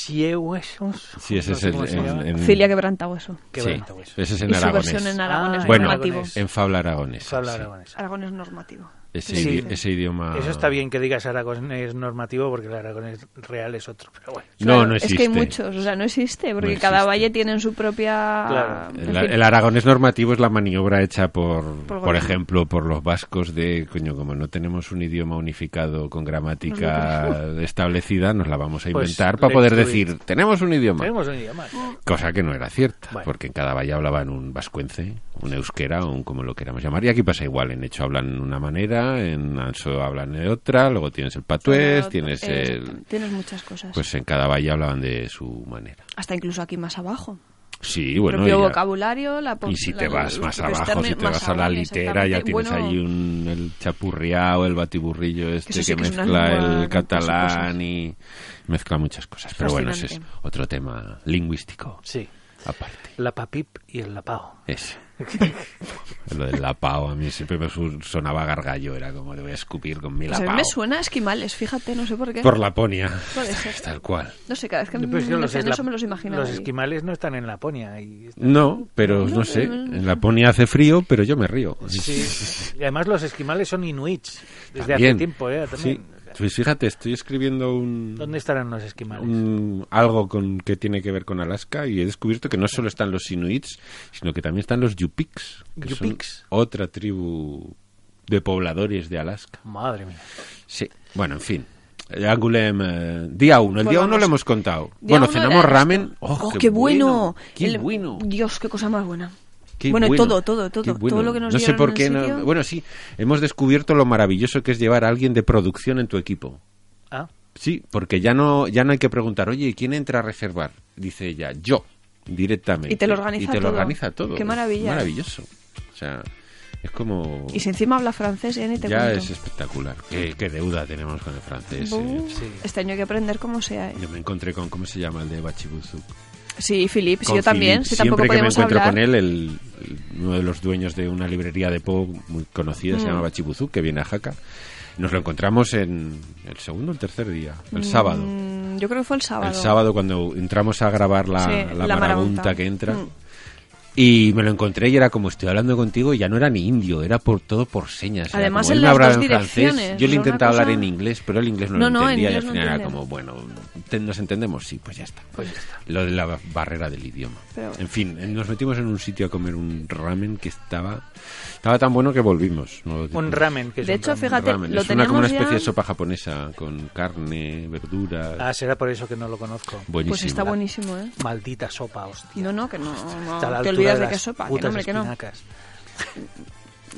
A: Cluxiewes.
C: sí ese
A: no
C: es
A: sé cómo se
C: el
A: llama.
C: en, en-
D: Filia quebrantado eso.
A: Qué
C: sí,
A: bonito, pues.
C: ese Mm. es
D: y
C: en
D: su versión
C: aragonés
D: en aragonés
A: Ah,
C: bueno
D: normativo.
A: aragonés.
C: en fabla aragonés
A: Fabla
C: sí.
A: aragonesa.
D: Aragonés normativo.
C: ese,
A: Sí.
C: idi- ese idioma
A: Eso está bien que digas aragonés normativo porque el aragonés real es otro, pero bueno.
C: no
D: Claro,
C: no existe
D: Es que hay muchos, o sea, no existe, porque
C: No
D: cada
C: existe.
D: valle tiene su propia...
A: Claro.
D: en
C: El,
D: fin.
C: el aragonés normativo es la maniobra hecha por,
D: Por
C: por,
D: gobierno.
C: ejemplo, por los vascos de, coño, como no tenemos un idioma unificado con gramática (laughs) establecida, nos la vamos a
A: Pues,
C: inventar para
A: let's
C: poder
A: do it.
C: decir, tenemos un idioma.
A: Tenemos un idioma.
C: Cosa que no era cierta,
A: Bueno.
C: porque en cada valle hablaban un vascuence, un euskera, un como lo queramos llamar. Y aquí pasa igual, en hecho hablan una manera, en anso hablan de otra, luego tienes el patués,
D: Pero,
C: tienes
D: eh,
C: el...
D: Tienes muchas cosas.
C: Pues en cada valle hablaban de su manera.
D: Hasta incluso aquí más abajo.
C: Sí, bueno,
D: propio
C: y ya-
D: vocabulario, la po-
C: Y si
D: la-
C: te vas
D: los
C: más
D: propios
C: abajo, si
D: términos,
C: te
D: más
C: vas a la
D: abajo,
C: litera, ya
D: exactamente.
C: tienes
D: Bueno,
C: ahí un, el chapurriao, el batiburrillo este que,
D: eso sí que es una
C: mezcla
D: lengua
C: el
D: con muchas
C: catalán
D: cosas.
C: y mezcla muchas cosas. Pero bueno, ese es
D: Fascinante.
C: otro tema lingüístico
A: Sí,
C: aparte.
A: la papip y el lapao.
D: (laughs)
C: Ese. Lo del lapao a mí siempre me su- sonaba gargallo, era como le voy a escupir con mi
D: pues a mí
C: lapao.
D: me suena a esquimales, fíjate, no sé por qué.
C: Por Laponia.
D: Puede ser.
C: Tal cual.
D: Mm, No sé, cada vez que me
A: Pues yo los
D: mencionan
A: esla-
D: eso me los ¿eh? imagino.
A: Los
D: ahí.
A: esquimales no están en Laponia. Y
C: No, pero no sé, en Laponia hace frío, pero yo me río.
A: Sí. Y además los esquimales son inuits desde
C: También.
A: hace tiempo, ¿eh? También.
C: Sí. Pues fíjate, estoy escribiendo un,
A: ¿Dónde estarán los esquimales?
C: Mm. un- algo con que tiene que ver con Alaska y he descubierto que no solo están los inuits, sino que también están los yupiks, que son
A: Yupiks.
C: otra tribu de pobladores de Alaska.
A: Madre mía.
C: Sí. Bueno, en fin. Eh, Angulem, eh, día uno. El día
D: Volvamos.
C: uno lo hemos contado.
D: Día
C: bueno,
D: uno
C: cenamos
D: era
C: ramen.
D: esto.
C: ¡Oh, qué,
D: bueno!
C: ¡Qué
D: El-
C: bueno!
D: Dios, qué cosa más buena.
C: Qué
D: bueno, todo, todo,
C: qué
D: todo.
C: bueno.
D: Todo lo que nos
C: No sé
D: dieron
C: por
D: en
C: qué.
D: el
C: no-
D: sitio.
C: Bueno, sí, hemos descubierto lo maravilloso que es llevar a alguien de producción en tu equipo.
A: Ah,
C: Sí, porque ya no, ya no hay que preguntar, oye, ¿quién entra a reservar? Dice ella, yo, directamente.
D: Y te lo organiza
C: Y te lo
D: todo.
C: organiza todo.
D: Qué maravilla. ¿eh?
C: Maravilloso. O sea, es como...
D: Y si encima habla francés, ya ni te
C: ya
D: cuento.
C: es espectacular. Qué, qué deuda tenemos con el francés. eh.
D: Bu-
A: sí.
D: Este año hay que aprender cómo sea. ¿eh?
C: Yo me encontré con, ¿cómo se llama el de Bachibuzuk?
D: Sí, Philip, sí,
C: con
D: yo también.
C: Philip.
D: Sí,
C: Siempre
D: tampoco
C: que me
D: podemos
C: encuentro
D: hablar.
C: con él, el- el- uno de los dueños de una librería de pop muy conocida,
D: Mm.
C: se llamaba Chibuzú, que viene a Jaca. Nos lo encontramos en el segundo o el tercer día, el sábado.
D: Mm, yo creo que fue el sábado.
C: El sábado cuando entramos a grabar la,
D: Sí,
C: la
D: la
C: marabunta,
D: marabunta.
C: que entra.
D: Mm.
C: Y me lo encontré y era como estoy hablando contigo y ya no era ni indio, era por todo por señas. era
D: Además,
C: como,
D: en
C: él me
D: las
C: hablaba
D: dos
C: en francés,
D: direcciones,
C: yo le
D: era una
C: intentaba hablar
D: cosa-
C: en inglés, pero el inglés no,
D: No,
C: lo
D: no, en
C: entendía y al
D: inglés no
C: final era
D: entienden.
C: como, bueno, te- nos entendemos, sí, pues ya está. Lo de la barrera del idioma.
D: Pero bueno.
C: En fin, eh, nos metimos en un sitio a comer un ramen que estaba estaba tan bueno que volvimos. ¿no?
A: Un ramen. Que es
D: De
A: un
D: hecho,
A: ramen.
D: fíjate,
C: Ramen.
D: lo
C: es una, como una
D: tenemos
C: especie
D: ya-
C: de sopa japonesa con carne, verduras.
A: Ah, será por eso que no lo conozco.
C: Buenísimo.
D: Pues está buenísimo, ¿eh?
A: Maldita sopa, hostia.
D: No, no, que no, no,
A: Está a la altura
D: te olvidas de
A: las
D: que sopa, que
A: putas
D: no, hombre, que no.
A: espinacas.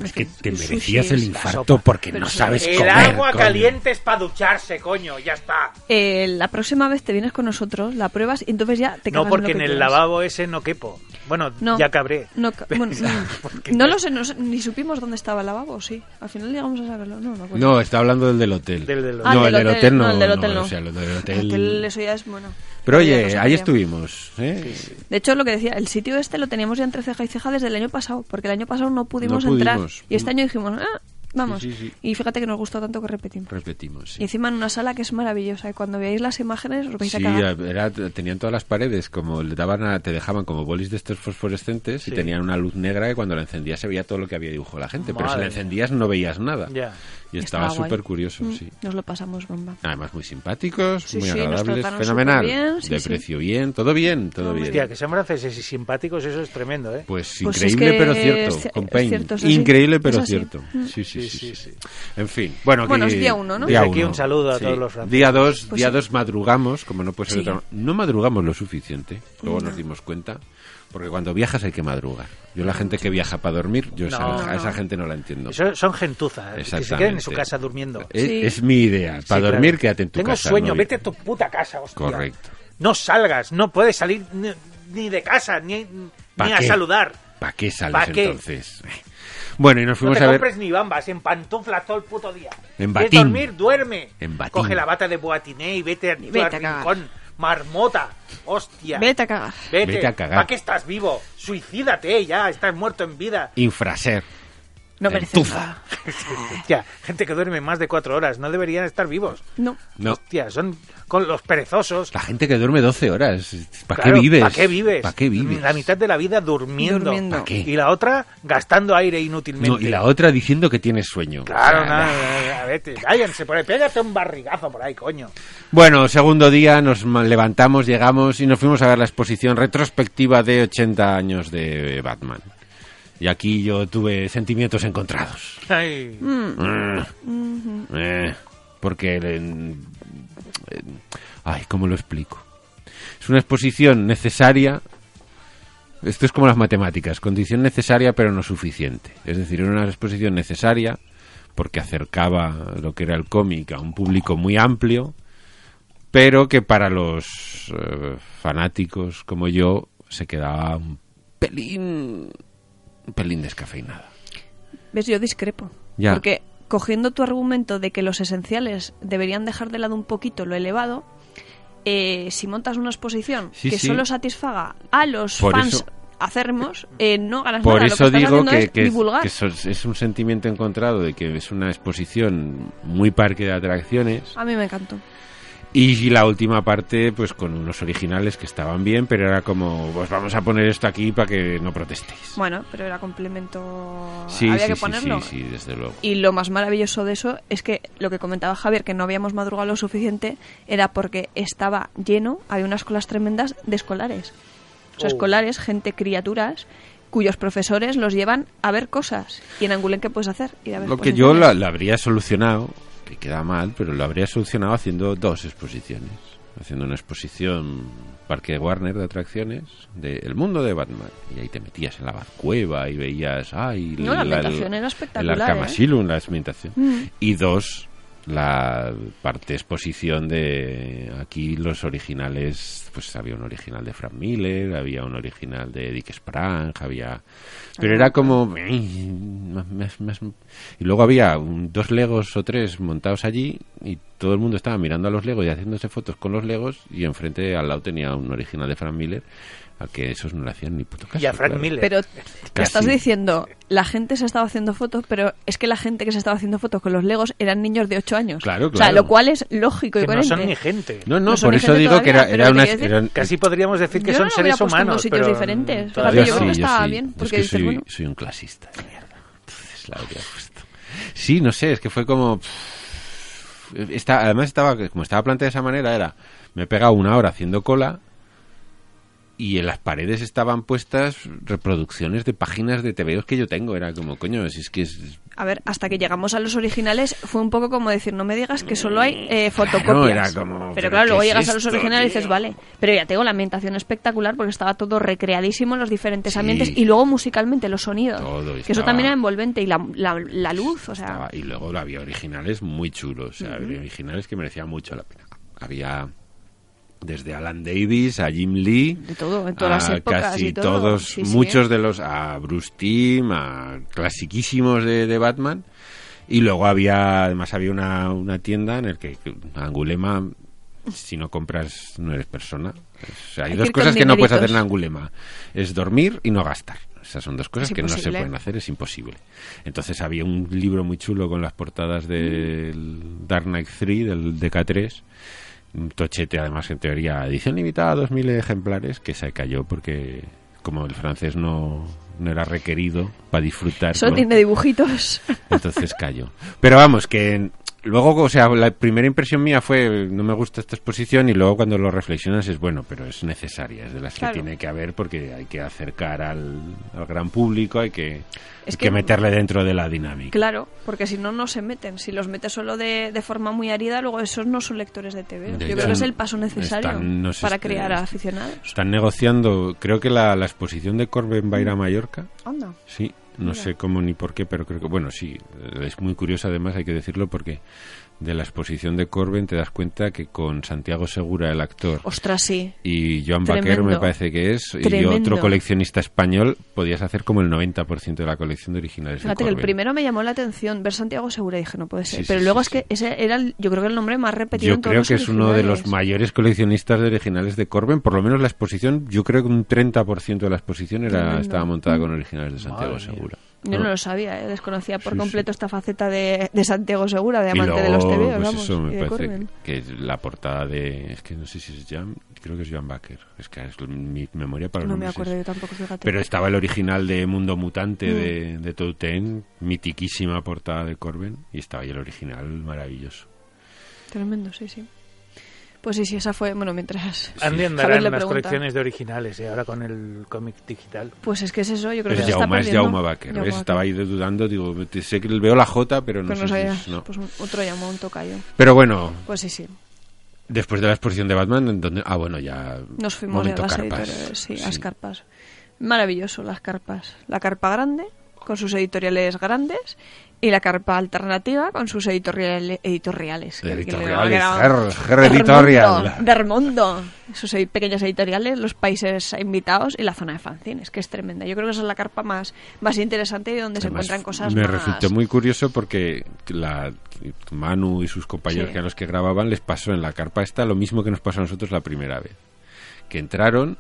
C: Es que te
D: El sushi
C: merecías el
D: es-
C: infarto
A: sopa.
C: porque
D: Pero
C: no
D: sí.
C: sabes Pues comer.
A: El agua
C: coño.
A: caliente es para ducharse, coño, ya está.
D: Eh, la próxima vez te vienes con nosotros, la pruebas y entonces ya te cagas
A: No,
D: en
A: porque
D: lo
A: en
D: que
A: el
D: quieras.
A: lavabo ese no quepo. Bueno,
D: No,
A: ya cabré.
D: No,
A: (laughs)
D: ca- bueno, mm,
A: Porque
D: no
A: ya-
D: lo sé, no sé, ni supimos dónde estaba el lavabo, sí. Al final llegamos a saberlo, no, me acuerdo.
C: No, está hablando del del hotel.
A: Del del
D: Ah,
A: hotel.
C: no, el del hotel no.
D: el del hotel no.
C: o sea, el del
D: El
C: hotel-
D: hotel, eso ya es bueno.
C: Pero
D: Ya
C: oye,
D: cosa
C: ahí
D: seria.
C: estuvimos. ¿eh?
D: De hecho, lo que decía, el sitio este lo teníamos ya entre ceja y ceja desde el año pasado, porque el año pasado no pudimos,
C: No pudimos. mm.
D: entrar. Y este año dijimos, ah, vamos.
C: Sí, sí, sí.
D: Y fíjate que nos gustó tanto que repetimos.
C: Repetimos.
D: Y
C: Sí,
D: encima en una sala que es maravillosa. Y cuando veáis las imágenes os vais a
C: Sí,
D: cagar.
C: era- tenían todas las paredes, como le daban a- te dejaban como bolis de estos fosforescentes y
A: Sí.
C: tenían una luz negra que cuando la encendías se veía todo lo que había dibujado la gente, pero si
A: Madre
C: la
A: mía.
C: encendías no veías nada.
A: Ya.
C: Y estaba
D: guay.
C: súper curioso,
D: Mm,
C: sí.
D: Nos lo pasamos bomba.
C: Además, muy simpáticos,
D: Sí,
C: muy
D: sí, nos
C: agradables,
D: trataron
C: fenomenal.
D: superbién, sí,
C: de
D: sí.
C: precio bien, todo bien, todo bien.
A: Hostia, que sean franceses y simpáticos, eso es tremendo, ¿eh?
C: Pues,
D: Pues
C: increíble
D: es que
C: pero
D: es
C: cierto,
D: ci-
C: con
D: es
C: Payne.
D: cierto, es así.
C: increíble
D: Es
C: pero
D: así.
C: cierto.
D: Mm.
C: Sí sí
A: Sí,
C: sí,
A: sí,
C: sí.
A: sí.
C: En fin, bueno,
D: Bueno,
C: que-
D: es día uno, ¿no?
C: día
A: Desde aquí
C: uno.
A: un saludo a
C: Sí.
A: todos los franceses.
C: Día dos,
D: Pues
C: día
D: sí.
C: dos madrugamos, como no puede ser de
D: Sí.
C: otra manera. No madrugamos lo suficiente, luego nos dimos cuenta, porque cuando viajas hay que madrugar. Yo la gente que viaja para dormir, yo esa-
A: No.
C: a esa gente no la entiendo.
A: Eso son gentuzas, que se queden en su
C: Exactamente.
A: casa durmiendo.
C: Es,
D: Sí.
C: es mi idea, para
A: Sí,
C: dormir
A: claro.
C: quédate en tu
A: Tengo
C: casa.
A: sueño,
C: no-
A: vete a tu puta casa, hostia.
C: Correcto.
A: No salgas, no puedes salir ni, ni de casa, ni,
C: ¿Pa
A: ni a
C: qué?
A: saludar.
C: ¿Para qué sales
A: ¿Pa qué?
C: entonces? Bueno, y nos
A: No
C: fuimos
A: te
C: a ver
A: compres ni bambas, en pantuflas todo el puto día. ¿Quieres
C: En batín.
A: dormir? Duerme.
C: En batín.
A: Coge la bata de Boatiné y vete a tu
D: Vete a cagar.
A: rincón. Marmota, hostia.
D: Vete a cagar.
A: Vete,
C: Vete a cagar.
A: ¿Para qué estás vivo? Suicídate ya, estás muerto en vida.
C: Infraser.
D: No mereces
C: Gentuza.
D: nada.
A: Hostia, gente que duerme más de cuatro horas, no deberían estar vivos.
D: No.
C: No.
A: Hostia, son con los perezosos.
C: La gente que duerme 12 horas. ¿Para
A: Claro,
C: qué vives?
A: ¿Para qué vives?
C: ¿Para qué vives?
A: La mitad de la vida durmiendo.
D: Durmiendo.
C: ¿Pa' qué?
A: Y la otra gastando aire inútilmente.
C: No, y la otra diciendo que tienes sueño. O
A: Claro,
C: sea,
A: nada, nada, vete, váyanse por ahí, pégate un barrigazo por ahí, coño.
C: Bueno, segundo día, nos ma- levantamos, llegamos y nos fuimos a ver la exposición retrospectiva de 80 años de Batman. Y aquí yo tuve sentimientos encontrados.
A: Ay,
D: Mm.
C: Eh, eh, porque... eh, eh, ay, ¿cómo lo explico? Es una exposición necesaria. Esto es como las matemáticas, condición necesaria pero no suficiente. Es decir, era una exposición necesaria porque acercaba lo que era el cómic a un público muy amplio, pero que para los eh, fanáticos como yo se quedaba un pelín, un pelín descafeinada.
D: ¿Ves? Yo discrepo.
C: Ya.
D: Porque cogiendo tu argumento de que los esenciales deberían dejar de lado un poquito lo elevado, eh, si montas una exposición
C: Sí,
D: que
C: sí.
D: solo satisfaga a los
C: Por
D: fans
C: eso-
D: acérrimos, eh, no ganas
C: Por
D: nada.
C: eso
D: lo que estás
C: digo
D: haciendo
C: que,
D: es
C: que es,
D: divulgar.
C: que eso es- es un sentimiento encontrado de que es una exposición muy parque de atracciones
D: A mí me encantó.
C: y la última parte pues con unos originales que estaban bien, pero era como, pues vamos a poner esto aquí para que no protestéis.
D: Bueno, pero era complemento.
C: sí,
D: Había
C: sí,
D: que
C: sí,
D: ponerlo.
C: sí, sí, desde luego.
D: Y lo más maravilloso de eso es que lo que comentaba Javier, que no habíamos madrugado lo suficiente, era porque estaba lleno, había unas colas tremendas de escolares. O sea,
A: Oh.
D: escolares, gente, criaturas, cuyos profesores los llevan a ver cosas. Y en Angulén, ¿qué puedes hacer? Ir a ver
C: Lo que yo la, la habría solucionado, que queda mal, pero lo habría solucionado haciendo dos exposiciones. Haciendo una exposición Parque de Warner de atracciones de El mundo de Batman. Y ahí te metías en la Batcueva y veías... Ay,
D: No, la ambientación era espectacular,
C: El
D: ¿eh? Mm.
C: Arkham Asylum, la ambientación. Y dos, la parte exposición de... Aquí los originales, pues había un original de Frank Miller, había un original de Dick Sprang, había... Pero era como... "Ey, más- más- más". Y luego había un- dos legos o tres montados allí y todo el mundo estaba mirando a los Legos y haciéndose fotos con los Legos y enfrente al lado tenía un original de Frank Miller a que esos no le hacían ni puto caso.
A: Y a Frank
C: claro.
A: Miller.
D: Pero
C: Casi.
D: te estás diciendo, la gente se estaba haciendo fotos, pero es que la gente que se estaba haciendo fotos con los Legos eran niños de 8 años.
C: Claro,
D: O sea,
C: claro.
D: lo cual es lógico y
A: que no
D: coherente.
A: son ni gente.
C: No, no,
D: No son
C: por eso
D: gente
C: digo que era,
D: todavía,
C: era
D: pero
C: una...
D: te quiero
C: eran-
A: Casi podríamos decir que
D: Yo
A: son
D: no lo
A: seres
D: hubiera puesto en
A: humanos.
D: dos sitios
A: pero
D: diferentes.
C: Yo
A: todavía
D: Fíjate, yo
C: sí,
D: creo que estaba
C: sí.
D: bien,
C: Yo es
D: porque
C: que
D: dices,
C: soy,
D: bueno.
C: soy un clasista de mierda. Entonces la habría puesto. Sí, no sé, es que fue como... Está, además estaba como estaba planteada de esa manera era me he pegado una hora haciendo cola y en las paredes estaban puestas reproducciones de páginas de TVOs que yo tengo era como coño si es que es,
D: A ver, hasta que llegamos a los originales fue un poco como decir, no me digas que solo hay eh,
C: Claro,
D: fotocopias.
C: era como, ¿pero
D: pero claro,
C: qué
D: luego
C: es
D: llegas a los
C: esto,
D: originales y dices,
C: tío?
D: vale. Pero ya tengo la ambientación espectacular porque estaba todo recreadísimo en los diferentes
C: Sí.
D: ambientes y luego musicalmente los sonidos.
C: Todo,
D: que eso
C: estaba-
D: también era envolvente y la, la- la luz, o sea.
C: estaba- y luego había originales muy chulos, o sea, había originales que merecían mucho la pena. Había desde Alan Davis a Jim Lee,
D: De todo, en todas
C: a
D: las épocas
C: casi
D: y todo.
C: todos,
D: Sí, sí.
C: muchos de los, a Bruce Timm, a clasiquísimos de, de Batman. Y luego había, además había una, una tienda en el que que Angulema, si no compras, no eres persona. O sea, hay
D: Hay que
C: dos
D: ir con
C: cosas que no puedes
D: dineritos.
C: hacer en Angulema. Es dormir y no gastar. Esas son dos cosas
D: Es
C: que no se
D: imposible.
C: pueden hacer, es imposible. Entonces había un libro muy chulo con las portadas del Dark Knight 3, del DK3, un tochete además en teoría edición limitada a 2000 ejemplares que se cayó porque como el francés no, no era requerido para disfrutar
D: Solo
C: (laughs)
D: tiene dibujitos.
C: entonces cayó pero vamos que en- luego o sea la primera impresión mía fue no me gusta esta exposición y luego cuando lo reflexionas es bueno pero es necesaria es de las
D: Claro.
C: que tiene que haber porque hay que acercar al, al gran público hay que
D: Es
C: hay que
D: que-
C: meterle dentro de la dinámica
D: Claro, porque si no, no se meten. Si los metes solo de, de forma muy árida, luego esos no son lectores de TV. Yo
C: De hecho,
D: creo que es el paso necesario
C: están- no sé,
D: para
C: este-
D: crear a aficionados.
C: están negociando creo que la, la exposición de Corben va a ir a
D: Mm.
C: Mallorca
D: Anda.
C: Sí, no sé cómo ni por qué, pero creo que, bueno, sí, eh, es muy curioso además, hay que decirlo, porque de la exposición de Corben te das cuenta que con Santiago Segura, el actor,
D: Ostras, sí.
C: y Joan
D: Tremendo.
C: Baquer, me parece que es, y
D: Tremendo.
C: otro coleccionista español, podías hacer como el 90% de la colección de originales de
D: Fíjate que el
C: Corben.
D: primero me llamó la atención ver Santiago Segura y dije, no puede ser.
C: Sí, sí,
D: pero
C: sí,
D: luego
C: sí.
D: es que ese era, el- yo creo que el nombre más repetido
C: Yo
D: en todos
C: creo
D: los
C: que es uno de los
D: originales.
C: mayores coleccionistas de originales de Corben, por lo menos la exposición, yo creo que un 30% de la exposición era,
D: Tremendo.
C: estaba montada con originales de Santiago
A: Madre mía.
C: Segura.
D: Yo no lo sabía, eh, desconocía por
C: Sí,
D: completo esta faceta de, de Santiago Segura, de amante de los TV,
C: pues
D: vamos,
C: eso me
D: y de
C: parece
D: Corben.
C: que es la portada de es que no sé si es Jan creo que es Jan Baker es que es mi memoria para los
D: No me
C: nombres es-
D: acuerdo yo tampoco, fíjate.
C: pero estaba el original de Mundo Mutante
D: Mm.
C: de, de Touten mitiquísima portada de Corben y estaba ahí el original maravilloso
D: Tremendo, sí, sí. Pues sí, sí, esa fue, bueno, mientras...
A: (laughs) Andy andará
D: Javier
A: en
D: le
A: las
D: pregunta.
A: colecciones de originales, ¿eh? ahora con el cómic digital.
D: Pues es que es eso, yo creo que
C: es
D: se está
C: Jauma es
D: perdiendo.
C: Jauma Baker
D: Jaume
C: ¿ves? estaba ahí dudando digo te- sé que veo la J pero no
D: Pero
C: sé
D: no
C: si
D: sabía.
C: es- no.
D: Pues un- otro llamó un tocayo.
C: pero bueno
D: Pues sí, sí.
C: después de la exposición de Batman en donde ah bueno ya
D: Nos fuimos
C: momento
D: a las
C: carpas.
D: editoriales, eh, sí,
C: Sí.
D: a las carpas. Maravilloso, las carpas. La carpa grande, con sus editoriales grandes, y la carpa alternativa, con sus editoriales. Editoriales. que- que le
C: Editoriales,
D: llamaban-
C: ger- ger- editorial.
D: Dermondo, Dermondo. Sus edi- pequeñas editoriales, los países invitados y la zona de fanzines, que es tremenda. Yo creo que esa es la carpa más, más interesante y donde se
C: Además,
D: encuentran cosas
C: me
D: más...
C: resultó muy curioso porque la Manu y sus compañeros
D: Sí.
C: que a los que grababan les pasó en la carpa esta lo mismo que nos pasó a nosotros la primera vez que entraron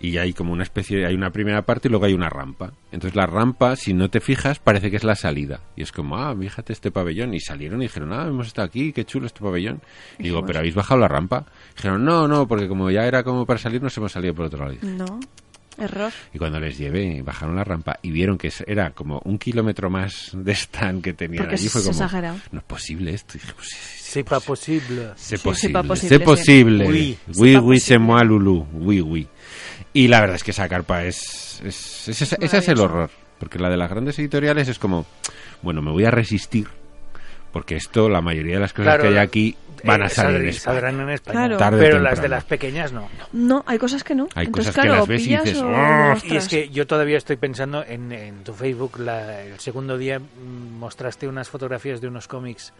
C: y hay como una especie hay una primera parte y luego hay una rampa entonces la rampa si no te fijas parece que es la salida y es como ah fíjate este pabellón y salieron y dijeron ah hemos estado aquí qué chulo este pabellón y digo
D: Dijimos,
C: pero habéis bajado la rampa dijeron no no porque como ya era como para salir nos hemos salido por otro lado Y
D: No, error.
C: y cuando les llevé, bajaron la rampa y vieron que es- era como un kilómetro más de stand que tenían
D: Porque
C: allí. Fue
D: es
C: como,
D: exagerado.
C: no es posible esto. Y dije, pues, sí, sí, sí,
A: Sepa posible.
C: sé
D: Sí,
C: posible,
D: sepa
C: sé
D: posible, sí.
C: posible.
A: Oui.
C: Oui,
D: Sepa
C: oui,
D: posible.
C: c'est moi, Lulu. Oui, oui. Y la verdad es que esa carpa es... es, es- es- ese es el
D: Maravilloso.
C: horror. Porque la de las grandes editoriales es como, bueno, me voy a resistir. Porque esto, la mayoría de las cosas
A: Claro,
C: que hay aquí van a
A: Eh,
C: salir
A: sal-
C: en España.
A: Saldrán en España.
D: Claro.
C: Tarde o
A: Pero
C: temprano.
A: las de las pequeñas no.
D: No, hay cosas que no.
C: Hay cosas
D: Entonces,
C: que
D: claro,
C: las ves y
D: pillas
C: dices,
D: o-
C: "Oh".
D: ostras.
A: Y es que yo todavía estoy pensando en, en tu Facebook. la- el segundo día mm, mostraste unas fotografías de unos cómics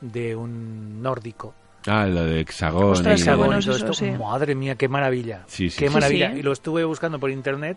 A: de un nórdico.
C: Ah, lo de Hexagón.
D: Ostras,
C: y-
D: Hexagón,
A: Hexagonos,
D: eso,
A: todo esto.
D: sí.
A: Madre mía, qué maravilla.
C: Sí, sí,
A: qué
C: sí.
A: maravilla.
D: Sí, sí.
A: Y lo estuve buscando por internet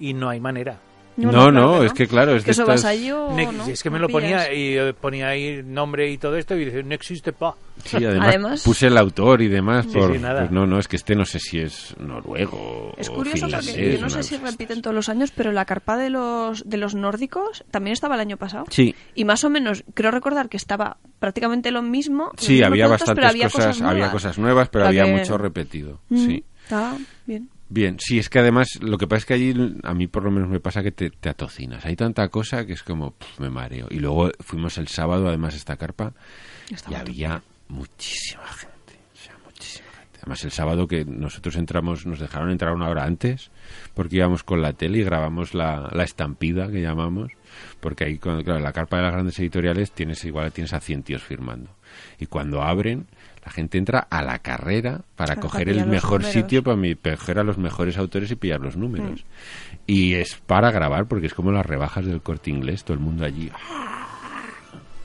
A: y no hay manera.
C: No, no,
D: claro
C: es que claro, es de
D: eso
C: estas-
D: vas allí o
A: Ne-
D: Oh, no,
A: es que me
D: no
A: lo ponía
D: pillas.
A: y eh, ponía ahí nombre y todo esto y dice, no existe pa.
C: Sí, además,
D: (laughs) Además-
C: puse el autor y demás.
A: Sí,
C: por-
A: sí, nada.
C: pues no, no, es que este no sé si es noruego.
D: Es
C: o
D: curioso porque
C: finlandés,
D: yo no
C: una
D: sé si
C: cosa así.
D: repiten todos los años, pero la carpa de los, de los nórdicos también estaba el año pasado.
C: Sí.
D: Y más o menos, creo recordar que estaba prácticamente lo mismo. los
C: Sí,
D: mismos
C: había
D: productos, pero
C: bastantes
D: había
C: cosas, había
D: nuevas.
C: cosas nuevas, pero
D: O sea
C: había
D: que-
C: mucho repetido.
D: Mm,
C: Sí.
D: Está bien.
C: Bien, sí, es que además lo que pasa es que allí a mí por lo menos me pasa que te, te atocinas. Hay tanta cosa que es como pf, me mareo. Y luego fuimos el sábado además a esta carpa
D: Está
C: y
D: bueno.
C: había muchísima gente, o sea, muchísima gente. Además el sábado que nosotros entramos, nos dejaron entrar una hora antes porque íbamos con la tele y grabamos la, la estampida que llamamos, porque ahí cuando, claro, en la carpa de las grandes editoriales tienes igual tienes a 100 tíos firmando. Y cuando abren la gente entra a la carrera para
D: Claro,
C: coger
D: para
C: el
D: pillar los
C: mejor
D: números. Mm.
C: sitio para mi- coger a los mejores autores y pillar los números. Y es para grabar, porque es como las rebajas del corte inglés, todo el mundo allí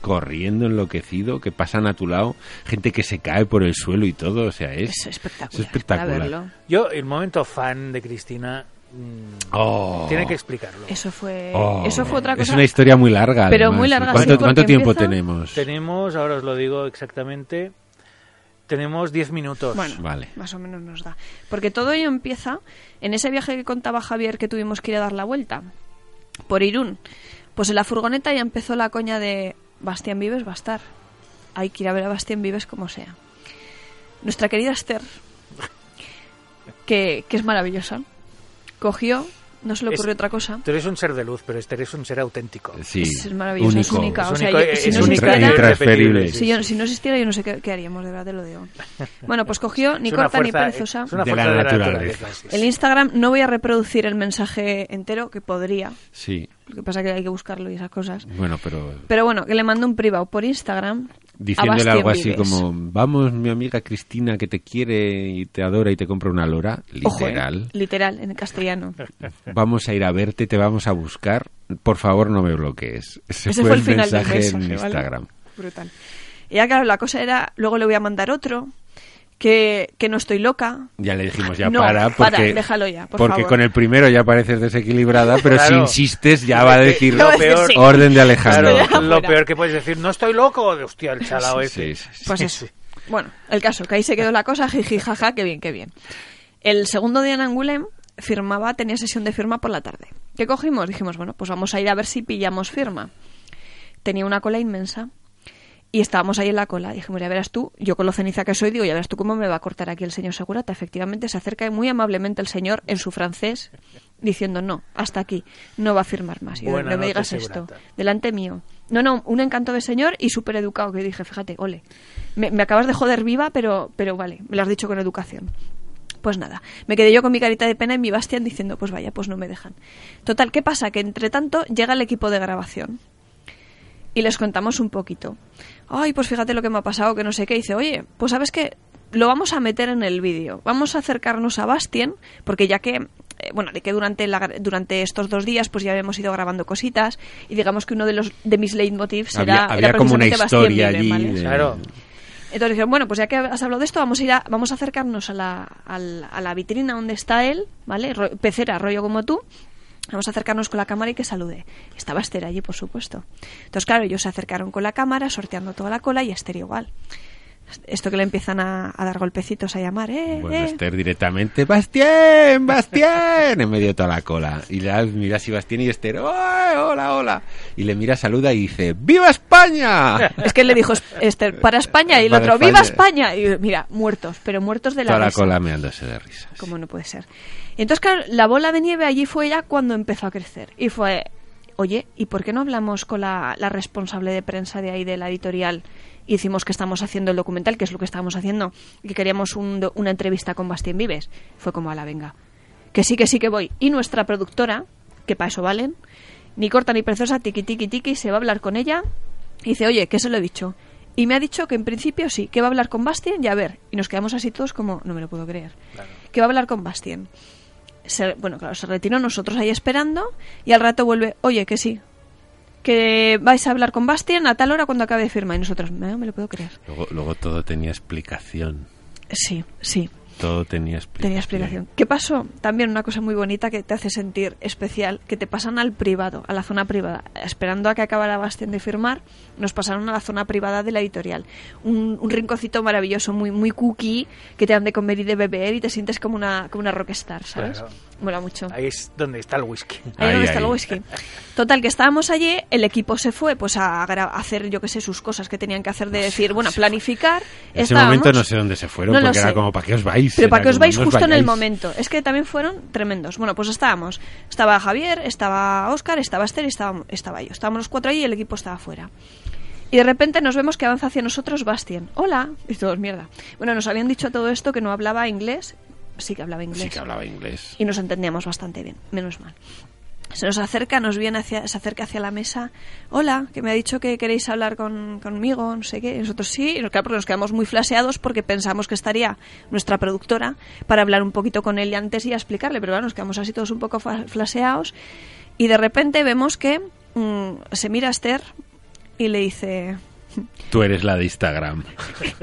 C: corriendo enloquecido, que pasan a tu lado, gente que se cae por el suelo y todo, o sea, es,
D: Es espectacular.
C: es espectacular.
D: para verlo.
A: Yo, el momento fan de Cristina, mm,
C: Oh,
A: tiene que explicarlo.
D: Eso fue,
C: oh.
D: Eh, eso fue otra cosa.
C: Es una historia muy larga.
D: Pero
C: además.
D: muy larga,
C: ¿Cuánto,
D: sí, porque
C: cuánto tiempo
D: empieza-
C: tenemos?
A: Tenemos, ahora os lo digo exactamente, tenemos 10 minutos.
D: Bueno,
C: Vale.
D: más o menos nos da. Porque todo ello empieza en ese viaje que contaba Javier que tuvimos que ir a dar la vuelta por Irún. Pues en la furgoneta ya empezó la coña de Bastián Vives va a estar. Hay que ir a ver a Bastián Vives como sea. Nuestra querida Esther, que, que es maravillosa, cogió, no se le
A: Es-
D: ocurrió otra cosa.
A: Tú eres un ser de luz, pero este eres un ser auténtico.
C: Sí,
D: Es maravilloso, es única,
A: Es
D: Ah, o sea,
A: único,
D: yo- si
A: es
D: no
A: única
D: existiera-
A: e
C: Intransferible.
A: irrepetible.
D: Si, yo- si no existiera, yo no sé qué, qué haríamos, de verdad te
A: (laughs)
D: lo digo. Bueno, pues cogió ni
A: Es una
D: corta ni
A: fuerza-
D: perezosa.
A: es una
C: De
A: fuerza
C: la
A: de la
C: naturaleza.
A: naturaleza, sí, sí.
D: El Instagram no voy a reproducir el mensaje entero, que podría.
C: sí.
D: Lo que pasa que hay que buscarlo y esas cosas.
C: Bueno, pero
D: Pero bueno, que le mandó un privado por Instagram. a
C: diciéndole
D: Bastián
C: algo así
D: Vives.
C: como, vamos, mi amiga Cristina, que te quiere y te adora y te compra una lora,
D: Ojo, ¿eh?
C: literal.
D: literal, en castellano.
C: (laughs) vamos a ir a verte, te vamos a buscar. Por favor, no me bloquees. Ese,
D: Ese fue el final del
C: mensaje en
D: mensaje, ¿vale?
C: Instagram.
D: Brutal. Y ya, claro, la cosa era, luego le voy a mandar otro, que, que no estoy loca.
C: Ya le dijimos, ya
D: No,
C: para, porque,
D: para, déjalo ya, por
C: porque
D: favor.
C: con el primero ya pareces desequilibrada, pero si
A: Claro.
C: insistes ya
A: (laughs)
C: va a decir
D: Lo peor. Sí.
C: orden de Alejandro.
A: Claro,
D: Fuera.
A: lo peor que puedes decir, no estoy loco, de hostia, el chalao
C: Sí,
A: ese.
C: sí, sí.
D: Pues eso. Bueno, el caso, que ahí se quedó la cosa, jiji, jaja, qué bien, qué bien. El segundo día en Angulem firmaba, tenía sesión de firma por la tarde. ¿Qué cogimos? Dijimos, bueno, pues vamos a ir a ver si pillamos firma. Tenía una cola inmensa y estábamos ahí en la cola. Dijimos, ya verás tú, yo con lo ceniza que soy, digo, ya verás tú cómo me va a cortar aquí el señor Segurata. Efectivamente, se acerca muy amablemente el señor en su francés diciendo, no, hasta aquí, no va a firmar más. Y yo,
A: Buena
D: no me
A: noche,
D: digas esto
A: segurata.
D: delante mío. No, no, un encanto de señor y súper educado, que dije, fíjate, ole, me, me acabas de joder viva, pero, pero vale, me lo has dicho con educación. Pues nada, me quedé yo con mi carita de pena y mi Bastian diciendo, pues vaya, pues no me dejan. Total, ¿qué pasa? Que entre tanto llega el equipo de grabación y les contamos un poquito. Ay, pues fíjate lo que me ha pasado, que no sé qué. Y dice, oye, pues sabes que lo vamos a meter en el vídeo. Vamos a acercarnos a Bastien, porque ya que, eh, bueno, de que durante, la gra- durante estos dos días pues ya habíamos ido grabando cositas y digamos que uno de, los, de mis leitmotivs
C: había
D: era,
C: había
D: era
C: como una
D: precisamente Bastien
C: historia
D: Vive,
C: allí.
D: ¿vale?
C: de-
A: Claro.
D: Entonces dijeron, bueno, pues ya que has hablado de esto, vamos a ir a, vamos a acercarnos a la, al- a la vitrina donde está él, ¿vale? Ro- pecera, rollo como tú. Vamos a acercarnos con la cámara y que salude. Estaba Esther allí, por supuesto. Entonces, claro, ellos se acercaron con la cámara, sorteando toda la cola y Esther igual. Esto que le empiezan a, a dar golpecitos, a llamar, eh,
C: Bueno,
D: eh.
C: Esther directamente, Bastián, Bastián, en medio de toda la cola. Y la miras y Bastián y Esther, "Ay, hola, hola. Y le mira, saluda y dice, ¡Viva
D: (laughs)
C: España!
D: Es que le dijo Esther, para España, y el
C: Para
D: otro, ¡viva
C: España".
D: España! Y yo, mira, muertos, pero muertos de la
C: toda la
D: risa.
C: cola meándose de risa.
D: como no puede ser. Entonces, claro, la bola de nieve allí fue ya cuando empezó a crecer. Y fue, oye, ¿y por qué no hablamos con la, la responsable de prensa de ahí de la editorial? Y decimos que estamos haciendo el documental, que es lo que estábamos haciendo, y que queríamos un do- una entrevista con Bastien Vives. Fue como a la venga. Que sí, que sí, que voy. Y nuestra productora, que para eso valen, ni corta ni preciosa, tiqui tiqui tiqui, se va a hablar con ella y dice, oye, que se lo he dicho. Y me ha dicho que en principio sí, que va a hablar con Bastien y a ver. Y nos quedamos así todos como, no me lo puedo creer. Que va a hablar con Bastien. Se- bueno, claro, se retiró nosotros ahí esperando y al rato vuelve, oye, que sí. Que vais a hablar con Bastien a tal hora cuando acabe de firma. Y nosotros, no me lo puedo creer.
C: Luego, luego todo tenía explicación.
D: Sí, sí.
C: Todo tenía explicación.
D: Tenía explicación. ¿Qué pasó? También una cosa muy bonita que te hace sentir especial, que te pasan al privado, a la zona privada. Esperando a que acabara Bastián de firmar, nos pasaron a la zona privada de la editorial. Un, un rinconcito maravilloso, muy, muy cookie, que te dan de comer y de beber y te sientes como una, como una rockstar, ¿sabes?
A: Claro.
D: Mola mucho.
A: Ahí es donde está el whisky.
D: Ahí,
C: Ahí,
D: donde está
C: ahí.
D: el whisky. Total, que estábamos allí, el equipo se fue pues a, gra- a hacer, yo qué sé, sus cosas que tenían que hacer de decir, bueno, planificar.
C: En ese
D: Estábamos-
C: momento no sé dónde se fueron,
D: No lo
C: porque era
D: sé.
C: como, ¿para qué os vais?
D: Pero
C: Era
D: para que os
C: como,
D: vais
C: "No
D: justo en el
C: vayáis".
D: momento. Es que también fueron tremendos. Bueno, pues estábamos. Estaba Javier, estaba Óscar, estaba Esther y estaba, estaba yo. Estábamos los cuatro allí y el equipo estaba fuera. Y de repente nos vemos que avanza hacia nosotros Bastien. Hola. Y todos, mierda. Bueno, nos habían dicho todo esto que no hablaba inglés. Sí que hablaba inglés.
C: Sí que hablaba inglés.
D: Y nos entendíamos bastante bien, menos mal. Se nos acerca, nos viene hacia, se acerca hacia la mesa. Hola, que me ha dicho que queréis hablar con- conmigo, no sé qué. Y nosotros sí, y nos- claro, porque nos quedamos muy flaseados porque pensamos que estaría nuestra productora para hablar un poquito con él y antes y a explicarle, pero claro, nos quedamos así todos un poco fa- flaseados. Y de repente vemos que mm, se mira a Esther y le dice.
C: Tú eres la de Instagram.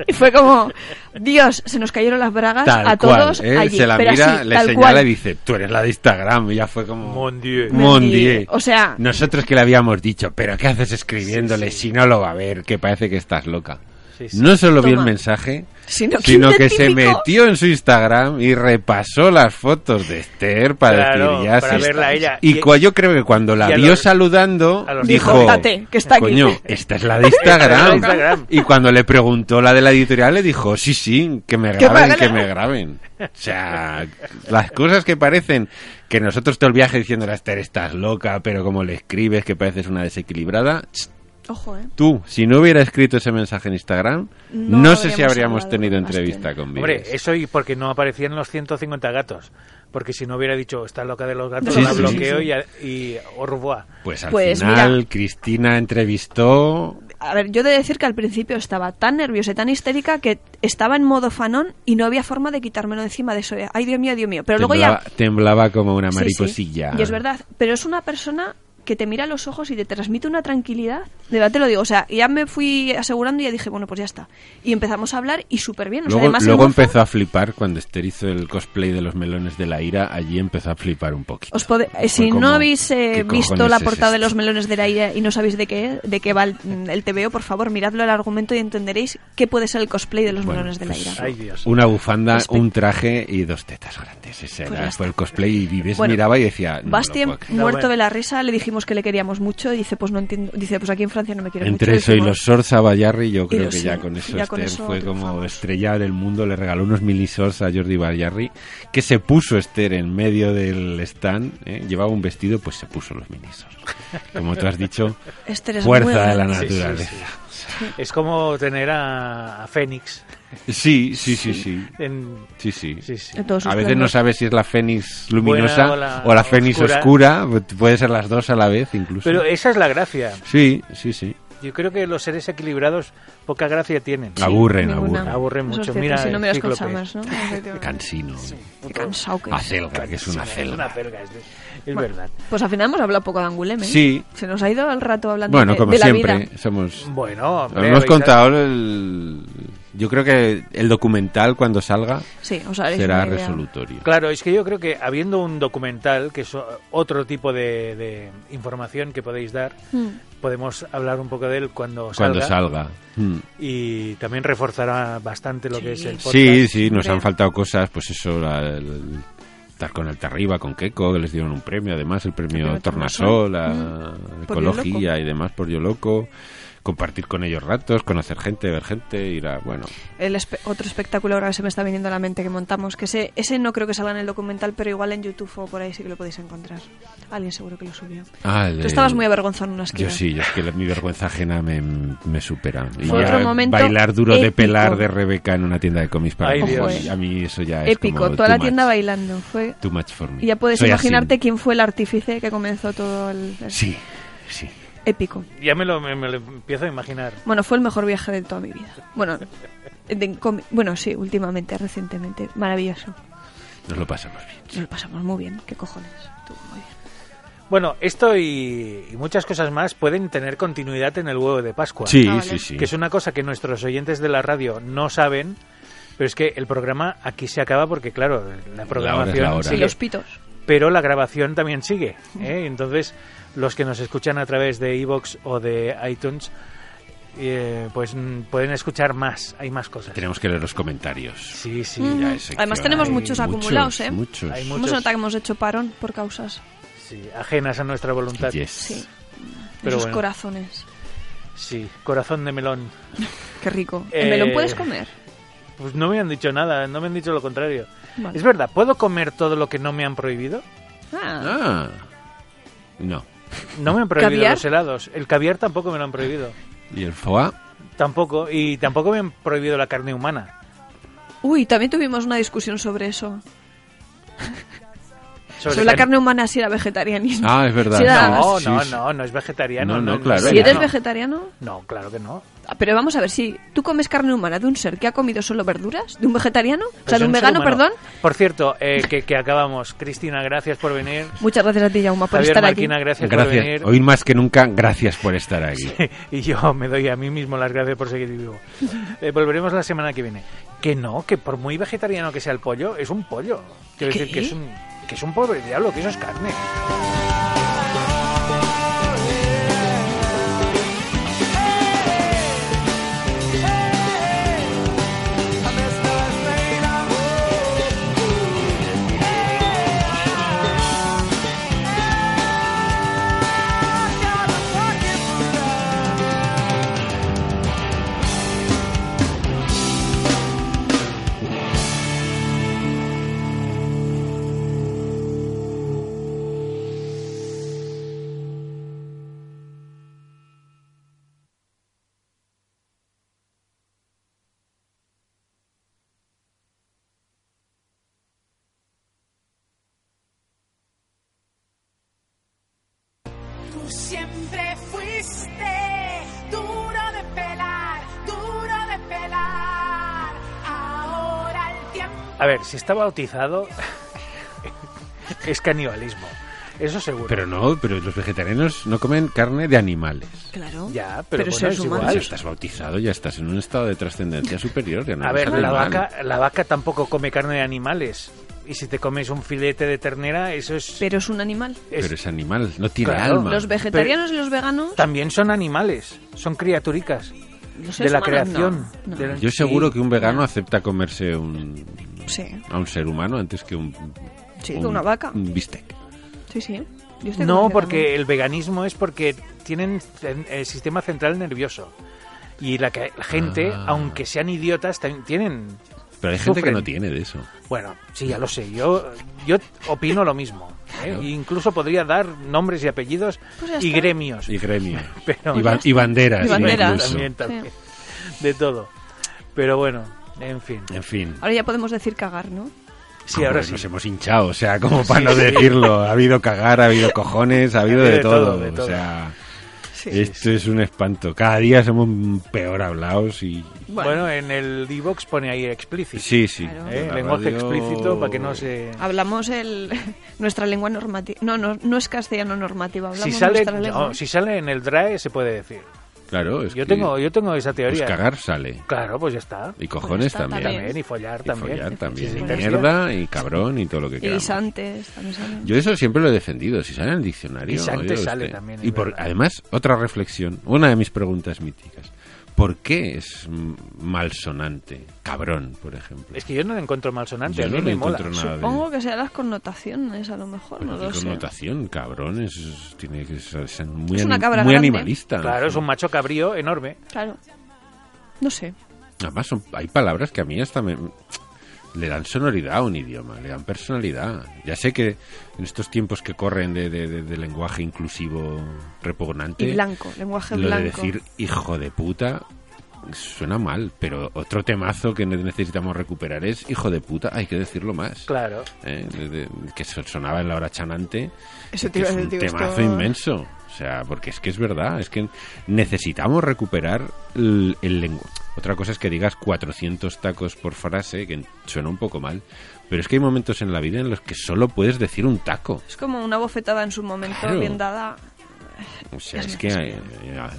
D: Y fue como, Dios, se nos cayeron las bragas
C: Tal
D: Ah, a
C: cual,
D: todos.
C: ¿eh?
D: allí,
C: se la
D: pero
C: mira,
D: así,
C: le
D: tal
C: señala
D: cual.
C: y dice, tú eres la de Instagram. Y ya fue como...
A: Mon Dieu.
C: Mon
D: Mon
C: Dieu.
D: Dieu. O sea-
C: Nosotros que le habíamos dicho, pero ¿qué haces escribiéndole si no lo va a ver? Que parece que estás loca.
A: Sí, sí.
C: No solo vio el
D: Toma.
C: mensaje,
D: Sino que
C: sino que se
D: identificó.
C: metió en su Instagram y repasó las fotos de Esther para
A: Claro,
C: decir ya
A: para
C: sí
A: verla
C: está.
A: a ella.
C: Y
A: Y-
C: cua- yo creo que cuando la
A: y a
C: vio
A: los-
C: saludando,
A: a los-
C: dijo,
D: Dijo, "Date, que está aquí".
C: coño, esta es la de
A: Esta
C: Instagram.
A: es la de Instagram.
C: y cuando le preguntó la de la editorial, le dijo, sí, sí, que me
D: Que me
C: graben,
D: hagan
C: que
D: algo.
C: me graben. O sea, las cosas que parecen que nosotros todo el viaje diciéndole a Esther, estás loca, pero como le escribes que pareces una desequilibrada, tss,
D: Ojo, ¿eh?
C: Tú, si no hubiera escrito ese mensaje en Instagram, no,
D: No
C: sé si
D: habríamos
C: habríamos
D: hablado
C: tenido
D: con Bastián.
C: entrevista con Vives.
A: Hombre, eso y porque no aparecían los 150 gatos. Porque si no hubiera dicho, está loca de los gatos,
D: Sí,
A: la
C: sí, sí,
A: bloqueo
D: sí.
A: y, a- y au revoir.
C: Pues al
D: Pues
C: final, Cristina entrevistó.
D: A ver, yo he de decir que al principio estaba tan nerviosa y tan histérica que estaba en modo fanón y no había forma de quitármelo de encima de eso. Ay, Dios mío, Dios mío. Pero luego
C: temblaba,
D: ya...
C: temblaba como una
D: Sí, sí.
C: mariposilla.
D: Y es verdad, pero es una persona que te mira a los ojos y te transmite una tranquilidad. De verdad te lo digo, o sea, ya me fui asegurando y ya dije, bueno, pues ya está. Y empezamos a hablar y súper bien. O sea,
C: Luego,
D: además, el
C: luego
D: mozo-
C: empezó a flipar cuando Esther hizo el cosplay de los melones de la ira. Allí empezó a flipar un poquito.
D: Os pode- eh,
C: Fue
D: si
C: como,
D: no habéis eh,
C: ¿qué cojones
D: visto la
C: es
D: portada de
C: esto?
D: Los Melones del Aire y no sabéis de qué, de qué va el, mm, el TVO, por favor, miradlo el argumento y entenderéis qué puede ser el cosplay de Los
C: Bueno,
D: Melones del
C: pues,
D: Aire.
A: Ay, Dios.
C: Una bufanda,
D: Espe-
C: un traje y dos tetas grandes. Ese
D: Pues
C: era-
D: ya
C: fue
D: está.
C: el cosplay. Y Vives
D: Bueno,
C: miraba y decía: "No lo
D: Bastien,
C: puedo creer".
A: No,
D: muerto
A: bueno.
D: de la risa, le dijimos que le queríamos mucho y dice, pues no entiendo, dice, pues aquí en Francia no me quiero
C: Entre
D: mucho.
C: eso y los
D: Dijimos,
C: shorts a Bayarri, yo creo
D: los
C: que ya
D: shorts,
C: con eso
D: ya
C: Esther
D: con eso
C: fue como
D: triunfamos.
C: estrella del mundo. Le regaló unos mini shorts a Jordi Bayarri, que se puso Esther en medio del stand. ¿eh? Llevaba un vestido, pues se puso los mini shorts. Como tú has dicho,
D: (laughs) Esther es "Este muy
C: fuerza de la
D: grande.
A: Sí, sí, sí.
C: naturaleza.
A: Es como tener a, a Fénix.
C: Sí, sí, sí, sí.
A: En,
C: Sí, sí.
A: sí, sí.
D: En todos sus
C: A veces no
D: planos.
C: sabes si es la fénix
A: Buena
C: luminosa
A: o la
C: o la fénix
A: oscura.
C: oscura. pues Puede ser las dos a la vez, incluso.
A: Pero eh, esa es la gracia.
C: Sí, sí, sí.
A: Yo creo que los seres equilibrados poca gracia tienen.
C: aburren,
D: ninguna.
C: aburren.
A: Aburren
D: Eso es
A: mucho.
D: cierto,
A: Mira
D: si no
A: el
D: miras con
A: cíclope. (laughs)
D: Summers, ¿no? Efectivamente.
C: Cansino.
D: Qué cansado que es.
C: Acelga, que es una
A: Es
C: celga.
A: una celga, es, de- es
D: Bueno,
A: verdad.
D: Pues al final hemos hablado poco de Anguleme. ¿eh?
C: Sí.
D: Se nos ha ido el rato hablando
C: Bueno,
D: de,
C: como
D: de la
C: siempre,
D: vida.
C: somos.
A: Bueno, hombre,
C: Hemos
A: vais a-
C: contado el. Yo creo que el documental cuando salga
D: Sí, os haréis
C: será
D: una idea.
C: resolutorio.
A: Claro, es que yo creo que habiendo un documental, que es o- otro tipo de, de información que podéis dar,
D: Mm.
A: podemos hablar un poco de él cuando salga.
C: Cuando salga. Mm.
A: Y también reforzará bastante lo que es el podcast.
C: Sí, sí, nos
D: hombre.
C: han faltado cosas, pues eso, la- el- estar con Alta Arriba, con Keiko, que les dieron un premio, además, el premio
D: premio
C: Tornasol,
D: Tornasol,
C: la
D: mm, por Yo
C: ecología y demás por Yo Loco, compartir con ellos ratos, conocer gente, ver gente, ir a. Bueno,
D: el espe- otro espectáculo ahora que se me está viniendo a la mente que montamos, que ese, ese no creo que salga en el documental, pero igual en YouTube o por ahí sí que lo podéis encontrar. Alguien seguro que lo subió.
C: Ah, el-
D: Tú estabas muy avergonzado en una esquina.
C: Yo sí, yo es que la- mi vergüenza ajena me, me supera. Y
D: Fue
C: ya
D: otro momento
C: bailar duro de
D: épico.
C: pelar de Rebeca en una tienda de cómics para
A: Ay,
C: mí,
D: Dios.
C: a mí eso ya es
D: Épico,
C: como
D: toda
C: too
D: la
C: much,
D: tienda bailando. Fue...
C: Too much for me.
D: Y ya puedes
C: Soy
D: imaginarte
C: así.
D: quién fue el artífice que comenzó todo el... el-
C: Sí, sí.
D: Épico.
A: Ya me lo, me- me lo empiezo a imaginar.
D: Bueno, fue el mejor viaje de toda mi vida. Bueno, de- en cómic- bueno sí, últimamente, recientemente. Maravilloso.
C: Nos lo pasamos bien.
D: Nos lo pasamos muy bien. ¿Qué cojones? Tú, muy bien.
A: Bueno, esto y, y muchas cosas más pueden tener continuidad en el huevo de Pascua.
C: Sí,
D: Ah, vale.
C: sí, sí.
A: Que es una cosa que nuestros oyentes de la radio no saben, Pero es que el programa aquí se acaba porque, claro, la programación
C: la hora.
D: Sí,
C: Vale.
D: los pitos.
A: pero la grabación también sigue. ¿eh? Entonces, los que nos escuchan a través de iVoox o de iTunes, eh, pues mm, pueden escuchar más, hay más cosas.
C: Tenemos que leer los comentarios.
A: Sí, sí.
D: Mm.
C: Ya, ese
D: Además
C: que
D: tenemos
C: hay
D: muchos acumulados, ¿eh?
C: Muchos.
A: Hay
D: Hemos
A: Muchos.
D: notado que hemos hecho parón por causas.
A: sí, ajenas a nuestra voluntad.
C: Yes.
D: Sí.
A: Pero
D: Esos
A: bueno.
D: corazones.
A: Sí, corazón de melón.
D: Qué rico.
A: Eh,
D: ¿El melón puedes comer?
A: Pues no me han dicho nada, no me han dicho lo contrario.
D: Vale.
A: Es verdad, ¿puedo comer todo lo que no me han prohibido?
D: Ah,
C: Ah. No.
A: No me han prohibido
D: ¿Caviar?
A: los helados. El caviar tampoco me lo han prohibido.
C: ¿Y el foie?
A: Tampoco, y tampoco me han prohibido la carne humana.
D: Uy, también tuvimos una discusión sobre eso.
A: Sobre
D: Sobre la
A: si-
D: carne humana si era vegetarianismo.
C: Ah, es verdad.
D: Sí, da-
A: No,
C: Sí,
A: no,
C: sí.
A: no, no es vegetariano.
C: No, no, claro,
D: si eres
A: no.
D: vegetariano...
A: No, claro que no.
D: Ah, Pero vamos a ver, si tú comes carne humana de un ser que ha comido solo verduras, de un vegetariano, o sea,
A: Pues
D: de un
A: ser
D: vegano,
A: humano.
D: perdón.
A: Por cierto, eh, que, que acabamos. Cristina, gracias por venir.
D: Muchas gracias a ti, Jauma, por
A: Javier
D: estar
A: Marquina,
D: aquí.
A: gracias, por venir.
C: Gracias. Hoy más que nunca, gracias por estar aquí.
A: (laughs) Y yo me doy a mí mismo las gracias por seguir vivo. Eh, volveremos la semana que viene. Que no, que por muy vegetariano que sea el pollo, es un pollo. Quiero
D: ¿Qué?
A: decir que es un, que es un pobre diablo, que eso es carne.
F: Tú siempre fuiste duro de pelar, duro de pelar. Ahora el tiempo.
A: A ver, si está bautizado, (laughs) es canibalismo. Eso seguro.
C: Pero no, pero los vegetarianos no comen carne de animales. Pues
D: Claro.
A: Ya, pero bueno,
D: seres
A: es
D: humanos.
A: igual.
C: Ya estás bautizado, ya estás en un estado de trascendencia superior. ya no
A: A
C: eres
A: ver, la
C: animal.
A: vaca, la vaca tampoco come carne de animales. Y si te comes un filete de ternera, eso es...
D: Pero es un animal.
A: es-
C: Pero es animal, no tiene
A: Claro.
C: alma.
D: Los vegetarianos y los veganos,
A: También son animales, son criaturicas.
D: los
A: de
D: seres
A: la
D: humanos,
A: creación.
D: no, no.
A: de la-
C: Yo seguro
A: Sí.
C: que un vegano acepta comerse un,
D: Sí,
C: a un ser humano antes que un...
D: Sí,
C: un-
D: que una vaca.
C: Un bistec.
D: sí, sí. Yo estoy
A: No,
D: convencida
A: porque el veganismo es porque tienen cen- el sistema central nervioso. Y la, que- la gente,
C: Ah.
A: aunque sean idiotas, también tienen...
C: Pero hay gente que
A: Sufren.
C: no tiene de eso.
A: Bueno, sí, ya lo sé. Yo, yo opino lo mismo. ¿eh?
C: Claro.
A: Incluso podría dar nombres y apellidos
D: Pues ya
A: y
D: está.
A: gremios.
C: Y gremio.
A: Pero-
C: y, ba- y banderas.
D: Y banderas.
C: incluso.
A: También, también. De todo. Pero bueno, en fin.
C: En fin.
D: Ahora ya podemos decir cagar, ¿no?
A: Sí, ahora
C: Joder,
A: sí.
C: Nos hemos hinchado, o sea, como para no decirlo. Ha habido cagar, ha habido cojones, ha habido de, todo,
A: de todo.
C: O sea,
D: Sí.
C: esto es un espanto. Cada día somos peor hablados y...
A: Bueno, en el D-Box pone ahí explícito.
C: Sí, sí.
D: Claro.
A: ¿eh?
C: La
A: Lenguaje
C: radio-
A: explícito para que no se...
D: Ah, Hablamos el (laughs) nuestra lengua normativa. No, no, no es castellano normativa. Hablamos
A: Si sale,
D: nuestra lengua.
A: no, si sale en el DRAE se puede decir.
C: Claro, es
A: Yo
C: Pues que,
A: tengo, yo tengo esa
C: pues,
A: teoría.
C: cagar sale.
A: Claro, pues ya está.
C: Y cojones
D: está
C: también.
D: también.
A: También, y follar
C: Y
A: también.
C: follar también.
A: Sí,
C: Y
A: sí, sí.
C: mierda, y cabrón, y todo lo que
D: y
C: queramos.
D: guisantes también sale.
C: Yo eso siempre lo he defendido, si sale en el diccionario.
A: Guisante
C: oye,
A: sale
C: usted.
A: también, es
C: Y por,
A: verdad.
C: además, otra reflexión, una de mis preguntas míticas. ¿Por qué es mm, malsonante? Cabrón, por ejemplo.
A: Es que yo no la encuentro malsonante,
C: Yo
A: a mí
C: no le
A: me mola.
C: encuentro nada de-
D: Supongo que sean las connotaciones, a lo mejor,
C: Bueno,
D: no lo
C: qué
D: sé.
C: connotación, cabrón, es- es- tiene que ser ser muy,
D: Es una
C: ani-
D: cabra
C: muy
D: grande.
C: animalista.
A: Claro, es un macho cabrío enorme.
D: Claro. No sé.
C: Además, son- hay palabras que a mí hasta me... Le dan sonoridad a un idioma, le dan personalidad. Ya sé que en estos tiempos que corren de, de- de- de lenguaje inclusivo repugnante...
D: Y blanco, lenguaje
C: lo de
D: blanco.
C: decir hijo de puta suena mal, pero otro temazo que ne- necesitamos recuperar es hijo de puta, hay que decirlo más.
A: Claro.
C: Eh, de- de- que so- sonaba en la hora chanante,
D: Eso te
C: que
D: iba
C: es
D: a decir,
C: un
D: digo, esto-
C: temazo inmenso. O sea, porque es que es verdad, es que necesitamos recuperar el, lenguaje. Otra cosa es que digas 400 tacos por frase, que suena un poco mal, pero es que hay momentos en la vida en los que solo puedes decir un taco.
D: Es como una bofetada en su momento,
C: Claro.
D: bien dada.
C: O sea, es que hay, hay-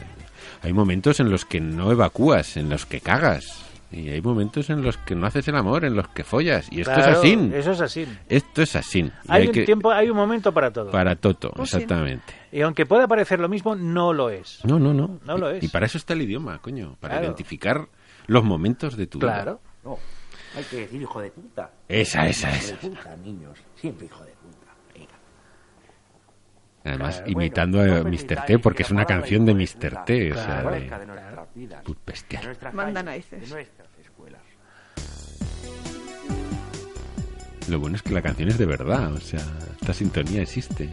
C: hay momentos en los que no evacúas, en los que cagas. Y hay momentos en los que no haces el amor, en los que follas. Y esto es
A: Claro,
C: así.
A: Eso es así.
C: Esto es así. Y
A: Hay, un
C: que-
A: tiempo, hay un momento para todo.
C: Para Toto,
D: Pues sí.
C: exactamente.
A: Y aunque pueda parecer lo mismo, no lo es.
C: No, no, no.
A: No lo
C: Y-
A: es.
C: Y para eso está el idioma, coño. Para
A: Claro.
C: identificar los momentos de tu
A: Claro.
E: No, hay que decir hijo de puta.
C: vida. Esa, esa,
E: Hijo de
C: esa.
E: puta, niños. Siempre hijo de puta. Venga.
C: Además,
A: Claro. pues
C: imitando
E: Bueno,
C: a
E: no
C: Mr.
E: permitáis
C: T,
E: que
C: porque es
E: la
C: una
E: palabra
C: canción de
E: hijo
C: Mr. T. O sea,
E: puta
A: Claro.
C: de-
E: aparezca de nuestras vidas,
C: Put bestial.
E: de nuestras
D: Manda
E: calles,
D: narices.
E: de nuestras escuelas.
C: Lo bueno es que la canción es de verdad. O sea, esta sintonía existe.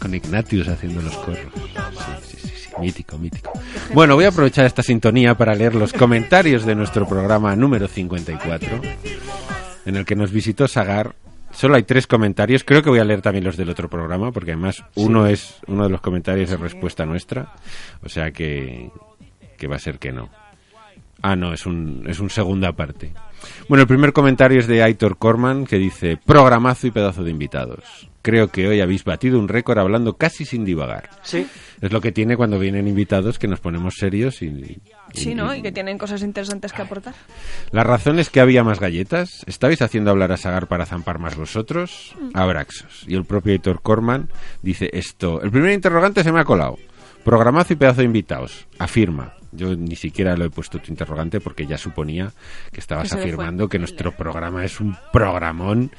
C: Con Ignatius haciendo los coros. Sí, sí, sí, sí, Mítico, mítico. Bueno, voy a aprovechar esta sintonía para leer los comentarios de nuestro programa número 54, en el que nos visitó Sagar. Solo hay tres comentarios. Creo que voy a leer también los del otro programa, porque además uno es uno de los comentarios es respuesta nuestra. O sea que, que va a ser que no. Ah, no, es un, es un segunda parte. Bueno, el primer comentario es de Aitor Corman, que dice, programazo y pedazo de invitados. Creo que hoy habéis batido un récord hablando casi sin divagar.
A: Sí.
C: Es lo que tiene cuando vienen invitados que nos ponemos serios y... y-
D: Sí, ¿no? Y que tienen cosas interesantes que aportar.
C: La razón es que había más galletas. ¿Estabais haciendo hablar a Sagar para zampar más vosotros?
D: Mm.
C: Abraxos. Y el propio Aitor Corman dice esto. El primer interrogante se me ha colado. Programazo y pedazo de invitados. Afirma. Yo ni siquiera lo he puesto tu interrogante porque ya suponía que estabas
D: Que se le fue.
C: afirmando que nuestro programa es un programón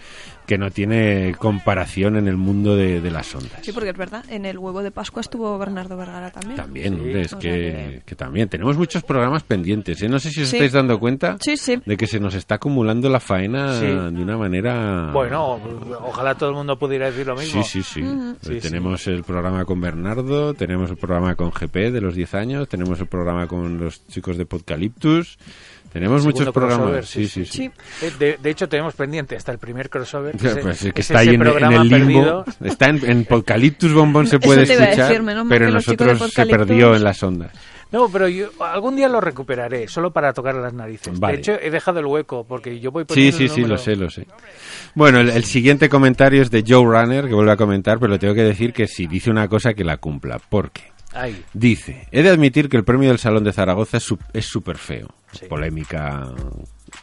C: que no tiene comparación en el mundo de, de las ondas.
D: Sí, porque es verdad, en el huevo de Pascua estuvo Bernardo Vergara también.
C: También, hombre, es
D: O sea
C: que,
D: que-
C: que también. Tenemos muchos programas pendientes. ¿eh? No sé si os
D: Sí.
C: estáis dando cuenta
D: Sí, sí.
C: de que se nos está acumulando la faena
A: Sí.
C: de una manera.
A: Bueno, ojalá todo el mundo pudiera decir lo mismo.
C: Ah. Sí, sí, sí. Pues
A: Sí, sí.
C: tenemos el programa con Bernardo, tenemos el programa con GP de los 10 años, tenemos el programa con los chicos de Podcaliptus, tenemos
A: Segundo
C: muchos programas.
A: crossover,
C: Sí,
A: sí,
C: sí, sí.
D: Sí,
A: Eh, De, de hecho, tenemos pendiente hasta el primer crossover.
C: O sea,
A: ese-
C: (laughs) pues es que
A: es
C: está ahí
A: ese
C: en, en
A: programa
C: el limbo.
A: perdido.
C: Está
A: (laughs)
C: en, en Podcaliptus Bombón se
D: Eso
C: puede
D: te iba a
C: escuchar,
D: decir, menos mal
C: pero
D: que los chicos de
C: nosotros se
D: Podcaliptus-
C: perdió en las ondas.
A: No, pero yo algún día lo recuperaré, solo para tocar las narices.
C: Vale.
A: De hecho, he dejado el hueco, porque yo voy
C: Sí,
A: poniendo
C: sí,
A: el
C: sí, lo
A: número-
C: sé, lo sé. Bueno, el, el siguiente comentario es de Joe Runner, que vuelve a comentar, pero le tengo que decir que si dice una cosa que la cumpla. ¿Por qué?
A: Ahí.
C: Dice, he de admitir que el premio del Salón de Zaragoza es su- es súper feo.
A: Sí.
C: Polémica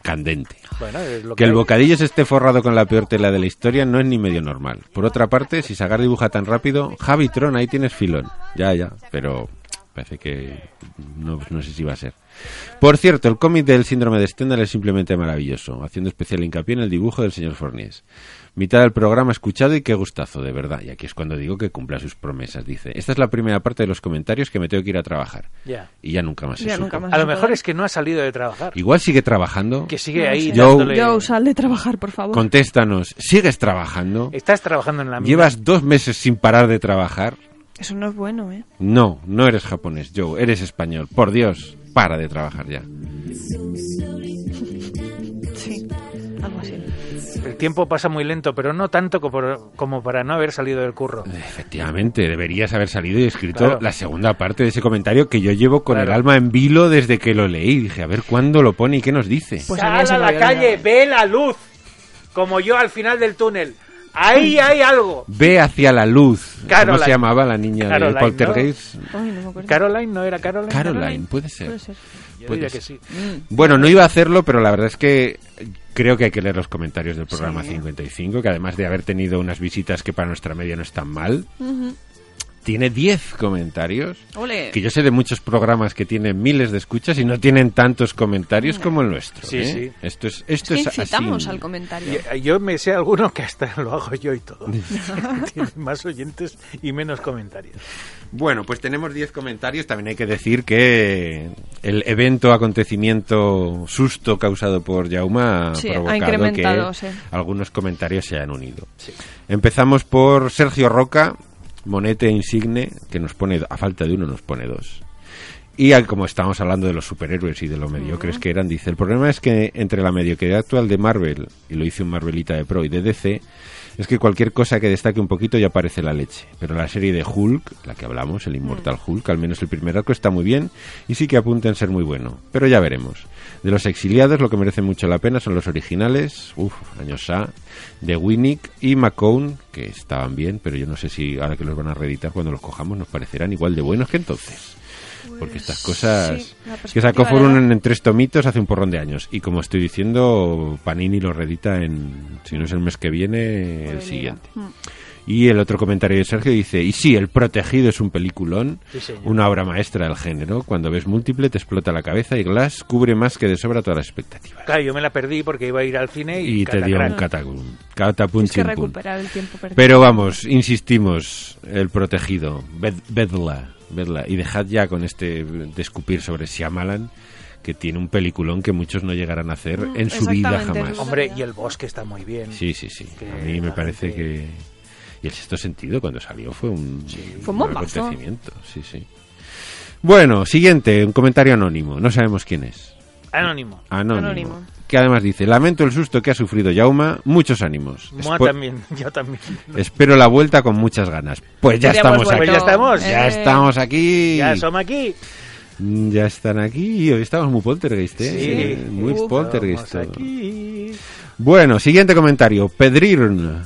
C: candente.
A: Bueno, es lo que,
C: Que el
A: hay.
C: bocadillo se esté forrado con la peor tela de la historia no es ni medio normal. Por otra parte, si Sagar dibuja tan rápido, Javi Tron, ahí tienes filón. Ya, ya, pero parece que no, no sé si va a ser. Por cierto, el cómic del síndrome de Stendhal es simplemente maravilloso, haciendo especial hincapié en el dibujo del señor Forniés. Mitad del programa escuchado y qué gustazo, de verdad. Y aquí es cuando digo que cumpla sus promesas, dice. Esta es la primera parte de los comentarios que me tengo que ir a trabajar.
A: Ya.
C: Y ya nunca más se
D: Ya
C: supo.
D: nunca más.
A: A lo mejor es que no ha salido de trabajar.
C: Igual sigue trabajando.
A: Que sigue ahí
C: Joe-
A: dándole...
D: Joe, sal de trabajar, por favor.
C: Contéstanos, ¿sigues trabajando?
A: Estás trabajando en la mina.
C: ¿Llevas dos meses sin parar de trabajar?
D: Eso no es bueno, ¿eh?
C: No, no eres japonés, Joe, eres español. Por Dios, para de trabajar ya.
D: Sí, algo así.
A: El tiempo pasa muy lento, pero no tanto como, por- como para no haber salido del curro.
C: Efectivamente, deberías haber salido y escrito
A: Claro.
C: la segunda parte de ese comentario que yo llevo con
A: Claro.
C: el alma en vilo desde que lo leí. Dije, a ver cuándo lo pone y qué nos dice.
D: Pues a mí
A: Sal
D: se
A: a
D: me
A: la
D: había
A: calle,
D: olvidado.
A: ve la luz, como yo al final del túnel. Ahí hay algo.
C: Ve hacia la luz. ¿Cómo
A: Caroline.
C: se llamaba la niña de
A: Caroline,
C: Poltergeist?
D: Ay, no me acuerdo.
A: Caroline, ¿no era Caroline?
C: Caroline, puede ser.
D: Puede ser.
A: Yo
C: puede
A: diría
C: ser.
A: que sí.
C: Bueno, no iba a hacerlo, pero la verdad es que creo que hay que leer los comentarios del programa 55, que además de haber tenido unas visitas que para nuestra media no están mal, tiene 10 comentarios.
D: Ole.
C: Que yo sé de muchos programas que tienen miles de escuchas y no tienen tantos comentarios como el nuestro.
A: Sí,
C: ¿eh?
A: sí.
C: Esto es, esto
D: Es que
C: es
D: incitamos
C: así.
D: al comentario.
A: Yo, eh, yo me sé alguno que hasta lo hago yo y todo. (laughs) Tiene más oyentes y menos comentarios.
C: Bueno, pues tenemos 10 comentarios. También hay que decir que el evento, acontecimiento, susto causado por Yauma ha
D: Sí, ha
C: provocado
D: incrementado,
C: que
D: sí.
C: algunos comentarios se han unido. Empezamos por Sergio Roca, monete insigne, que nos pone, a falta de uno, nos pone dos. Y al- como estamos hablando de los superhéroes y de lo mediocres que eran, dice, el problema es que entre la mediocridad actual de Marvel, y lo hice un Marvelita de Pro y de DC, es que cualquier cosa que destaque un poquito ya parece la leche. Pero la serie de Hulk, la que hablamos, el Inmortal Hulk, al menos el primer arco está muy bien y sí que apunta en ser muy bueno. Pero ya veremos. De los exiliados, lo que merece mucho la pena son los originales, uff, años A, de Winnick y McCown, que estaban bien, pero yo no sé si ahora que los van a reeditar, cuando los cojamos, nos parecerán igual de buenos que entonces. Porque estas
D: Pues, sí,
C: cosas
D: la
C: que sacó
D: perspectiva
C: por
D: de
C: un
D: edad.
C: en tres tomitos hace un porrón de años. Y como estoy diciendo, Panini lo redita en, si no es el mes que viene, el
D: Venida.
C: siguiente.
D: Mm.
C: Y el otro comentario de Sergio dice, y sí, El Protegido es un peliculón,
A: Sí, señor.
C: una obra maestra del género. Cuando ves múltiple te explota la cabeza y Glass cubre más que de sobra todas las expectativas.
A: Claro, yo me la perdí porque iba a ir al cine y,
C: Y te dio
A: catacrán.
C: un catacum, catapum
D: Tienes que
C: chimpum.
D: recuperar el tiempo perdido.
C: Pero vamos, insistimos, El Protegido, ved- vedla, vedla. Y dejad ya con este de escupir sobre Shyamalan, que tiene un peliculón que muchos no llegarán a hacer
D: Mm,
C: en su vida
D: exactamente,
C: jamás.
D: es verdad.
A: Hombre, y el bosque está muy bien.
C: Sí, sí, sí.
A: Que
C: A mí me
A: la
C: parece
A: gente-
C: que... Y el sexto sentido cuando salió fue un,
D: Fue un bombazo.
C: acontecimiento. Sí, sí. Bueno, siguiente, un comentario anónimo. No sabemos quién es.
A: Anónimo.
C: Anónimo.
D: Anónimo.
C: Que además dice, lamento el susto que ha sufrido Yauma, muchos ánimos.
A: Moi
C: Espo-
A: también, (laughs) yo también.
C: (laughs) Espero la vuelta con muchas ganas. Pues ya
D: Ya hemos
C: estamos aquí.
D: vuelto.
A: Pues ya estamos.
C: Ya
D: Eh,
C: estamos aquí.
A: Ya somos aquí.
C: Mm, ya están aquí. Hoy estamos muy poltergeist, ¿eh?
A: Sí.
C: Muy
D: Uh,
C: poltergeist.
A: Estamos aquí.
C: Bueno, siguiente comentario. Pedrirn.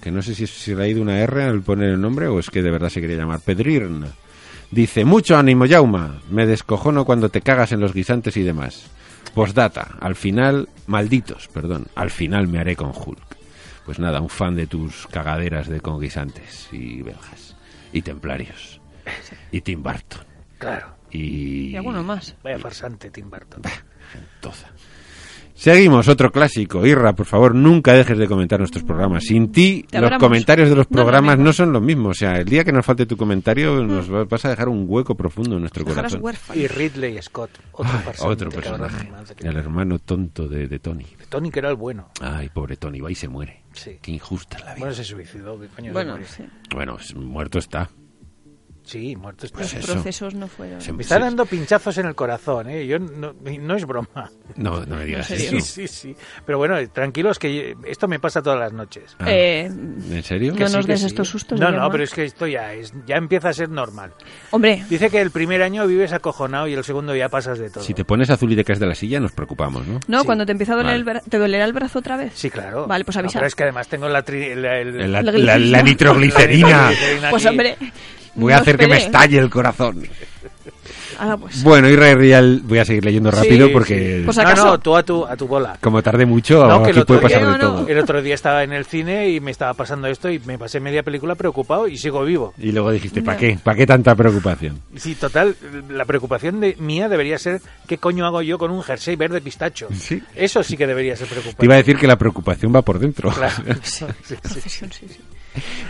C: Que no sé si, si le ha ido una R al poner el nombre o es que de verdad se quería llamar Pedrirn. Dice, mucho ánimo, Yauma. Me descojono cuando te cagas en los guisantes y demás. Postdata. Al final, malditos, perdón. Al final me haré con Hulk. Pues nada, un fan de tus cagaderas de con guisantes y belgas. Y templarios. Y Tim Burton.
A: Claro.
C: Y...
D: Y alguno más.
A: Vaya farsante, Tim Burton.
C: Toza. Seguimos, otro clásico. Irra, por favor, nunca dejes de comentar nuestros programas. Sin ti,
D: Te
C: los
D: adoramos.
C: comentarios de los
D: No es lo
C: programas no,
D: mismo.
C: son los mismos. O sea, el día que nos falte tu comentario, nos va- vas a dejar un hueco profundo en nuestro
D: Dejarás
C: corazón.
D: huérfano.
A: Y Ridley Scott, otro
C: Ay,
A: farsante.
C: otro
A: cabrón,
C: personaje,
A: madre.
C: el hermano tonto de, de Tony.
A: Tony, que era el bueno.
C: Ay, pobre Tony, va y se muere.
A: Sí.
C: Qué injusta es la vida.
A: Bueno, se suicidó. ¿qué coño se
D: Bueno,
A: murió?
D: sí.
C: Bueno, es- muerto está.
A: Sí, muerto está.
C: Pues
D: Los
C: eso.
D: procesos no fueron.
C: Se-
A: Me está
C: se-
A: dando pinchazos en el corazón, ¿eh? Yo no, no es broma.
C: No, no me digas
D: ¿En
C: eso.
D: serio?
A: (laughs) Sí, sí, sí. Pero bueno, tranquilos que esto me pasa todas las noches.
C: Ah,
D: Eh,
C: ¿En serio?
D: no
A: sí,
D: nos
A: que
D: des
A: sí.
D: estos sustos.
A: No,
D: Guillermo.
A: no, pero es que esto ya, es, ya empieza a ser normal.
D: Hombre,
A: Dice que el primer año vives acojonado y el segundo ya pasas de todo.
C: Si te pones azul y te caes de la silla, nos preocupamos, ¿no?
D: no,
A: Sí.
D: cuando te empieza a doler
C: Vale.
D: el brazo, ¿te dolerá el brazo otra vez?
A: Sí, claro.
D: Vale, pues
A: No,
D: avisad.
A: pero es que además tengo la... tri- la- el-
C: La, la-
D: La
C: la
D: glicerina.
C: nitroglicerina.
D: Pues
A: aquí.
D: hombre.
C: Voy a
D: no
C: hacer que me
D: esperé.
C: estalle el corazón.
D: Ahora pues.
C: Bueno, y Ray Real, voy a seguir leyendo rápido
A: Sí,
C: porque
A: sí.
D: Pues
A: No,
D: acaso.
A: no, tú a tu, a tu bola.
C: como tarde mucho,
A: No, que
C: Ah, aquí
A: el otro
C: puede pasar
A: día-
C: de
D: no, no.
C: todo.
A: El otro día estaba en el cine y me estaba pasando esto y me pasé media película preocupado y sigo vivo.
C: Y luego dijiste, ¿para
D: No.
C: qué? ¿Para qué tanta preocupación?
A: Sí, total, la preocupación de, mía debería ser ¿qué coño hago yo con un jersey verde pistacho?
C: Sí.
A: Eso sí que debería ser preocupante.
C: Te iba a decir que la preocupación va por dentro. (laughs)
A: Claro. Sí, (laughs) sí, sí.
D: Profesión, sí, sí.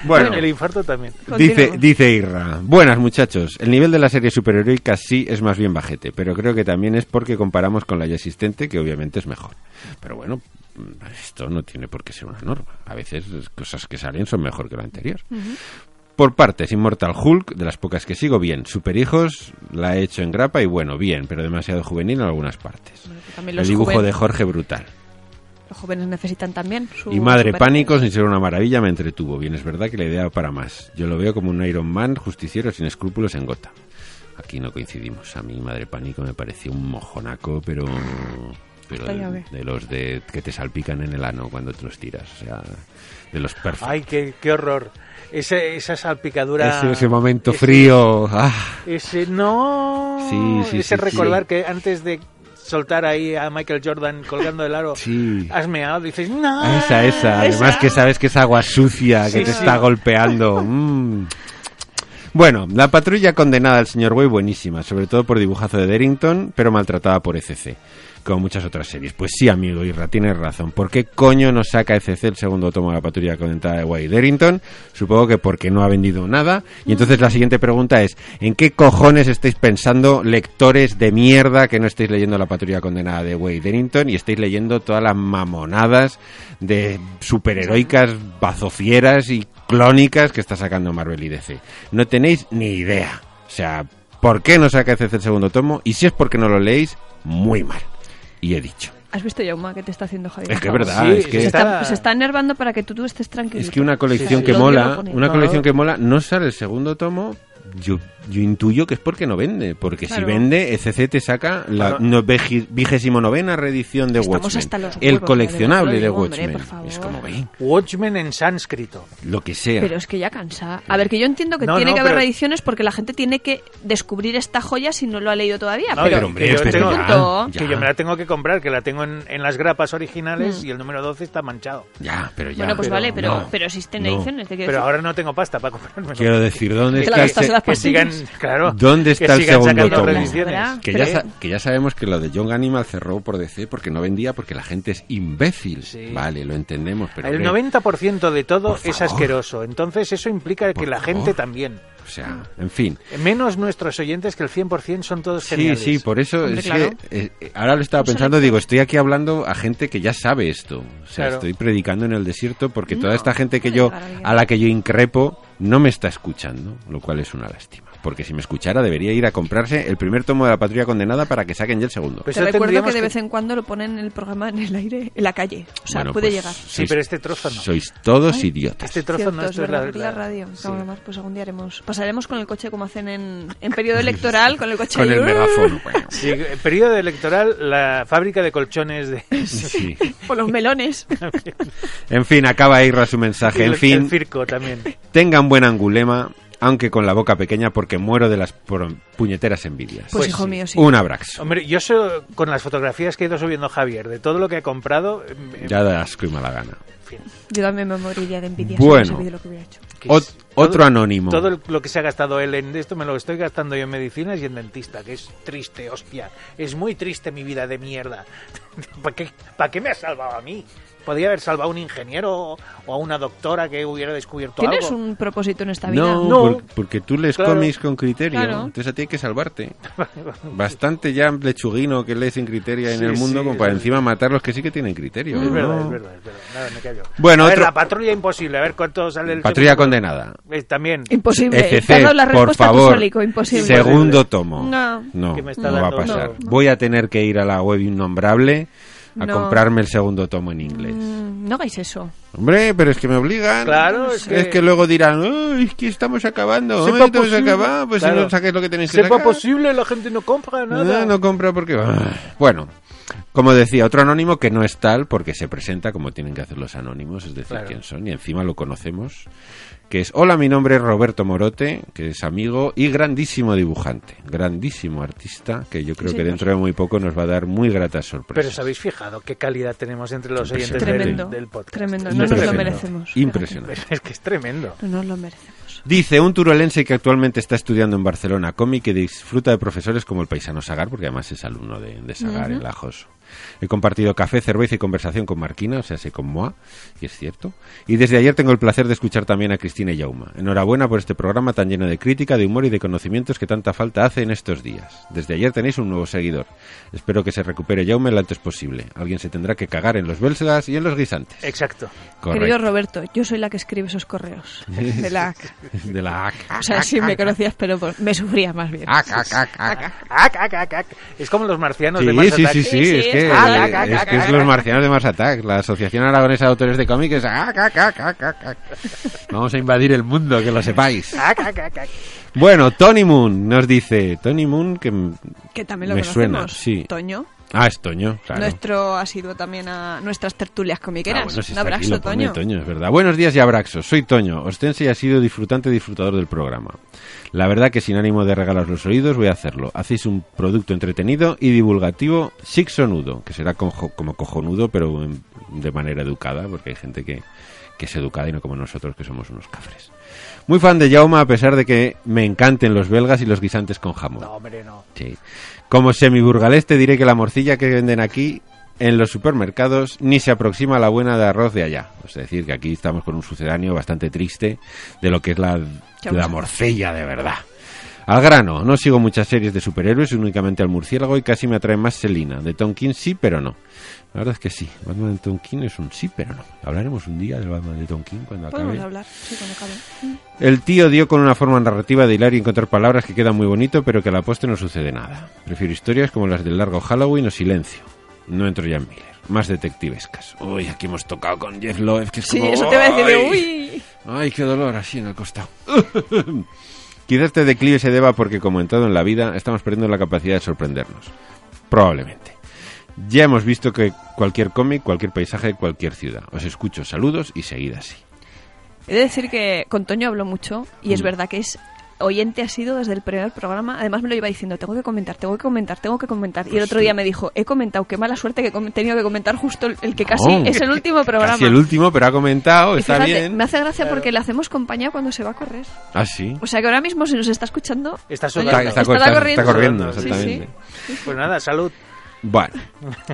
C: Bueno,
A: El infarto también.
C: dice,
D: Continúa.
C: dice Irra. Buenas muchachos, el nivel de la serie superheroica sí es más bien bajete, pero creo que también es porque comparamos con la ya existente, que obviamente es mejor. Pero bueno, esto no tiene por qué ser una norma. A veces las cosas que salen son mejor que la anterior. Por partes, Immortal Hulk, de las pocas que sigo, bien. Superhijos, la he hecho en grapa y bueno, bien, pero demasiado juvenil en algunas partes.
D: Bueno, que también
C: El
D: los
C: dibujo
D: jóvenes-
C: de Jorge brutal.
D: Los jóvenes necesitan también su.
C: Y Madre
D: su-
C: Pánico, sin ser una maravilla, me entretuvo. Bien, es verdad que la idea va para más. Yo lo veo como un Iron Man justiciero sin escrúpulos en gota. Aquí no coincidimos. A mí Madre Pánico me pareció un mojonaco, pero... Pero
D: Está
C: de,
D: llave.
C: de los de que te salpican en el ano cuando te los tiras. O sea, de los perfectos.
A: Ay, qué, qué horror. Ese, esa salpicadura...
C: ese, ese momento
A: ese-
C: frío. ah.
A: Ese no.
C: Sí, sí,
A: ese
C: sí,
A: recordar
C: sí.
A: que antes de soltar ahí a Michael Jordan colgando el aro,
C: Sí. Ah,
A: has meado, dices, no.
C: Esa, esa. Además que sabes que es agua sucia que
A: Sí,
C: te
A: sí.
C: está golpeando. Mm. Bueno, la patrulla condenada al señor Way buenísima, sobre todo por dibujazo de Derrington, pero maltratada por ECC, como muchas otras series. Pues sí, amigo Irra, tienes razón. ¿Por qué coño no saca ECC el segundo tomo de la patrulla condenada de Way Derrington? Supongo que porque no ha vendido nada. Y entonces la siguiente pregunta es, ¿en qué cojones estáis pensando, lectores de mierda, que no estáis leyendo la patrulla condenada de Way Derrington y estáis leyendo todas las mamonadas de superheroicas, bazofieras y clónicas que está sacando Marvel y DC. No tenéis ni idea. O sea, ¿por qué no saca CC el segundo tomo? Y si es porque no lo leéis, muy mal. Y he dicho.
D: ¿Has visto Yauma que te está haciendo Javier?
C: Es que es verdad,
A: Sí,
C: es
D: Se
C: que...
A: está-
D: está, se está enervando para que tú, tú estés tranquilo.
C: Es que una colección
D: Sí, sí.
C: que
D: Lo digo,
C: mola,
D: lo pone.
C: una
A: No,
C: colección
A: no.
C: que mola, no sale el segundo tomo, Yo, yo intuyo que es porque no vende, porque
D: Claro.
C: si vende, ECC te saca la
A: Claro.
C: no- veji- vigésimo novena reedición de
D: Estamos
C: Watchmen,
D: hasta los
C: el
D: huevos,
C: coleccionable de
D: ya de verdad, lo digo,
C: Watchmen.
D: hombre, por
C: es
D: favor.
C: como ven,
A: Watchmen en sánscrito.
C: lo que sea.
D: Pero es que ya cansa. A ver, que yo entiendo que
A: No,
D: tiene
A: no,
D: que haber
A: pero-
D: reediciones porque la gente tiene que descubrir esta joya si no lo ha leído todavía.
A: No,
D: pero
A: pero, hombre, pero ya,
D: punto.
C: ya.
A: Que yo me la tengo que comprar, que la tengo en, en las grapas
D: Mm.
A: originales y el número 12 está manchado.
C: Ya, pero ya.
D: bueno, pues
A: pero
D: vale, pero,
C: no,
D: pero existen
C: no.
D: ediciones. ¿qué quiero
A: Pero
D: decir?
A: ahora no tengo pasta para comprarme.
C: Quiero decir, ¿dónde
A: Que-
D: Te la
C: está
D: gastas
C: ese-
D: en las
A: que sigan,
D: pastillas.
A: claro,
C: ¿Dónde está
A: que
C: el
A: sigan
C: segundo
A: sacando
C: tomo?
A: reediciones.
D: Habrá.
C: Que ya,
D: Pero-
C: sa- que ya sabemos que lo de John Animal cerró por DC porque no vendía porque la gente es imbécil.
A: Sí.
C: Vale, lo entendemos, pero
A: el
C: hombre,
A: 90% de todo
C: Por
A: es
C: favor.
A: asqueroso. Entonces eso implica que
C: Por
A: la
C: favor.
A: gente también.
C: o sea, en fin.
A: Menos nuestros oyentes, que el 100% son todos
C: Sí,
A: geniales.
C: sí, por eso
D: Hombre,
C: es
D: claro.
C: que eh, eh, ahora lo estaba pensando, digo, estoy aquí hablando a gente que ya sabe esto. O sea,
A: Claro.
C: estoy predicando en el desierto porque toda
D: No,
C: esta gente que
D: puede
C: yo
D: llegar alguien.
C: a la que yo increpo no me está escuchando, lo cual es una lástima, porque si me escuchara debería ir a comprarse el primer tomo de la Patrulla Condenada para que saquen ya el segundo.
A: Pues
D: Te
A: eso
D: recuerdo que
A: tendríamos
D: de vez en cuando lo ponen en el programa en el aire, en la calle. O sea,
C: Bueno,
D: puede
C: pues,
D: llegar.
C: sois-
A: Sí, pero este trozo no.
C: Sois todos idiotas.
A: Este trozo
D: Cierto,
A: no esto es
D: es
A: la,
D: verdad, porque la, radio.
A: sí.
D: Vamos, Mar, pues algún día haremos. Pasaremos con el coche como hacen en, en
C: (laughs)
D: periodo electoral, con el coche
C: Con
D: ahí,
C: el
D: ¡uh! (laughs)
C: megáfono. bueno.
A: Sí, eh, periodo electoral, la fábrica de colchones de...
C: Sí.
D: Por los melones.
C: Pues En fin, acaba ahí su mensaje. En
A: el-
C: fin,
A: El circo también.
C: tengan buen angulema, aunque con la boca pequeña porque muero de las pro- puñeteras envidias.
D: Pues, hijo mío, sí.
C: Un abrazo.
A: Hombre, yo so- con las fotografías que ha ido subiendo Javier, de todo lo que ha comprado, em, em,
C: Ya da asco y mala gana.
A: en fin,
D: Yo también me moriría de envidia
C: Bueno.
D: si no sabía lo que hubiera hecho.
A: que
C: Ot-
A: es-
C: otro anónimo.
A: Todo el- lo que se ha gastado él en esto me lo estoy gastando yo en medicinas y en dentista, que es triste, hostia. Es muy triste mi vida de mierda. (laughs) ¿Para qué, pa' qué me ha salvado a mí? Podría haber salvado a un ingeniero o, o a una doctora que hubiera descubierto
D: ¿Tienes
A: algo.
D: un propósito en esta vida?
C: No,
A: No.
C: por- porque tú lees
A: Claro.
C: cómics con criterio.
D: Claro.
C: Entonces a ti hay que
A: (laughs)
C: salvarte. Bastante ya lechuguino que lee sin criterio en
A: Sí,
C: el mundo
A: sí,
C: como para
A: es-
C: encima matar los que sí que tienen criterio.
A: Es
C: ¿no?
A: verdad, es verdad, es verdad. Nada, me callo.
C: Bueno,
A: a ver,
C: otro-
A: la patrulla imposible, a ver cuánto sale el
C: Patrulla
A: segundo.
C: condenada.
A: Eh, también.
D: Imposible.
C: ECC,
D: Te has dado la
C: por
D: respuesta tú
C: favor,
D: solico, imposible.
C: segundo tomo.
D: No.
C: no,
A: Que me está
C: no va a
A: dando-
C: pasar.
D: no.
C: Voy a tener que ir a la web innombrable a
D: No.
C: comprarme el segundo tomo en inglés.
D: Mm, No hagáis eso.
C: Hombre, pero es que me obligan.
A: Claro, es que-
C: luego dirán, "Ay, es que estamos acabando,
A: Sepa
C: hombre, estamos
A: posible.
C: acabando, pues
A: Claro.
C: si no saquéis lo que tenéis que
A: Sepa
C: sacar.
A: posible, la gente no compra nada.
C: No, no compro porque... ah. Bueno, como decía, otro anónimo que no es tal porque se presenta como tienen que hacer los anónimos, es decir,
A: Claro.
C: quién son, y encima lo conocemos, que es, hola, mi nombre es Roberto Morote, que es amigo y grandísimo dibujante, grandísimo artista, que yo creo que
D: señor.
C: dentro de muy poco nos va a dar muy gratas sorpresas.
A: Pero os habéis fijado qué calidad tenemos entre los oyentes
C: Impresionante.
A: del,
D: Tremendo.
A: del podcast.
D: Tremendo. No nos lo
C: Impresionante.
D: merecemos.
C: Impresionante.
A: (laughs) Es que es tremendo.
D: No nos lo merecemos.
C: Dice un turolense que actualmente está estudiando en Barcelona cómic y disfruta de profesores como el paisano Sagar, porque además es alumno de, de Sagar, el Ajoso. He compartido café, cerveza y conversación con Marquina, o sea, sé con Moa, y es cierto. Y desde ayer tengo el placer de escuchar también a Cristina Yauma. Enhorabuena por este programa tan lleno de crítica, de humor y de conocimientos que tanta falta hace en estos días. Desde ayer tenéis un nuevo seguidor. Espero que se recupere Yauma lo antes posible. Alguien se tendrá que cagar en los belgas y en los guisantes.
A: Exacto.
D: Querido
C: Correcto.
D: Roberto, yo soy la que escribe esos
C: (laughs)
D: correos. De la...
C: De la AC.
D: O sea, sí me conocías, pero por- me sufría más bien.
C: AC, AC, AC, AC.
A: Ac, ac, ac, ac. Es como los marcianos
C: Sí,
A: de Mars
C: sí,
A: Attack.
C: sí,
D: Sí,
C: sí,
D: sí,
C: es que,
D: es verdad.
C: es, es que es los marcianos de Mars Attack, la Asociación Aragonesa de Autores de Cómics. es ah, ah, ah, ah, ah, ah. Vamos a invadir el mundo, que lo sepáis.
A: Ac, ac, ac, ac.
C: Bueno, Tony Moon nos dice, Tony Moon que... m-
D: Que también lo
C: Me
D: conocemos.
C: suena, sí.
D: Toño,
C: Ah, es Toño, claro.
D: nuestro asiduo también a nuestras tertulias comiqueras.
C: Ah, bueno, si
D: Un
C: está aquí,
D: abrazo,
C: lo pone
D: Toño.
C: Toño, es verdad. Buenos días y abrazos. Soy Toño, ostense y ha sido disfrutante y disfrutador del programa. La verdad que sin ánimo de regalar los oídos voy a hacerlo. Hacéis un producto entretenido y divulgativo sixonudo, que será cojo- como cojonudo, pero en- de manera educada, porque hay gente que, que es educada y no como nosotros que somos unos cafres. Muy fan de Jauma, a pesar de que me encanten los belgas y los guisantes con jamón.
A: No, hombre, no.
C: Sí. Como semiburgalés te diré que la morcilla que venden aquí en los supermercados ni se aproxima a la buena de arroz de allá. Es decir, que aquí estamos con un sucedáneo bastante triste de lo que es la,
D: Chau.
C: la morcilla de verdad. Al grano, no sigo muchas series de superhéroes, únicamente al murciélago y casi me atrae más Selina. De Tonkin sí, pero no. La verdad es que sí, Batman de Tonkin es un sí, pero no. Hablaremos un día del Batman de Tonkin cuando
D: Podemos
C: acabe.
D: hablar, sí, cuando acabe.
C: El tío dio con una forma narrativa de hilar y encontrar palabras que quedan muy bonito, pero que a la postre no sucede nada. Prefiero historias como las del largo Halloween o Silencio. No entro ya en Miller. Más detectivescas. Uy, aquí hemos tocado con Jeff Loeb, que es
D: Sí,
C: como-
D: eso te iba a decir. de,
C: ¡Ay!
D: Uy,
C: (laughs) Ay, qué dolor, así en el costado. Quizá este declive se deba porque, como en todo en la vida, estamos perdiendo la capacidad de sorprendernos. Probablemente. Ya hemos visto que cualquier cómic, cualquier paisaje, cualquier ciudad. Os escucho, saludos y seguid así.
D: He de decir que con Toño hablo mucho y
C: Mm.
D: es verdad que es oyente ha sido desde el primer programa. Además me lo iba diciendo, tengo que comentar, tengo que comentar, tengo que comentar.
C: Pues
D: Y el otro día me dijo, he comentado, qué mala suerte que he com- tenido que comentar justo el, el que casi
C: No.
D: es el último programa.
C: Oh. Casi el último, pero ha comentado,
D: Y
C: está
D: fíjate,
C: bien.
D: Me hace gracia porque le hacemos compañía cuando se va a correr.
C: Ah, sí.
D: O sea que ahora mismo si nos está escuchando...
A: Está
D: Toño,
A: sudando. Está-
C: Está, está cor- está-
D: corriendo.
C: está corriendo,
A: Sí, sí.
C: exactamente.
A: Pues nada, salud.
C: Bueno,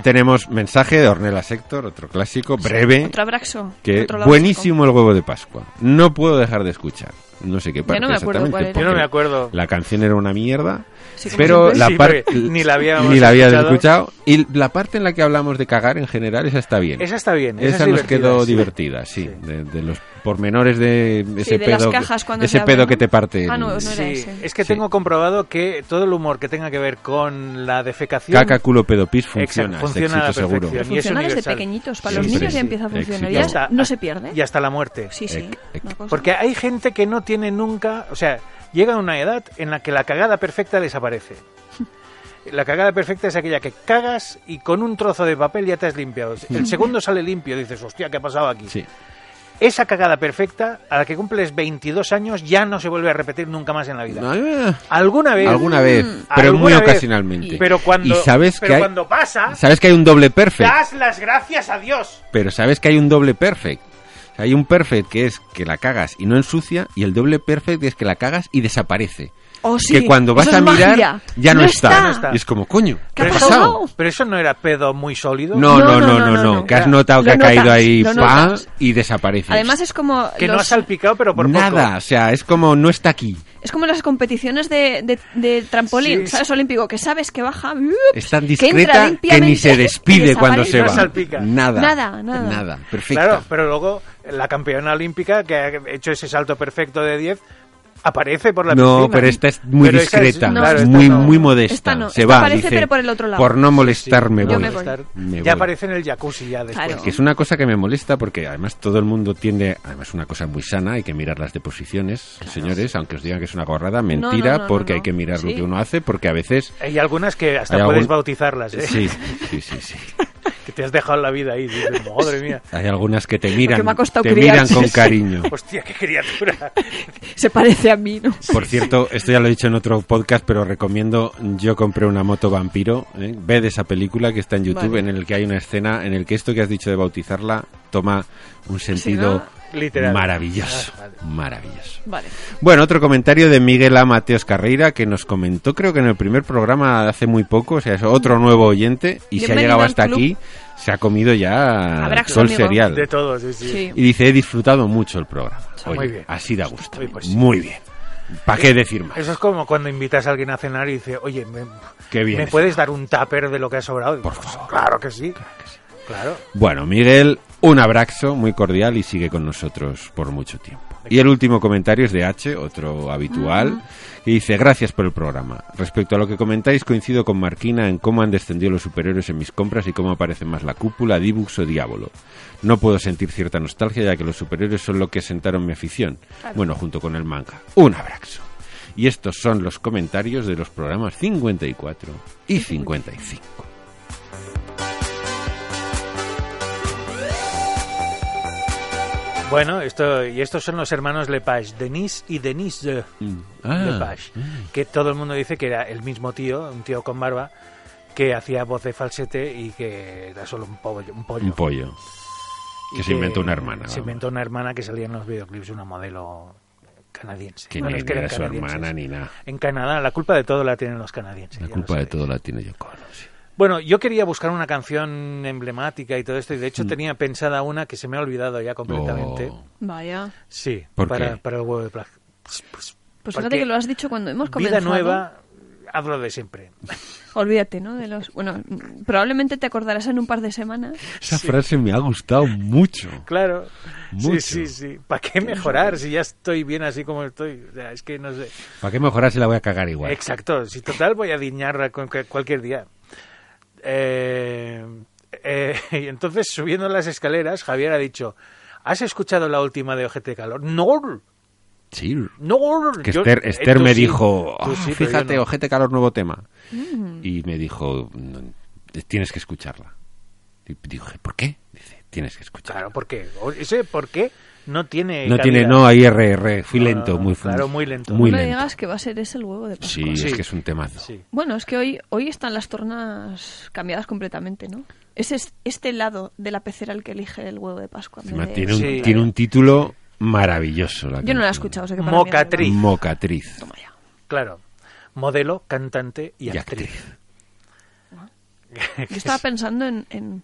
C: tenemos mensaje de Ornella Sector, otro clásico, breve,
D: Otro abrazo.
C: Eh, que
D: otro lado
C: buenísimo el huevo de Pascua. No puedo dejar de escuchar. No sé qué parte
D: no me acuerdo
C: exactamente,
D: cuál era.
C: porque
A: Yo no me acuerdo.
C: La canción era una mierda,
D: Sí, como
C: pero
D: siempre.
C: la
A: Sí,
C: parte
A: porque ni la habíamos
C: ni la habías
A: escuchado.
C: escuchado y la parte en la que hablamos de cagar en general esa está bien.
A: Esa está bien. Esa,
C: Esa
A: es
C: nos
A: divertida,
C: quedó
A: sí.
C: divertida, sí, De, de los pormenores de ese
D: Sí, de
C: pedo,
D: las
C: que-
D: cajas cuando se
C: ese
D: abren,
C: pedo
D: ¿no?
C: que te parte.
D: Ah,
C: el-
D: no, no era
A: Sí,
D: ese.
A: es que
C: Sí.
A: tengo comprobado que todo el humor que tenga que ver con la defecación
C: Caca, culo, pedo, pis funciona,
A: Exacto, funciona a
C: este
A: la
C: éxito seguro.
A: perfección. Y es
D: Funciona desde
A: universal.
D: pequeñitos. Para
C: Sí,
D: los
C: sí,
D: niños
C: sí. Eh,
D: ya empieza a funcionar.
C: Éxito.
D: Ya
C: Hasta-
D: no se pierde.
A: y hasta la muerte.
D: Sí, sí.
C: Ec- ec-
D: una cosa.
A: Porque hay gente que no tiene nunca, o sea, llega a una edad en la que la cagada perfecta
C: (laughs)
A: desaparece. La cagada perfecta es aquella que cagas y con un trozo de papel ya te has limpiado. El segundo sale limpio, dices, hostia, ¿qué ha pasado aquí?
C: Sí.
A: Esa cagada perfecta, a la que cumples 22 años, ya no se vuelve a repetir nunca más en la vida.
C: Ah,
A: Alguna vez.
C: Alguna vez, pero
A: alguna
C: muy
A: vez,
C: ocasionalmente.
A: Pero cuando,
C: Y sabes
A: pero
C: que hay-
A: cuando pasa,
C: Sabes que hay un doble perfect,
A: das las gracias a Dios.
C: pero sabes que hay un doble perfect. O sea, Hay un perfect que es que la cagas y no ensucia, y el doble perfect es que la cagas y desaparece.
D: Oh, sí,
C: Que cuando vas
D: eso
C: a
D: es
C: mirar
D: magia.
C: ya no,
D: No
C: está.
D: está.
A: No está.
C: Y es como, coño, ¿qué ha
D: ¿Qué ha
C: pasado?
D: pasado?
A: Pero eso no era pedo muy sólido.
C: No, no, no, no, no, que has
A: Claro.
C: notado que
D: Lo
C: ha caído
D: notas,
C: ahí
D: lo
C: ¡pam!
D: notas.
C: y desaparece.
D: Además es como
A: Que no
D: los-
A: ha salpicado, pero por
C: Nada,
A: poco.
C: o sea, es como no está aquí,
D: es como las competiciones de, de- de trampolín,
A: Sí.
D: ¿sabes? Olímpico, que sabes que baja, ¡up!
C: es tan
D: que entra
C: discreta que, ni
D: limpiamente
C: se
D: y
C: despide cuando se
D: desaparece.
A: No
C: va.
A: salpica.
C: Nada,
D: Nada, nada.
C: perfecto.
A: Claro, pero luego la campeona olímpica que ha hecho ese salto perfecto de 10 aparece por la
C: no,
A: piscina.
C: pero esta es muy
A: Pero esa es-
C: discreta,
D: No,
A: claro, esta
C: muy,
A: no.
C: muy modesta.
D: Esta no,
C: Se
D: esta
C: va,
D: aparece,
C: dice,
D: pero por el otro lado.
C: Por no molestarme,
D: Yo
C: voy.
D: me voy.
C: Me voy.
A: Ya aparece en el jacuzzi ya después.
D: Claro.
C: Que es una cosa que me molesta porque además todo el mundo tiene, además una cosa muy sana, hay que mirar las deposiciones, señores, aunque os digan que es una gorrada,
D: no,
C: mentira,
D: no, no,
C: porque
D: no.
C: hay que mirar lo
D: Sí.
C: que uno hace, porque a veces...
A: Hay algunas que hasta
C: Hay
A: puedes
C: algún-
A: bautizarlas, ¿eh?
C: Sí, sí, sí, sí.
A: (laughs) que te has dejado la vida ahí. Dices, madre mía,
C: Hay algunas que te miran,
D: Porque me ha costado
C: te
D: criar.
C: miran con
D: (laughs)
C: cariño.
A: hostia, qué criatura.
D: se parece a mí, ¿no?
C: Por cierto, esto ya lo he dicho en otro podcast, pero recomiendo, yo compré una moto vampiro, ¿eh? ved esa película que está en YouTube,
D: Vale.
C: en el que hay una escena en el que esto que has dicho de bautizarla toma un sentido
A: Literal.
C: maravilloso,
A: Ah, vale.
C: maravilloso.
D: Vale.
C: Bueno, otro comentario de Miguel A. Mateos Carreira que nos comentó, creo que en el primer programa de hace muy poco, o sea, es otro nuevo oyente y se ha
D: Bienvenido
C: llegado
D: al
C: hasta
D: club.
C: aquí, se ha comido ya
D: Abrazo,
C: sol
D: amigo.
C: cereal.
A: De todo, sí, sí.
D: Sí.
C: Y dice, he disfrutado mucho el programa. Oye,
A: Muy bien.
C: Así da gusto.
A: Oye, pues sí.
C: Muy bien. ¿Para qué decir más?
A: Eso es como cuando invitas a alguien a cenar y dice, oye, ¿me,
C: Qué bien.
A: ¿me puedes dar un tupper de lo que ha sobrado? Y
C: Por
A: pues,
C: favor.
A: Claro que sí. Claro.
C: Bueno, Miguel, un abrazo muy cordial y sigue con nosotros por mucho tiempo. Y el último comentario es de H, otro habitual, que dice, gracias por el programa. Respecto a lo que comentáis, coincido con Marquina en cómo han descendido los superhéroes en mis compras y cómo aparecen más la cúpula, Dibux o Diablo. No puedo sentir cierta nostalgia ya que los superhéroes son lo que sentaron mi afición. Bueno, junto con el manga. Un abrazo. Y estos son los comentarios de los programas 54 y 55.
A: Bueno, esto, y estos son los hermanos Lepage, Denis y Denise de
C: Mm. Ah,
A: Ah. Lepage, que todo el mundo dice que era el mismo tío, un tío con barba, que hacía voz de falsete y que era solo un pollo. Un pollo.
C: Un pollo.
A: Y
C: que se inventó una hermana,
A: Se
C: vamos.
A: inventó una hermana que salía en los videoclips, una modelo canadiense.
C: Que
A: Bueno,
C: ni
A: es que
C: era
A: eran
C: su
A: canadienses.
C: hermana ni nada.
A: En Canadá, la culpa de todo la tienen los canadienses.
C: La
A: ya lo
C: culpa de
A: sabéis.
C: todo la tiene Yoko Ono, sí.
A: Bueno, yo quería buscar una canción emblemática y todo esto, y de hecho tenía pensada una que se me ha olvidado ya completamente.
C: Mm. Oh.
D: Vaya.
A: Sí,
C: ¿Por
A: para,
C: qué?
A: para el huevo de pla- Pues, pues,
D: Pues
A: porque
D: fíjate que lo has dicho cuando hemos
A: Vida
D: comenzado.
A: nueva, hablo de siempre.
D: Olvídate, ¿no? De los... Bueno, mm, probablemente te acordarás en un par de semanas.
C: Esa frase me ha gustado mucho.
A: Claro.
C: Mucho.
A: Sí, sí, sí. ¿Para qué mejorar si ya estoy bien así como estoy? O sea, es que no sé.
C: ¿Para qué mejorar si la voy a cagar igual?
A: Exacto. Si total voy a diñarla con cu- cualquier día. Eh, eh, (laughs) y entonces, subiendo las escaleras, Javier ha dicho, ¿has escuchado la última de Ojete de Calor? No.
C: Cheer.
A: No,
C: Que
A: yo-
C: Esther,
A: eh,
C: Esther
A: tú
C: me
A: sí,
C: dijo,
A: tú
C: "Ah,
A: sí, pero yo
C: fíjate,
A: no".
C: ojete calor, nuevo tema.
D: Mm.
C: Y me dijo, "No, tienes que escucharla. Y dije, ¿por qué? Dice, tienes que escucharla.
A: Claro, porque o- ese por qué no tiene.
C: no
A: cabida.
C: tiene, no, ahí RR, fui
A: No,
C: lento,
A: no,
C: muy
A: Ah, claro, muy lento.
C: Muy
D: no me
C: lento.
D: digas que va a ser ese el huevo de Pascua.
C: Sí,
A: Sí.
C: es que es un temazo.
A: Sí.
D: Bueno, es que hoy, hoy están las tornas cambiadas completamente, ¿no? Es es- este lado de la pecera el que elige el huevo de Pascua. en vez
C: Encima
D: de-
C: tiene, un,
A: Sí.
C: tiene un título maravilloso. La
D: Yo no la he
C: canción.
D: escuchado, o sea que para mí era
A: Mocatriz.
C: Mocatriz
D: Toma ya.
A: Claro. Modelo, cantante y,
C: y
A: actriz.
C: actriz. (laughs)
D: Yo estaba pensando en, en,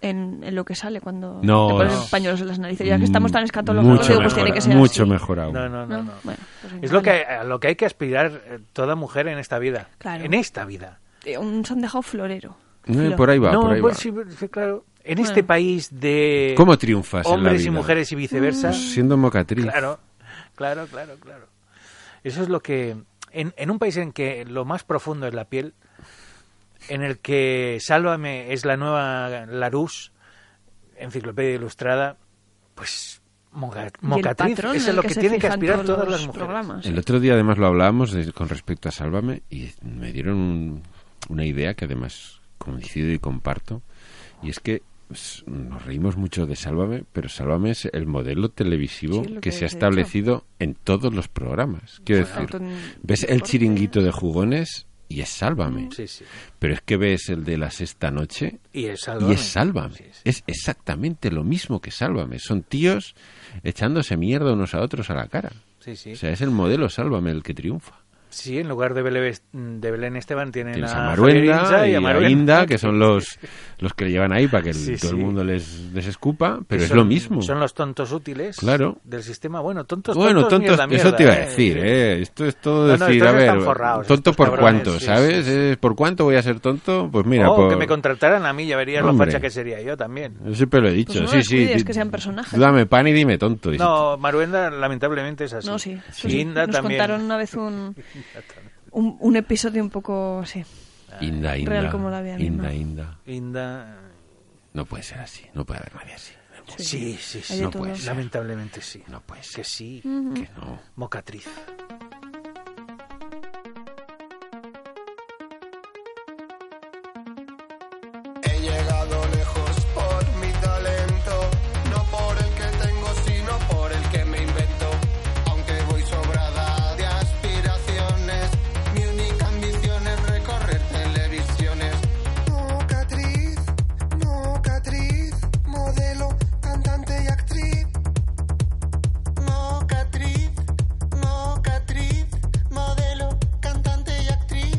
D: en- en lo que sale cuando
C: No,
D: te ponen
C: no. Mm,
D: pañuelos en las narices. Ya que estamos tan escatológicos,
C: mucho
D: digo,
C: mejor, ¿eh?
D: pues tiene que ser
C: mucho
D: así.
C: mejor aún.
A: No, no, no.
D: ¿no?
A: no.
D: Bueno, pues
A: Es lo
D: venga,
A: que, a lo que hay que aspirar eh, toda mujer en esta vida.
D: Claro.
A: En esta vida.
D: Eh, Un sandejo florero.
C: Eh,
D: Flo-
C: por ahí va,
A: no,
C: por ahí
A: pues
C: va.
A: sí, sí, claro. En
D: Bueno.
A: este país de
C: ¿Cómo triunfas en la
A: hombres y
C: vida? Pues
A: mujeres y viceversa.
D: Mm.
C: Siendo mocatriz.
A: Claro, claro, claro, claro. Eso es lo que... En, en un país en que lo más profundo es la piel, en el que Sálvame es la nueva Larús, enciclopedia ilustrada, pues moga-
D: y el
A: mocatriz,
D: patrón
A: eso
D: en
A: es lo
D: el
A: que,
D: se
A: tienen que
D: fijan
A: aspirar
D: todos
A: todas
D: los
A: las mujeres.
D: programas.
C: El otro día además lo hablábamos de- con respecto a Sálvame y me dieron un- una idea que además coincido y comparto y es que s- nos reímos mucho de Sálvame, pero Sálvame es el modelo televisivo
D: Sí, lo
C: que,
D: que
C: se ha
D: os he
C: establecido en todos los programas. Quiero
D: Bueno,
C: decir,
D: con-
C: ves el
D: deportes.
C: chiringuito de jugones y es Sálvame,
A: Sí, sí.
C: pero es que ves el de la sexta noche
A: Y es
C: y
A: Sálvame.
C: es Sálvame.
A: Sí, sí.
C: Es exactamente lo mismo que Sálvame. Son tíos echándose mierda unos a otros a la cara.
A: Sí, sí.
C: O sea, es el modelo Sálvame el que triunfa.
A: Sí, en lugar de Belén, de Belén Esteban tienen
C: Tienes
A: a,
C: a Maruenda
A: Javier Inza
C: y, a
A: Maruenda, (laughs)
C: Inda, que son los, los que le llevan ahí para que el-
A: Sí,
C: todo
A: sí.
C: el mundo les, les escupa, pero
A: que
C: es
A: son-
C: lo mismo.
A: Son los tontos útiles
C: Claro.
A: del sistema. Bueno, tontos,
C: bueno,
A: tontos,
C: tontos,
A: mierda,
C: eso
A: mierda,
C: te iba a
A: ¿eh?
C: decir,
A: Sí.
C: ¿eh? Esto es todo
A: No, no,
C: decir,
A: estos
C: a ver,
A: están forrados,
C: tonto
A: estos
C: por
A: cabrones,
C: cuánto,
A: sí,
C: ¿sabes?
A: sí, sí.
C: Eh, ¿Por cuánto voy a ser tonto? Pues mira,
A: Oh,
C: por-
A: que me contrataran a mí, ya verías lo
C: Hombre.
A: facha que sería yo también.
C: yo siempre lo he dicho,
D: Pues no
C: sí,
D: las
C: sí.
D: cuides,
C: di-
D: que sean personajes.
C: Dame pan y dime tonto. y
A: No, Maruenda lamentablemente es así.
D: No, sí.
A: Y
D: eso sí.
A: Inda
D: Nos
A: también.
D: contaron una vez
A: (laughs)
D: un, un, un episodio un poco... Sí.
C: Inda, Inda.
D: Real como la vida
C: Inda,
D: misma.
C: Inda.
A: Inda...
C: No puede ser así, no puede haber nadie así.
A: Sí, sí,
D: Hay
A: sí.
D: de Mm.
C: No
D: todo.
C: puede ser,
A: Lamentablemente sí.
C: no puede ser.
A: Que sí.
C: Que no.
A: Mocatriz.
G: He llegado lejos por mi talento, no por el que tengo, sino por el que me invento. Aunque voy sobrada de aspiraciones, mi única ambición es recorrer televisiones. Mocatriz, mocatriz, modelo, cantante y actriz. Mocatriz, mocatriz, modelo, cantante y actriz.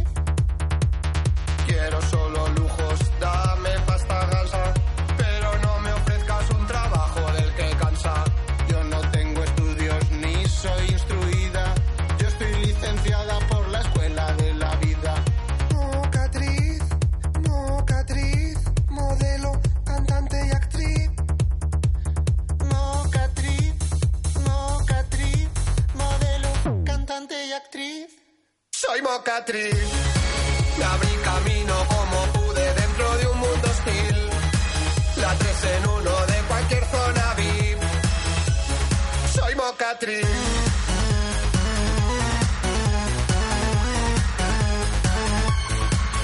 G: Quiero solo lujos, dame pasta gasa, pero no me ofrezcas un trabajo del que cansa. Yo no tengo estudios ni soy instruida, yo estoy licenciada por la escuela de la vida. Mocatriz, mocatriz, modelo, cantante y actriz. Mocatriz, mocatriz, modelo, cantante y actriz. Soy mocatriz. Me abrí camino como pude dentro de un mundo hostil. La tres en uno de cualquier zona VIP. Soy Mocatriz.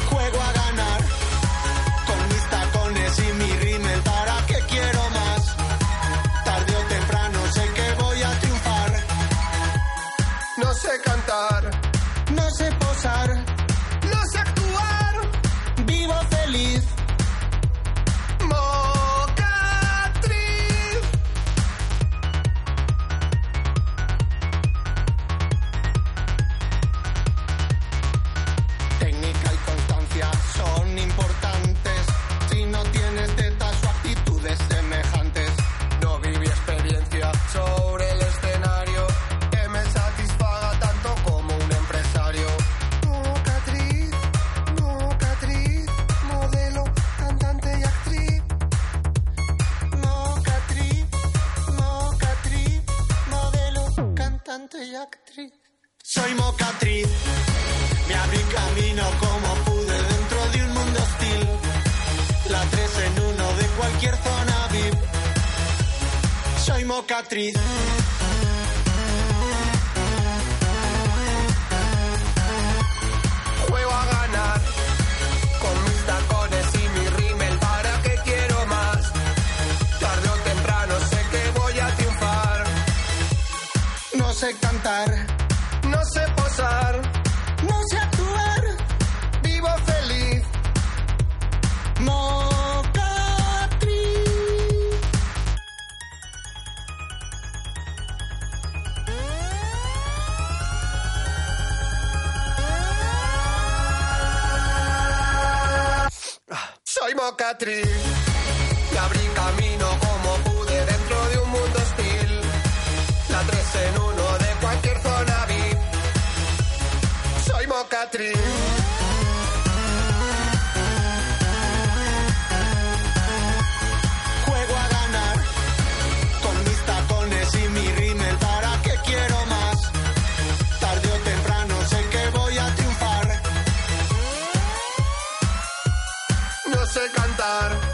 G: Juego a ganar con mis tacones y mi rímel. ¿Para qué quiero más? Tarde o temprano sé que voy a triunfar. No sé cantar, no sé posar, no sé actuar. Vivo feliz. Mocatriz. Técnica y constancia son importantes. Si no tienes tetas o actitudes semejantes, no viví experiencia sobre el escenario que me satisfaga tanto como un empresario. Mocatriz, mocatriz, modelo, cantante y actriz. Mocatriz, mocatriz, modelo, cantante y actriz. Soy mocatriz. Me abrí camino como pude dentro de un mundo hostil. La tres en uno de cualquier zona VIP. Soy mocatriz. sé cantar, no sé posar, no sé actuar, vivo feliz. Mocatriz. Soy Mocatriz. Me abrí camino como pude dentro de un mundo hostil. La tres en uno de cualquier zona VIP. Soy Mocatriz. Juego a ganar con mis tacones y mi rímel. ¿Para qué quiero más? Tarde o temprano sé que voy a triunfar. No sé cantar.